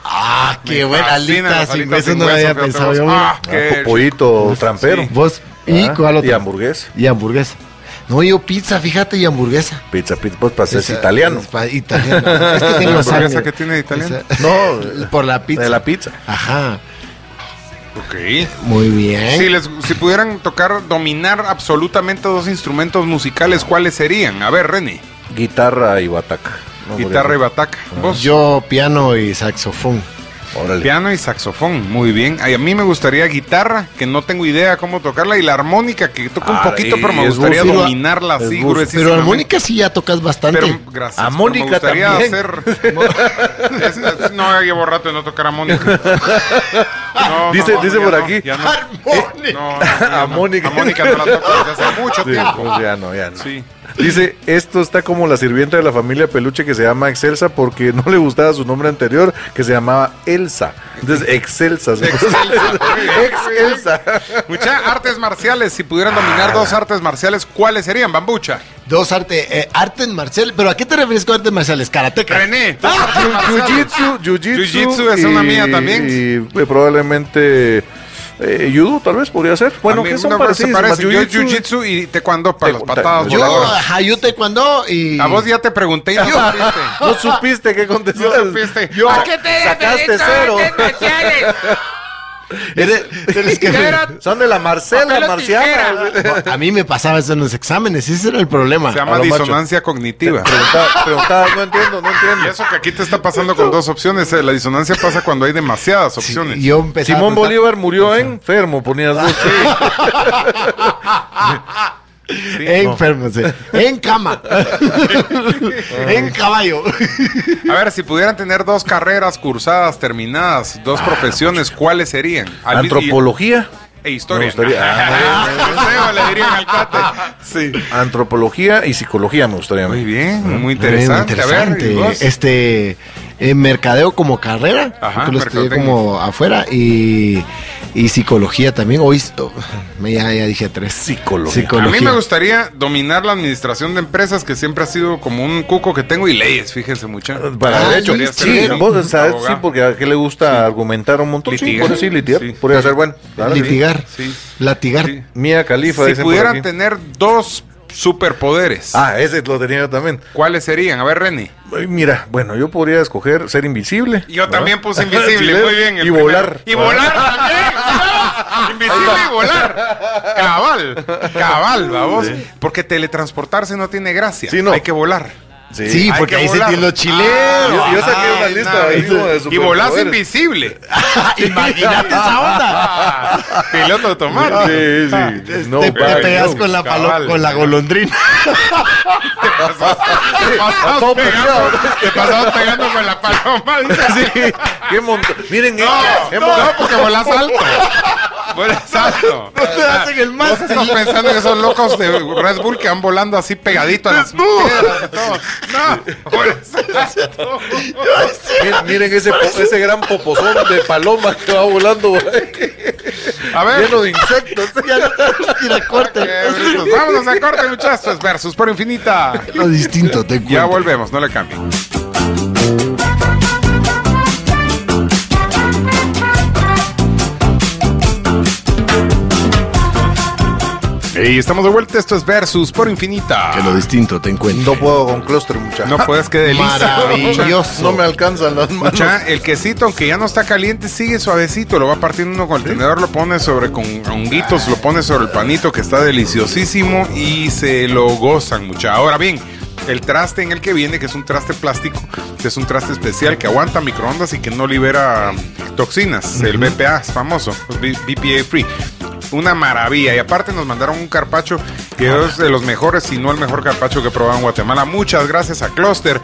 [SPEAKER 3] Ah, qué
[SPEAKER 2] Me
[SPEAKER 3] buena
[SPEAKER 2] fascinan
[SPEAKER 3] alita,
[SPEAKER 2] las
[SPEAKER 3] sin
[SPEAKER 2] alitas
[SPEAKER 3] hueso
[SPEAKER 2] sin
[SPEAKER 3] no la
[SPEAKER 2] hueso,
[SPEAKER 3] había
[SPEAKER 2] fíjate
[SPEAKER 3] pensado
[SPEAKER 2] vos.
[SPEAKER 3] yo.
[SPEAKER 2] Ah,
[SPEAKER 3] mira.
[SPEAKER 2] qué
[SPEAKER 4] Popoito, trampero.
[SPEAKER 2] Sí.
[SPEAKER 3] Vos, ¿y
[SPEAKER 4] Ah,
[SPEAKER 3] cuál otro?
[SPEAKER 4] Y hamburguesa.
[SPEAKER 3] Y hamburguesa. No, yo pizza, fíjate, y hamburguesa.
[SPEAKER 4] Pizza, pizza, pues para ser
[SPEAKER 3] Esa-
[SPEAKER 4] italiano.
[SPEAKER 3] es pa- italiano. Es que tengo
[SPEAKER 2] hamburguesa
[SPEAKER 3] sangre.
[SPEAKER 2] que tiene de italiano?
[SPEAKER 3] Esa-
[SPEAKER 4] No,
[SPEAKER 3] por la pizza.
[SPEAKER 4] de la pizza.
[SPEAKER 3] Ajá.
[SPEAKER 2] Ok.
[SPEAKER 3] Muy bien.
[SPEAKER 2] Si, les, si pudieran tocar, dominar absolutamente dos instrumentos musicales, ¿cuáles serían? A ver, René.
[SPEAKER 4] Guitarra y bataca. No,
[SPEAKER 2] Guitarra y
[SPEAKER 4] hombre,
[SPEAKER 2] bataca. Vos.
[SPEAKER 3] Yo piano y saxofón.
[SPEAKER 4] Órale.
[SPEAKER 2] Piano y saxofón, muy bien. Ay, a mí me gustaría guitarra, que no tengo idea cómo tocarla, y la armónica, que toco
[SPEAKER 4] Ah,
[SPEAKER 2] un poquito,
[SPEAKER 4] y
[SPEAKER 2] pero me
[SPEAKER 4] es
[SPEAKER 2] gustaría
[SPEAKER 4] buzo.
[SPEAKER 2] dominarla
[SPEAKER 4] Es
[SPEAKER 2] así,
[SPEAKER 4] buzo.
[SPEAKER 2] gruesísimamente.
[SPEAKER 3] Pero armónica sí ya tocas bastante.
[SPEAKER 2] Pero, gracias. pero
[SPEAKER 4] Armónica
[SPEAKER 2] me gustaría
[SPEAKER 4] también.
[SPEAKER 2] hacer. Es- es- no, ya llevo rato de no tocar armónica. No,
[SPEAKER 4] Dice-
[SPEAKER 2] no, no,
[SPEAKER 4] dice
[SPEAKER 2] ya
[SPEAKER 4] por
[SPEAKER 2] no,
[SPEAKER 4] aquí,
[SPEAKER 2] ya no.
[SPEAKER 3] ¡Armónica!
[SPEAKER 2] Eh, No, no, ya no.
[SPEAKER 4] Armónica.
[SPEAKER 2] Armónica no la toco desde hace mucho
[SPEAKER 4] Sí,
[SPEAKER 2] tiempo.
[SPEAKER 4] pues ya no, ya no.
[SPEAKER 2] Sí.
[SPEAKER 4] Dice, esto está como la sirvienta de la familia peluche que se llama Excelsa porque no le gustaba su nombre anterior que se llamaba Elsa. Entonces, Excelsa. se puso. Excelsa.
[SPEAKER 2] Muchas artes marciales. Si pudieran dominar dos
[SPEAKER 4] Ah.
[SPEAKER 2] artes marciales, ¿cuáles serían, Bambucha?
[SPEAKER 3] Dos arte, eh, artes marciales. ¿Pero a qué te refieres con artes marciales? Karateka.
[SPEAKER 2] René. tus artes marciales.
[SPEAKER 4] Ah, Jiu-jitsu, jiu-jitsu.
[SPEAKER 2] Jiu-jitsu es una
[SPEAKER 4] y-
[SPEAKER 2] mía también.
[SPEAKER 4] Y eh, probablemente eh, judo tal vez podría ser. Bueno,
[SPEAKER 2] A mí
[SPEAKER 4] que
[SPEAKER 2] no
[SPEAKER 4] son
[SPEAKER 2] me
[SPEAKER 4] parecidos.
[SPEAKER 2] parece. Yo
[SPEAKER 4] Jiu-jitsu-
[SPEAKER 2] jiu-jitsu y taekwondo para las
[SPEAKER 4] Taekwondo.
[SPEAKER 2] patadas
[SPEAKER 4] Yo-
[SPEAKER 2] voladoras.
[SPEAKER 3] Yo, te cuando y...
[SPEAKER 2] A vos ya te pregunté y no supiste.
[SPEAKER 4] No supiste qué
[SPEAKER 2] No
[SPEAKER 4] contestar.
[SPEAKER 2] supiste.
[SPEAKER 9] ¿A qué te
[SPEAKER 4] sacaste
[SPEAKER 9] referís con
[SPEAKER 4] cero.
[SPEAKER 9] artes marciales?
[SPEAKER 3] Eres- eres que-
[SPEAKER 9] Yo era-
[SPEAKER 4] Son de la Marcela,
[SPEAKER 9] Papel o
[SPEAKER 4] Marciana.
[SPEAKER 3] a mí me pasaba eso en los exámenes. Ese era el problema.
[SPEAKER 2] Se llama
[SPEAKER 4] lo macho.
[SPEAKER 2] disonancia cognitiva.
[SPEAKER 4] Preguntaba, preguntaba, no entiendo, no
[SPEAKER 2] Y
[SPEAKER 4] entiendo.
[SPEAKER 2] eso que aquí te está pasando con dos opciones. eh, La disonancia pasa cuando hay demasiadas
[SPEAKER 3] Sí,
[SPEAKER 2] opciones.
[SPEAKER 3] yo empezaba
[SPEAKER 4] Simón
[SPEAKER 3] a preguntar-
[SPEAKER 4] Bolívar murió enfermo, ponías dos.
[SPEAKER 3] Enfermo, sí. En cama. en caballo.
[SPEAKER 2] A ver, si pudieran tener dos carreras cursadas, terminadas, dos profesiones, ¿cuáles serían? Al-
[SPEAKER 4] Antropología.
[SPEAKER 2] y- E historia.
[SPEAKER 4] Me gustaría. Ah,
[SPEAKER 2] Museo, le dirían al cuate. Sí.
[SPEAKER 4] Antropología y psicología me gustaría.
[SPEAKER 2] Muy bien, muy interesante.
[SPEAKER 3] Bien, interesante.
[SPEAKER 2] A ver, ¿y vos?
[SPEAKER 3] este eh, mercadeo como carrera,
[SPEAKER 2] Ajá,
[SPEAKER 3] que lo estudié
[SPEAKER 2] mercadotecnia.
[SPEAKER 3] como afuera y, y psicología también. Hoy esto- me- ya, ya dije tres.
[SPEAKER 4] Psicología.
[SPEAKER 2] A mí me gustaría dominar la administración de empresas, que siempre ha sido como un cuco que tengo, y leyes, fíjense mucha.
[SPEAKER 4] Para
[SPEAKER 3] Ah,
[SPEAKER 4] de hecho,
[SPEAKER 3] listo.
[SPEAKER 4] sí,
[SPEAKER 3] Abogado.
[SPEAKER 4] vos sabes, sí, porque a qué le gusta argumentar un montón. Sí,
[SPEAKER 2] Litigar.
[SPEAKER 4] por decir litigar.
[SPEAKER 2] Sí.
[SPEAKER 4] Podría ser bueno. claro, sí.
[SPEAKER 3] litigar,
[SPEAKER 2] sí,
[SPEAKER 3] latigar.
[SPEAKER 2] sí.
[SPEAKER 4] Mía Califa,
[SPEAKER 2] Si
[SPEAKER 4] dicen por aquí.
[SPEAKER 2] pudieran tener dos superpoderes,
[SPEAKER 4] Ah, ese lo tenía yo también.
[SPEAKER 2] ¿cuáles serían? A ver, René.
[SPEAKER 4] Ay, Mira, bueno, yo podría escoger ser invisible.
[SPEAKER 2] Yo
[SPEAKER 4] ¿verdad?
[SPEAKER 2] también puse invisible, muy bien. el
[SPEAKER 4] Ah. Y
[SPEAKER 2] primero.
[SPEAKER 4] volar. Ah.
[SPEAKER 2] Y volar también. invisible y volar. Cabal, cabal, vamos. Porque teletransportarse no tiene gracia.
[SPEAKER 4] Sí, no.
[SPEAKER 2] Hay que volar.
[SPEAKER 4] Sí.
[SPEAKER 3] Sí,
[SPEAKER 2] Hay
[SPEAKER 3] porque
[SPEAKER 2] que
[SPEAKER 3] ahí
[SPEAKER 2] volar. Ah,
[SPEAKER 3] se tiene los chileros.
[SPEAKER 4] yo, yo saqué una
[SPEAKER 2] Ay,
[SPEAKER 4] lista
[SPEAKER 2] nada,
[SPEAKER 4] ahí como de
[SPEAKER 2] y volás
[SPEAKER 4] superpoderes.
[SPEAKER 2] invisible.
[SPEAKER 3] Imagínate esa onda.
[SPEAKER 2] Ah, Piloto automático.
[SPEAKER 4] Sí, sí. No,
[SPEAKER 3] te, te
[SPEAKER 4] vaya,
[SPEAKER 3] pegas
[SPEAKER 4] no.
[SPEAKER 3] con la palo-
[SPEAKER 2] cabal.
[SPEAKER 3] con la golondrina.
[SPEAKER 2] Te pasabas
[SPEAKER 4] todo
[SPEAKER 2] pegando, te pasabas pegando con la paloma. dices.
[SPEAKER 4] Sí, qué montón. Miren, eh,
[SPEAKER 2] No,
[SPEAKER 4] qué
[SPEAKER 2] no,
[SPEAKER 4] montón.
[SPEAKER 2] porque volás alto. Volás alto.
[SPEAKER 3] te hacen el
[SPEAKER 2] Vos
[SPEAKER 3] mástil.
[SPEAKER 2] estás pensando en esos locos de Red Bull que van volando así pegadito a las piedras y todo. No, volás alto.
[SPEAKER 4] Miren, miren ese, po- ese gran popozón de paloma que va volando eh,
[SPEAKER 2] A ver.
[SPEAKER 4] lleno de insectos.
[SPEAKER 2] qué brutos. Vámonos a corte, muchachos. Versus por infinita.
[SPEAKER 3] Lo distinto, te
[SPEAKER 2] Ya
[SPEAKER 3] cuento.
[SPEAKER 2] volvemos, no le cambien. Y estamos de vuelta, esto es Versus por Infinita.
[SPEAKER 3] Que lo distinto te encuentro.
[SPEAKER 4] No puedo con cluster, muchachos.
[SPEAKER 2] No puedes, que delicia.
[SPEAKER 3] Maravilloso.
[SPEAKER 4] No me alcanzan las manos.
[SPEAKER 2] Mucha, el quesito, aunque ya no está caliente, sigue suavecito. Lo va partiendo uno con el tenedor, lo pone sobre con honguitos, lo pone sobre el panito que está deliciosísimo y se lo gozan, mucha. Ahora bien, el traste en el que viene, que es un traste plástico, que es un traste especial que aguanta microondas y que no libera um, toxinas. El BPA es famoso, B- BPA free. Una maravilla. Y aparte nos mandaron un carpacho que es de los mejores, si no el mejor carpacho que he probado en Guatemala. Muchas gracias a Cluster.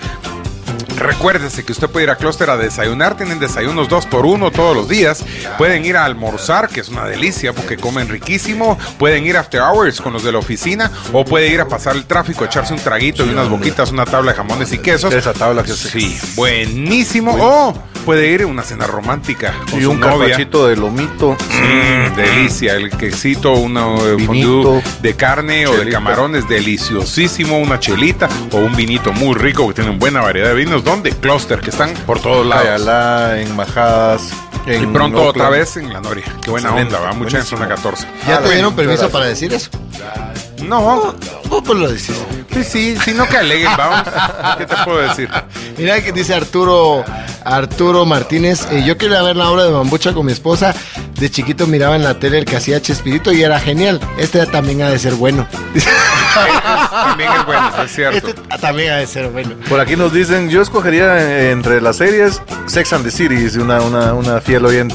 [SPEAKER 2] Recuérdese que usted puede ir a Cluster a desayunar, tienen desayunos 2 por 1 todos los días. Pueden ir a almorzar, que es una delicia porque comen riquísimo. Pueden ir after hours con los de la oficina o puede ir a pasar el tráfico, echarse un traguito y unas boquitas, una tabla de jamones y quesos.
[SPEAKER 4] Esa tabla que se-
[SPEAKER 2] Sí, buenísimo. O puede ir a una cena romántica con
[SPEAKER 4] Y
[SPEAKER 2] su
[SPEAKER 4] un
[SPEAKER 2] novia.
[SPEAKER 4] carpachito de lomito.
[SPEAKER 2] Mm, delicia, el quesito, una eh,
[SPEAKER 4] Vinito.
[SPEAKER 2] fondue de carne o de
[SPEAKER 4] Chelita.
[SPEAKER 2] camarones, deliciosísimo, una chelita o un vinito muy rico que tienen buena variedad de vinos, donde cluster que están por todos lados.
[SPEAKER 4] Cayalá, en Majadas.
[SPEAKER 2] Y
[SPEAKER 4] en
[SPEAKER 2] pronto otra
[SPEAKER 4] Oakland.
[SPEAKER 2] vez en la Noria. Qué buena
[SPEAKER 4] Excelente,
[SPEAKER 2] onda, va mucha en
[SPEAKER 4] buenísimo.
[SPEAKER 2] zona 14.
[SPEAKER 4] Ah,
[SPEAKER 3] ¿Ya te
[SPEAKER 4] bueno,
[SPEAKER 3] dieron permiso
[SPEAKER 4] gracias.
[SPEAKER 3] para decir eso?
[SPEAKER 2] No,
[SPEAKER 3] Vos pues lo decís.
[SPEAKER 2] sí, sí, sí, no que aleguen, vamos. ¿Qué te puedo decir?
[SPEAKER 3] Mira que dice Arturo Arturo Martínez, eh, yo quería ver la obra de Bambucha con mi esposa. De chiquito miraba en la tele el que hacía Chespirito y era genial. Este también ha de ser bueno.
[SPEAKER 2] También es bueno, es
[SPEAKER 3] Este
[SPEAKER 2] cierto.
[SPEAKER 3] también ha de ser bueno.
[SPEAKER 4] Por aquí nos dicen, yo escogería eh, entre las series Sex and the City, dice una, una, una fiel oyente.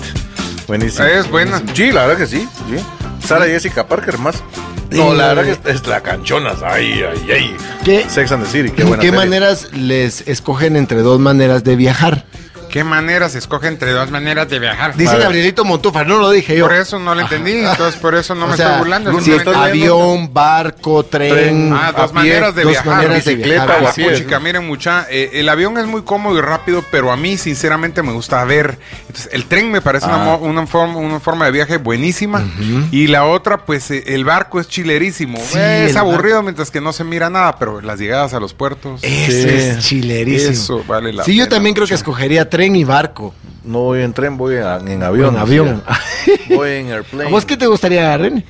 [SPEAKER 4] Buenísimo.
[SPEAKER 2] Es buena.
[SPEAKER 4] Sí, la verdad que sí. sí. Sara Jessica Parker más. No, la verdad que es, es la canchona. Ay, ay, ay.
[SPEAKER 3] ¿Qué,
[SPEAKER 4] Sex and the City, qué
[SPEAKER 3] ¿En
[SPEAKER 4] buena
[SPEAKER 3] qué
[SPEAKER 4] serie.
[SPEAKER 3] maneras les escogen entre dos maneras de viajar?
[SPEAKER 2] ¿Qué manera se escoge entre dos maneras de viajar?
[SPEAKER 3] Dice
[SPEAKER 2] Para-
[SPEAKER 3] Gabrielito Montufa, no lo dije yo.
[SPEAKER 2] Por eso no lo entendí, entonces por eso no
[SPEAKER 3] O
[SPEAKER 2] me
[SPEAKER 3] sea,
[SPEAKER 2] estoy burlando.
[SPEAKER 3] si
[SPEAKER 2] simplemente-
[SPEAKER 3] avión, barco, tren,
[SPEAKER 4] Tren,
[SPEAKER 2] Ah,
[SPEAKER 4] a
[SPEAKER 2] dos
[SPEAKER 4] pie,
[SPEAKER 2] maneras de
[SPEAKER 3] Mm, dos
[SPEAKER 2] viajar.
[SPEAKER 3] maneras de
[SPEAKER 4] bicicleta
[SPEAKER 3] viajar.
[SPEAKER 4] o a
[SPEAKER 2] Ah,
[SPEAKER 3] Así
[SPEAKER 4] pie.
[SPEAKER 3] es.
[SPEAKER 2] puchica, miren mucha, eh, el avión es muy cómodo y rápido, pero a mí sinceramente me gusta ver. Entonces, el tren me parece una, mo- una, forma, una forma de viaje buenísima y la otra, pues eh, el barco es chilerísimo.
[SPEAKER 3] Sí,
[SPEAKER 2] Eh, es
[SPEAKER 3] el
[SPEAKER 2] aburrido mientras que no se mira nada, pero las llegadas a los puertos.
[SPEAKER 3] Eso
[SPEAKER 4] Sí.
[SPEAKER 3] es chilerísimo.
[SPEAKER 2] Eso vale la
[SPEAKER 3] sí, yo
[SPEAKER 2] pena,
[SPEAKER 3] también creo que
[SPEAKER 2] mucha.
[SPEAKER 3] escogería tren y barco.
[SPEAKER 4] No voy en tren, voy a- en
[SPEAKER 3] o
[SPEAKER 4] avión.
[SPEAKER 3] en avión.
[SPEAKER 4] así, Voy en
[SPEAKER 3] ¿A
[SPEAKER 4] airplane.
[SPEAKER 3] vos qué te gustaría, René?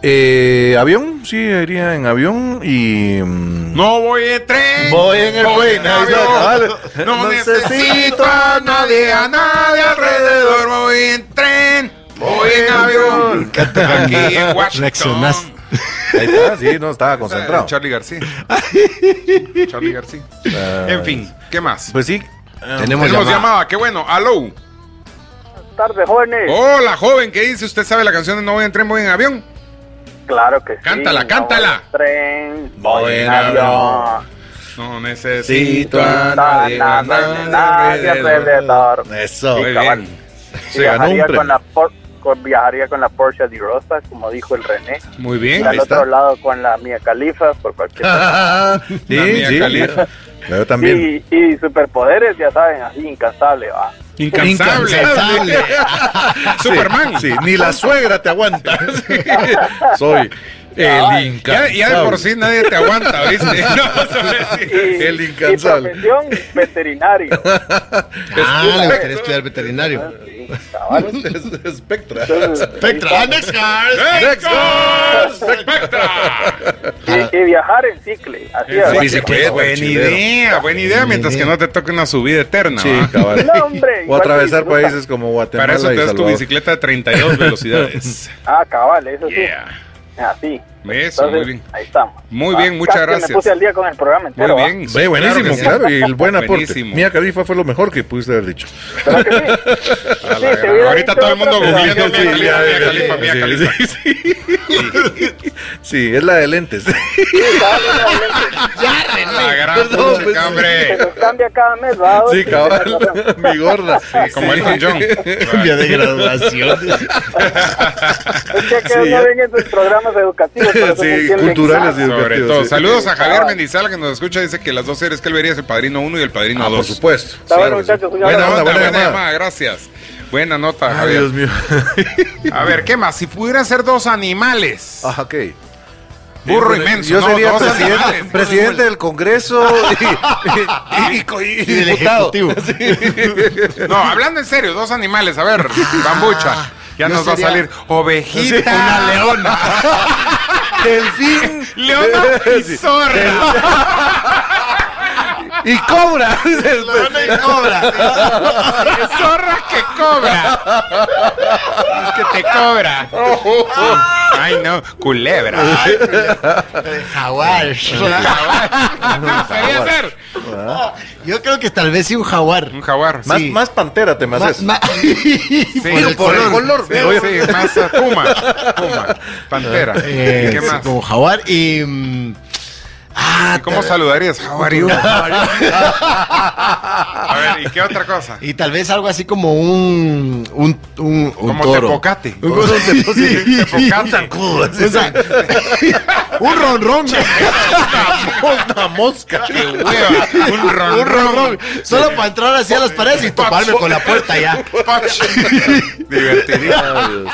[SPEAKER 4] Eh, avión, sí, iría en avión y... mm,
[SPEAKER 2] No voy en tren.
[SPEAKER 4] Voy en el
[SPEAKER 2] avión.
[SPEAKER 4] plane, ahí está, Ah, vale.
[SPEAKER 2] No
[SPEAKER 4] Necesito
[SPEAKER 2] necesito a nadie, a nadie alrededor. Voy en tren. Voy en avión. Aquí en Washington.
[SPEAKER 3] Reaccionás.
[SPEAKER 4] Ahí está, sí, no, estaba
[SPEAKER 2] O sea,
[SPEAKER 4] concentrado.
[SPEAKER 2] Eh, Charlie García. Charlie García. En fin, ¿qué más?
[SPEAKER 4] Eh, Pues sí.
[SPEAKER 3] Ah, Tenemos
[SPEAKER 2] Tenemos
[SPEAKER 3] llamada.
[SPEAKER 2] llamada, qué bueno. Aló.
[SPEAKER 6] Buenas tardes, jóvenes.
[SPEAKER 4] Oh.
[SPEAKER 2] Hola, joven, ¿qué dice? ¿Usted sabe la canción de No voy en tren, voy en avión?
[SPEAKER 6] Claro que sí.
[SPEAKER 2] Cántala,
[SPEAKER 6] no
[SPEAKER 2] cántala.
[SPEAKER 6] voy en tren,
[SPEAKER 4] Voy
[SPEAKER 6] voy
[SPEAKER 4] en
[SPEAKER 6] en avión.
[SPEAKER 2] No necesito
[SPEAKER 4] Necesito a
[SPEAKER 2] a nadie, a nadie
[SPEAKER 6] Nadie
[SPEAKER 2] alrededor.
[SPEAKER 6] alrededor.
[SPEAKER 4] Eso.
[SPEAKER 2] Muy
[SPEAKER 6] cabal.
[SPEAKER 2] bien.
[SPEAKER 4] Se ganó un
[SPEAKER 6] Viajaría
[SPEAKER 4] premio.
[SPEAKER 6] con la Por- con- viajaría con la Porsche de Rosa, como dijo el René.
[SPEAKER 2] Muy
[SPEAKER 6] Y
[SPEAKER 2] bien.
[SPEAKER 6] al
[SPEAKER 4] ahí está.
[SPEAKER 6] otro lado con la Mia Califa, por cualquier
[SPEAKER 2] La
[SPEAKER 4] Sí,
[SPEAKER 2] mía
[SPEAKER 4] sí.
[SPEAKER 2] Khalifa.
[SPEAKER 4] Yo también.
[SPEAKER 6] y, y superpoderes, ya saben, así, incansable, va.
[SPEAKER 2] Incansable.
[SPEAKER 3] Incansable.
[SPEAKER 2] Superman.
[SPEAKER 4] Sí, ni la suegra te aguanta. Soy el
[SPEAKER 6] Ay,
[SPEAKER 2] Ya,
[SPEAKER 4] incansable.
[SPEAKER 2] ya de por sí nadie te aguanta, ¿viste? No,
[SPEAKER 6] Y,
[SPEAKER 2] sobre-
[SPEAKER 4] El incansable.
[SPEAKER 6] Y profesión, veterinario.
[SPEAKER 3] Ah, le gustaría estudiar veterinario.
[SPEAKER 6] Sí, cabal.
[SPEAKER 4] Es- es Espectra.
[SPEAKER 6] Entonces,
[SPEAKER 3] Spectra. Ah, Next
[SPEAKER 2] Next Girls Spectra.
[SPEAKER 6] Y, y viajar en cicle, así
[SPEAKER 4] En
[SPEAKER 6] a-
[SPEAKER 4] bici- bicicleta,
[SPEAKER 2] buena
[SPEAKER 4] chilero.
[SPEAKER 2] idea, buena idea, mientras que
[SPEAKER 3] idea.
[SPEAKER 2] no te toque una subida eterna.
[SPEAKER 4] Sí,
[SPEAKER 2] ¿va?
[SPEAKER 4] cabal.
[SPEAKER 6] No, hombre,
[SPEAKER 4] o
[SPEAKER 6] igual
[SPEAKER 4] atravesar
[SPEAKER 6] se disfruta.
[SPEAKER 4] países como Guatemala
[SPEAKER 2] Para eso
[SPEAKER 4] y
[SPEAKER 2] te das tu
[SPEAKER 4] Salvador.
[SPEAKER 2] bicicleta de 32 velocidades.
[SPEAKER 6] Ah, cabal, eso sí.
[SPEAKER 2] Yeah.
[SPEAKER 6] Así.
[SPEAKER 2] Eso, muy bien.
[SPEAKER 6] Ahí estamos.
[SPEAKER 2] Muy
[SPEAKER 6] Ah,
[SPEAKER 2] bien, muchas
[SPEAKER 6] casi
[SPEAKER 2] gracias.
[SPEAKER 6] Me puse al día con el programa
[SPEAKER 2] Muy
[SPEAKER 6] entero. ¿va?
[SPEAKER 2] bien.
[SPEAKER 4] Ve, buenísimo,
[SPEAKER 2] que
[SPEAKER 4] claro,
[SPEAKER 2] sí.
[SPEAKER 4] y el buen aporte.
[SPEAKER 2] Buenísimo.
[SPEAKER 4] Mía Califa fue lo mejor que pudiste haber dicho.
[SPEAKER 6] ¿Verdad que sí?
[SPEAKER 2] A
[SPEAKER 6] Sí,
[SPEAKER 2] la
[SPEAKER 6] te
[SPEAKER 2] gran-
[SPEAKER 6] hubiera
[SPEAKER 2] Ahorita
[SPEAKER 6] dicho
[SPEAKER 2] todo el mundo
[SPEAKER 6] otra
[SPEAKER 2] googleando
[SPEAKER 6] cosa.
[SPEAKER 2] Mía Khalifa, Mía
[SPEAKER 4] Sí,
[SPEAKER 2] Khalifa, Mía
[SPEAKER 4] sí,
[SPEAKER 2] Khalifa.
[SPEAKER 4] Sí, es la de lentes.
[SPEAKER 6] Sí, cabal, realmente.
[SPEAKER 2] A La gran
[SPEAKER 4] Perdón,
[SPEAKER 2] pucha,
[SPEAKER 4] pues,
[SPEAKER 6] Se
[SPEAKER 2] hombre.
[SPEAKER 6] nos cambia cada mes, ¿va?
[SPEAKER 4] Sí,
[SPEAKER 6] Oye,
[SPEAKER 4] cabal, mi gorda.
[SPEAKER 2] Como
[SPEAKER 4] Sí.
[SPEAKER 2] Elton John.
[SPEAKER 3] Día de graduación.
[SPEAKER 6] Es que
[SPEAKER 4] Sí,
[SPEAKER 6] no
[SPEAKER 4] ya.
[SPEAKER 6] ven esos programas educativos. pero se
[SPEAKER 4] Sí,
[SPEAKER 6] entienden.
[SPEAKER 4] culturales y
[SPEAKER 2] Sobre
[SPEAKER 4] educativos,
[SPEAKER 2] todo.
[SPEAKER 4] sí.
[SPEAKER 2] Saludos a Javier
[SPEAKER 6] Cabal.
[SPEAKER 2] Mendizala que nos escucha. Dice que las dos series que él vería es el Padrino 1 y el Padrino
[SPEAKER 4] Ah,
[SPEAKER 2] 2.
[SPEAKER 4] por supuesto.
[SPEAKER 6] Está bueno,
[SPEAKER 4] que sí.
[SPEAKER 6] muchachos, un
[SPEAKER 4] Buena
[SPEAKER 2] Buena,
[SPEAKER 4] onda,
[SPEAKER 6] abrazo.
[SPEAKER 2] nota,
[SPEAKER 4] buena
[SPEAKER 2] buena
[SPEAKER 4] llamada.
[SPEAKER 2] llamada, gracias. Buena nota,
[SPEAKER 4] Ay,
[SPEAKER 2] Javier.
[SPEAKER 4] Dios mío.
[SPEAKER 2] A ver, ¿qué más? Si pudieran ser dos animales.
[SPEAKER 4] Ajá, Ah, ok.
[SPEAKER 2] Burro
[SPEAKER 4] Yo
[SPEAKER 2] inmenso.
[SPEAKER 4] Yo
[SPEAKER 2] no,
[SPEAKER 4] sería
[SPEAKER 2] dos animales.
[SPEAKER 4] presidente, presidente del Congreso y, y- y- y
[SPEAKER 3] del
[SPEAKER 4] diputado.
[SPEAKER 3] Ejecutivo.
[SPEAKER 2] No, hablando en serio, dos animales. A ver, bambucha. Ya
[SPEAKER 3] Ah, yo
[SPEAKER 2] nos
[SPEAKER 3] sería-
[SPEAKER 2] va a salir ovejita.
[SPEAKER 3] Una leona.
[SPEAKER 4] Delfín
[SPEAKER 2] Leona y zorra.
[SPEAKER 4] y cobra.
[SPEAKER 3] Leona y cobra.
[SPEAKER 2] Zorra que cobra. Que te cobra. Ay, no. Culebra. Ay,
[SPEAKER 3] Jaguar.
[SPEAKER 2] ¿Qué gustaría ser?
[SPEAKER 3] Ah. Yo creo que tal vez sí un jaguar.
[SPEAKER 2] Un jaguar.
[SPEAKER 4] Más,
[SPEAKER 3] Sí.
[SPEAKER 4] más pantera te me haces.
[SPEAKER 3] Ma- ma-
[SPEAKER 4] Digo, por el color.
[SPEAKER 2] Sí, sí, más uh, puma, puma, pantera.
[SPEAKER 3] Eh,
[SPEAKER 2] ¿Qué
[SPEAKER 3] sí,
[SPEAKER 2] más?
[SPEAKER 3] Como jaguar y. mm, Ah,
[SPEAKER 2] ¿Y cómo saludarías? How are you? A ver, ¿y qué otra cosa?
[SPEAKER 3] Y tal vez algo así como un. Un, un, un
[SPEAKER 2] Como
[SPEAKER 3] toro.
[SPEAKER 2] tepocate.
[SPEAKER 3] Un, un
[SPEAKER 2] sí, tepocate.
[SPEAKER 3] Un zancudo, así. O sea, un ronrón.
[SPEAKER 4] Una mosca.
[SPEAKER 2] ¡Qué hueva! Un ron,
[SPEAKER 3] un ronrón. Solo para entrar así a las paredes y toparme con la puerta ya.
[SPEAKER 2] Divertido.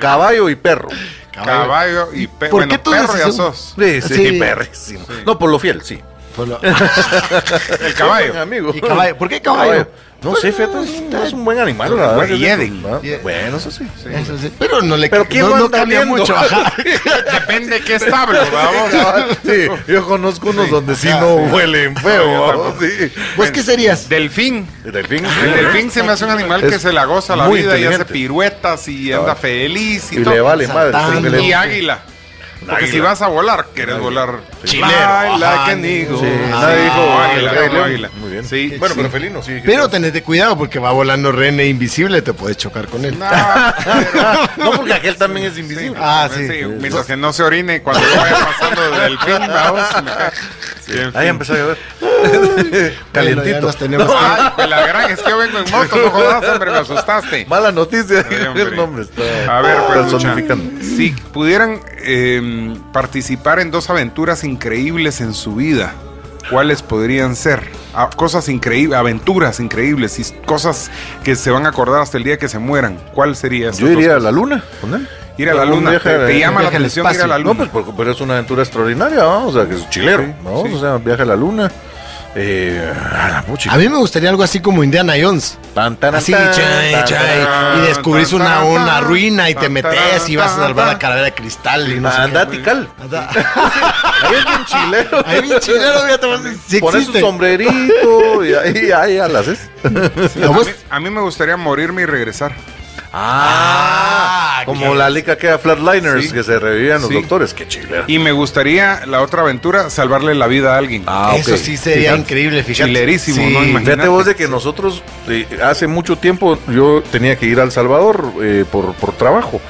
[SPEAKER 4] Caballo y perro.
[SPEAKER 2] Caballo y perro.
[SPEAKER 3] ¿Por qué
[SPEAKER 2] Bueno,
[SPEAKER 3] tú
[SPEAKER 2] perro
[SPEAKER 3] dices
[SPEAKER 2] ya
[SPEAKER 3] un-
[SPEAKER 2] sos.
[SPEAKER 4] Sí, sí,
[SPEAKER 3] Sí.
[SPEAKER 4] perrísimo. No, por lo fiel, sí.
[SPEAKER 3] Por lo-
[SPEAKER 2] El caballo.
[SPEAKER 4] Buen amigo.
[SPEAKER 3] Y caballo. ¿Por qué caballo?
[SPEAKER 4] No sé, fíjate, es un- es un buen animal, la verdad.
[SPEAKER 2] Bueno,
[SPEAKER 4] Es
[SPEAKER 2] yeden.
[SPEAKER 4] un- ah,
[SPEAKER 3] Yeden.
[SPEAKER 4] Bueno, eso sí.
[SPEAKER 3] Eso sí, Pero no le
[SPEAKER 4] Pero ¿quién
[SPEAKER 3] no,
[SPEAKER 4] lo
[SPEAKER 3] no
[SPEAKER 4] anda
[SPEAKER 3] cambia
[SPEAKER 4] viendo?
[SPEAKER 3] mucho. ajá.
[SPEAKER 2] Depende qué establo, vamos.
[SPEAKER 4] Cabal, Sí, yo conozco unos donde sí no huelen
[SPEAKER 2] No, yo
[SPEAKER 4] feo.
[SPEAKER 2] tampoco.
[SPEAKER 4] ¿no? Sí.
[SPEAKER 3] ¿Vos Pues, qué serías?
[SPEAKER 2] Delfín.
[SPEAKER 4] El delfín.
[SPEAKER 2] El delfín se me hace un animal que
[SPEAKER 4] Es
[SPEAKER 2] se la goza la
[SPEAKER 4] muy
[SPEAKER 2] vida y hace
[SPEAKER 4] inteligente.
[SPEAKER 2] piruetas y anda feliz y,
[SPEAKER 4] Y
[SPEAKER 2] todo.
[SPEAKER 4] le vale madre.
[SPEAKER 3] Saltando.
[SPEAKER 4] porque le-
[SPEAKER 2] Y águila. Porque
[SPEAKER 4] Águila.
[SPEAKER 2] si vas a volar, quieres volar
[SPEAKER 3] Chilero.
[SPEAKER 2] Fly
[SPEAKER 3] Ajá,
[SPEAKER 2] like an eagle.
[SPEAKER 4] Sí,
[SPEAKER 2] Ah,
[SPEAKER 4] nadie
[SPEAKER 2] sí,
[SPEAKER 4] dijo
[SPEAKER 2] como
[SPEAKER 4] ah,
[SPEAKER 2] águila,
[SPEAKER 4] el Rey
[SPEAKER 2] como
[SPEAKER 4] León.
[SPEAKER 2] águila.
[SPEAKER 4] Muy bien.
[SPEAKER 2] Sí.
[SPEAKER 4] Bueno, pero felino, sí.
[SPEAKER 3] Pero tenete cuidado porque va volando René invisible, te puedes chocar con él.
[SPEAKER 2] Ah,
[SPEAKER 4] No, porque aquel también es invisible.
[SPEAKER 3] Ah,
[SPEAKER 2] sí.
[SPEAKER 3] sí.
[SPEAKER 2] Mientras que no se orine cuando yo vaya pasando del fin, vamos. me cae.
[SPEAKER 4] Ahí empezó a llover.
[SPEAKER 3] Bueno, ya
[SPEAKER 4] Calientito.
[SPEAKER 3] nos tenemos que-
[SPEAKER 2] Ay, pues la gran es que yo vengo en moto, no jodas, hombre, me asustaste.
[SPEAKER 4] Mala noticia.
[SPEAKER 2] Ay, hombre.
[SPEAKER 4] El nombre está
[SPEAKER 2] A ver, pues, Lucha,
[SPEAKER 4] personificando.
[SPEAKER 2] si pudieran eh, participar en dos aventuras increíbles en su vida, ¿cuáles podrían ser? Ah, cosas increíbles, aventuras increíbles, y cosas que se van a acordar hasta el día que se mueran. ¿Cuál sería eso?
[SPEAKER 4] Yo iría a la luna. con él.
[SPEAKER 2] Ir a la
[SPEAKER 4] Un
[SPEAKER 2] luna,
[SPEAKER 4] viaje
[SPEAKER 2] te-
[SPEAKER 4] a-
[SPEAKER 2] te
[SPEAKER 4] un
[SPEAKER 2] llama la
[SPEAKER 4] viaje al
[SPEAKER 2] atención ir a
[SPEAKER 4] espacio.
[SPEAKER 2] la luna.
[SPEAKER 4] No, pues porque- pero es una aventura extraordinaria, ¿no? o sea, que es chilero,
[SPEAKER 2] Sí,
[SPEAKER 4] ¿no?
[SPEAKER 2] sí.
[SPEAKER 4] O sea, viaje a la luna. Eh, a la puchi.
[SPEAKER 3] A mí me gustaría algo así como Indiana Jones.
[SPEAKER 4] Tan, tan,
[SPEAKER 3] Así,
[SPEAKER 4] tan,
[SPEAKER 3] chay,
[SPEAKER 4] tan,
[SPEAKER 3] chay,
[SPEAKER 2] tan,
[SPEAKER 3] y descubrís
[SPEAKER 2] tan,
[SPEAKER 3] una,
[SPEAKER 2] tan,
[SPEAKER 3] una
[SPEAKER 2] tan,
[SPEAKER 3] ruina y te
[SPEAKER 2] tan,
[SPEAKER 3] metes y
[SPEAKER 2] tan,
[SPEAKER 3] vas a salvar
[SPEAKER 2] tan,
[SPEAKER 3] la calavera de cristal y no sé qué.
[SPEAKER 4] Andatical. Ahí es bien chilero.
[SPEAKER 3] Ahí mi chilero, mira, te vas a- sí
[SPEAKER 4] Pones un
[SPEAKER 3] existe.
[SPEAKER 4] sombrerito y ahí, ahí ya la haces.
[SPEAKER 3] ¿A
[SPEAKER 2] A
[SPEAKER 3] vos?
[SPEAKER 2] mí, a mí me gustaría morirme y regresar.
[SPEAKER 4] Ah, como la lica que era Flatliners,
[SPEAKER 2] Sí.
[SPEAKER 4] que se revivían los
[SPEAKER 2] Sí.
[SPEAKER 4] doctores. Qué chilero.
[SPEAKER 2] Y me gustaría, la otra aventura, salvarle la vida a alguien.
[SPEAKER 4] Ah, ok.
[SPEAKER 3] Eso sí sería increíble, fíjate.
[SPEAKER 2] Chilerísimo, ¿no? Imagínate.
[SPEAKER 4] Fíjate vos de que nosotros eh, hace mucho tiempo yo tenía que ir al Salvador eh, por, por trabajo.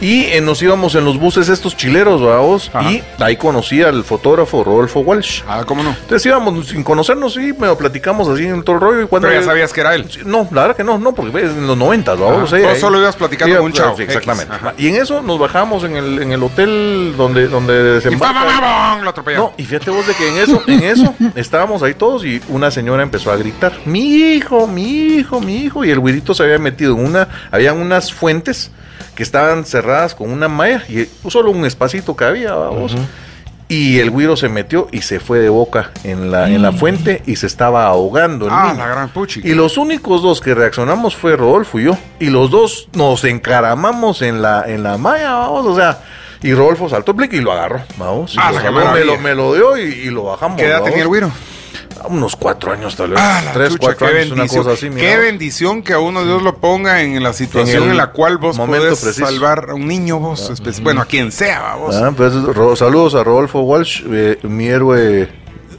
[SPEAKER 4] Y eh, nos íbamos en los buses estos chileros, vamos,
[SPEAKER 2] Ajá.
[SPEAKER 4] y ahí conocí al fotógrafo Rodolfo Walsh.
[SPEAKER 2] Ah, ¿cómo no?
[SPEAKER 4] Entonces íbamos sin conocernos y me lo platicamos así en todo el rollo. Y cuando
[SPEAKER 2] Pero ya sabías que era él.
[SPEAKER 4] Sí, No, la verdad que no, no, porque es en los 90, ¿no?
[SPEAKER 2] Ajá.
[SPEAKER 4] O sea,
[SPEAKER 2] Vos
[SPEAKER 4] ahí-
[SPEAKER 2] solo ibas platicando
[SPEAKER 4] iba-
[SPEAKER 2] con un chavo.
[SPEAKER 4] sí, exactamente.
[SPEAKER 2] X, ajá.
[SPEAKER 4] Y en eso nos bajamos en el, en el hotel donde, donde
[SPEAKER 2] Y ¡pam,
[SPEAKER 4] desembarca-
[SPEAKER 2] pam, pam, pam! Lo
[SPEAKER 4] No,
[SPEAKER 2] atropellaron.
[SPEAKER 4] y fíjate vos de que en eso, en eso, estábamos ahí todos y una señora empezó a gritar, mi hijo, mi hijo, mi hijo, y el güirito se había metido en una, habían unas fuentes que estaban cerradas con una malla y solo un espacito que había, vamos. Y el güiro se metió y se fue de boca en la, en la fuente y se estaba ahogando. el
[SPEAKER 2] Mm. Ah,
[SPEAKER 4] niño.
[SPEAKER 2] la gran puchi.
[SPEAKER 4] Y los únicos dos que reaccionamos fue Rodolfo y yo. Y los dos nos encaramamos en la, en la malla, vamos, o sea. Y Rodolfo saltó el plique y lo agarró, vamos. y
[SPEAKER 2] Ah,
[SPEAKER 4] lo
[SPEAKER 2] la que
[SPEAKER 4] agarró, me,
[SPEAKER 2] maravilla.
[SPEAKER 4] lo, me lo dio y, y lo bajamos.
[SPEAKER 2] ¿Qué edad
[SPEAKER 4] vamos. Ah,
[SPEAKER 2] tenía el güiro?
[SPEAKER 4] Unos cuatro años tal vez.
[SPEAKER 2] Ah, la
[SPEAKER 4] Tres,
[SPEAKER 2] chucha,
[SPEAKER 4] cuatro
[SPEAKER 2] qué
[SPEAKER 4] años, una
[SPEAKER 2] bendición.
[SPEAKER 4] cosa así.
[SPEAKER 2] Qué
[SPEAKER 4] mira.
[SPEAKER 2] bendición que a uno Dios lo ponga en la situación
[SPEAKER 4] el
[SPEAKER 2] en, la cual vos
[SPEAKER 4] momento
[SPEAKER 2] podés
[SPEAKER 4] preciso.
[SPEAKER 2] salvar a un niño, vos. espe- Bueno, a quien sea, vos.
[SPEAKER 4] Ah, pues, Ro- saludos a Rodolfo Walsh, eh, mi héroe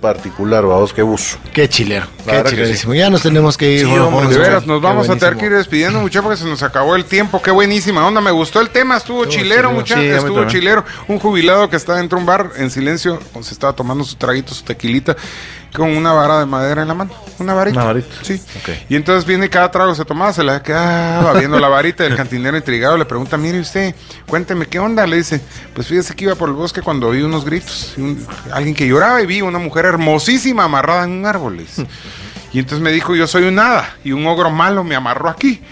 [SPEAKER 4] particular, vamos, qué buzo.
[SPEAKER 3] Qué chilero. Qué
[SPEAKER 4] Claro que
[SPEAKER 3] chilerísimo. Ya nos tenemos que ir.
[SPEAKER 4] Sí,
[SPEAKER 3] Juanjo,
[SPEAKER 4] hombre,
[SPEAKER 2] De
[SPEAKER 3] Juanjo.
[SPEAKER 2] veras, nos
[SPEAKER 3] Qué
[SPEAKER 2] vamos a tener que ir
[SPEAKER 3] buenísimo.
[SPEAKER 2] despidiendo, muchachos, porque se nos acabó el tiempo. Qué buenísima onda. Me gustó el tema. Estuvo, chilero,
[SPEAKER 4] chilero.
[SPEAKER 2] muchachos.
[SPEAKER 4] Sí, a mí
[SPEAKER 2] estuvo
[SPEAKER 4] también.
[SPEAKER 2] chilero. Un jubilado que está dentro de un bar en silencio, o se estaba tomando su traguito, su tequilita, con una vara de madera en la mano. Una varita.
[SPEAKER 4] Una varita.
[SPEAKER 2] Sí.
[SPEAKER 4] Ok.
[SPEAKER 2] Y entonces viene y cada trago se tomaba, se la quedaba viendo la varita. El cantinero intrigado le pregunta: Mire usted, cuénteme qué onda. Le dice: Pues fíjese que iba por el bosque cuando oí unos gritos. y un- alguien que lloraba y vi una mujer hermosísima amarrada en un árbol. le dice. Y entonces me dijo, yo soy un hada y un ogro malo me amarró aquí.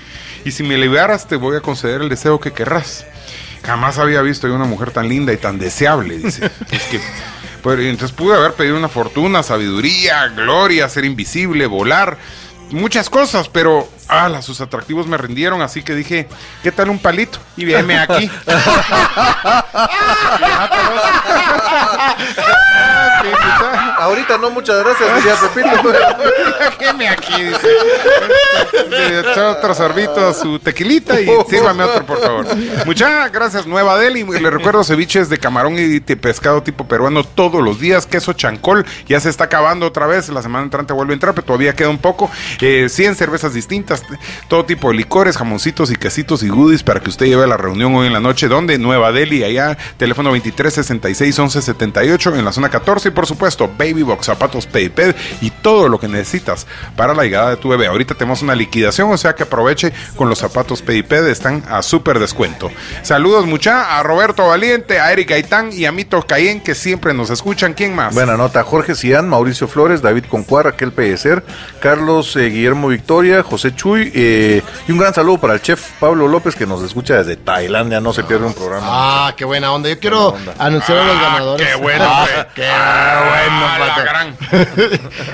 [SPEAKER 2] Y si me liberas te voy a conceder el deseo que querrás. Jamás había visto yo una mujer tan linda y tan deseable, dice. Es que, pero, y entonces pude haber pedido una fortuna, sabiduría, gloria, ser invisible, volar, muchas cosas, pero ala, sus atractivos me rindieron, así que dije, ¿qué tal un palito? Y veme aquí.
[SPEAKER 4] Ahorita no, muchas gracias, diría Pepito.
[SPEAKER 2] Déjeme aquí, dice. Le echó otro sorbito a su tequilita y sírvame otro, por favor. Muchas gracias, Nueva Delhi. Le recuerdo ceviches de camarón y de pescado tipo peruano todos los días. Queso chancol ya se está acabando otra vez. La semana entrante vuelve a entrar, pero todavía queda un poco. Eh, 100 cervezas distintas, todo tipo de licores, jamoncitos y quesitos y goodies para que usted lleve a la reunión hoy en la noche. ¿Dónde? Nueva Delhi, allá, teléfono 23 66 11 78 en la zona 14. Y por supuesto, Baby Box, zapatos PayPal y todo lo que necesitas para la llegada de tu bebé. Ahorita tenemos una liquidación, o sea que aproveche con los zapatos PayPal, están a súper descuento. Saludos, mucha, a Roberto Valiente, a Eric Gaitán y a Mito Cayen, que siempre nos escuchan. ¿Quién más?
[SPEAKER 4] Buena nota, Jorge Cian, Mauricio Flores, David Concuar, Raquel Pellecer, Carlos eh, Guillermo Victoria, José Chuy, eh, y un gran saludo para el chef Pablo López que nos escucha desde Tailandia, no se pierde un programa.
[SPEAKER 3] Ah, qué buena onda. Yo quiero anunciar a los ganadores.
[SPEAKER 2] Ah, qué bueno, güey.
[SPEAKER 3] qué bueno,
[SPEAKER 2] Ah, la
[SPEAKER 3] pato.
[SPEAKER 2] gran.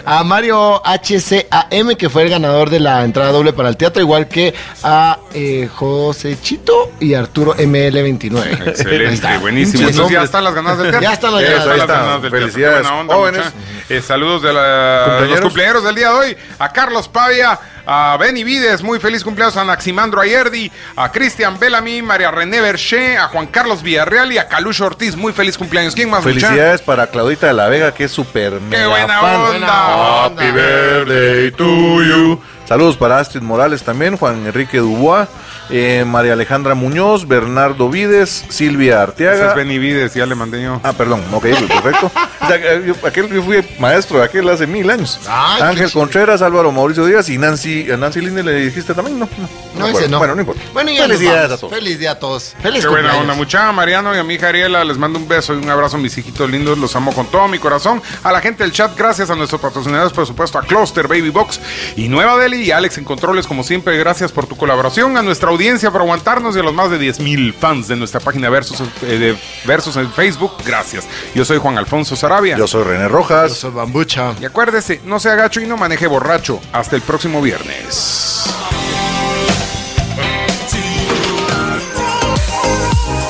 [SPEAKER 3] a Mario HCAM, que fue el ganador de la entrada doble para el teatro, igual que a eh, José Chito y Arturo ML29. Ahí
[SPEAKER 2] Excelente,
[SPEAKER 3] está.
[SPEAKER 2] buenísimo. Entonces
[SPEAKER 3] Muchos
[SPEAKER 2] ya
[SPEAKER 3] nombres.
[SPEAKER 2] están las ganas del teatro.
[SPEAKER 3] Ya están las
[SPEAKER 2] Ya
[SPEAKER 3] ganas.
[SPEAKER 2] están
[SPEAKER 3] Ahí
[SPEAKER 2] las
[SPEAKER 4] está.
[SPEAKER 2] ganas del teatro.
[SPEAKER 4] Felicidades.
[SPEAKER 2] Buena onda,
[SPEAKER 4] Jóvenes.
[SPEAKER 2] mucha. Eh, saludos de la- de los
[SPEAKER 4] Cumpleañeros.
[SPEAKER 2] cumpleaños del día de hoy. A Carlos Pavia, a Benny Vides, muy feliz cumpleaños. A Naximandro Ayerdi, a Cristian Bellamy, María René Berché, a Juan Carlos Villarreal y a Calucho Ortiz. Muy feliz cumpleaños. ¿Quién más? mucha?
[SPEAKER 4] Felicidades para Claudita de la Vega que es super
[SPEAKER 2] ¡Qué buena
[SPEAKER 4] fan.
[SPEAKER 2] onda!
[SPEAKER 4] Happy birthday to you. Saludos para Astrid Morales también, Juan Enrique Dubois, eh, María Alejandra Muñoz, Bernardo Vides, Silvia
[SPEAKER 2] Ese es
[SPEAKER 4] Arteaga.
[SPEAKER 2] Benny Vides, ya le mandé yo.
[SPEAKER 4] Ah, perdón, ok, perfecto. O sea, que eh, yo, aquel, yo fui maestro de aquel hace mil años.
[SPEAKER 3] Ay, Ah, qué
[SPEAKER 4] Ángel
[SPEAKER 3] chido.
[SPEAKER 4] Contreras, Álvaro Mauricio Díaz y Nancy, a Nancy Linde le dijiste también, ¿no? No,
[SPEAKER 3] No,
[SPEAKER 4] acuerdo.
[SPEAKER 3] ese no.
[SPEAKER 4] Bueno, no importa.
[SPEAKER 3] Bueno, y ya nos
[SPEAKER 4] Felicidades
[SPEAKER 3] vamos.
[SPEAKER 4] a todos.
[SPEAKER 3] Feliz día a todos. Feliz
[SPEAKER 2] Qué buena
[SPEAKER 3] cumpleaños.
[SPEAKER 2] onda, muchacha Mariano y a mi hija Ariela, les mando un beso y un abrazo, mis hijitos lindos, los amo con todo mi corazón. A la gente del chat, gracias a nuestros patrocinadores, por supuesto, a Cluster, Baby Box y Nueva Delhi y Alex en Controles, como siempre, gracias por tu colaboración, a nuestra audiencia por aguantarnos y a los más de 10 mil fans de nuestra página Versus, eh, de Versus en Facebook, gracias. Yo soy Juan Alfonso Sarabia.
[SPEAKER 4] Yo soy René Rojas.
[SPEAKER 3] Yo soy Bambucha.
[SPEAKER 2] Y acuérdese, no sea gacho y no maneje borracho. Hasta el próximo viernes.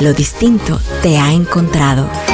[SPEAKER 1] Lo distinto te ha encontrado.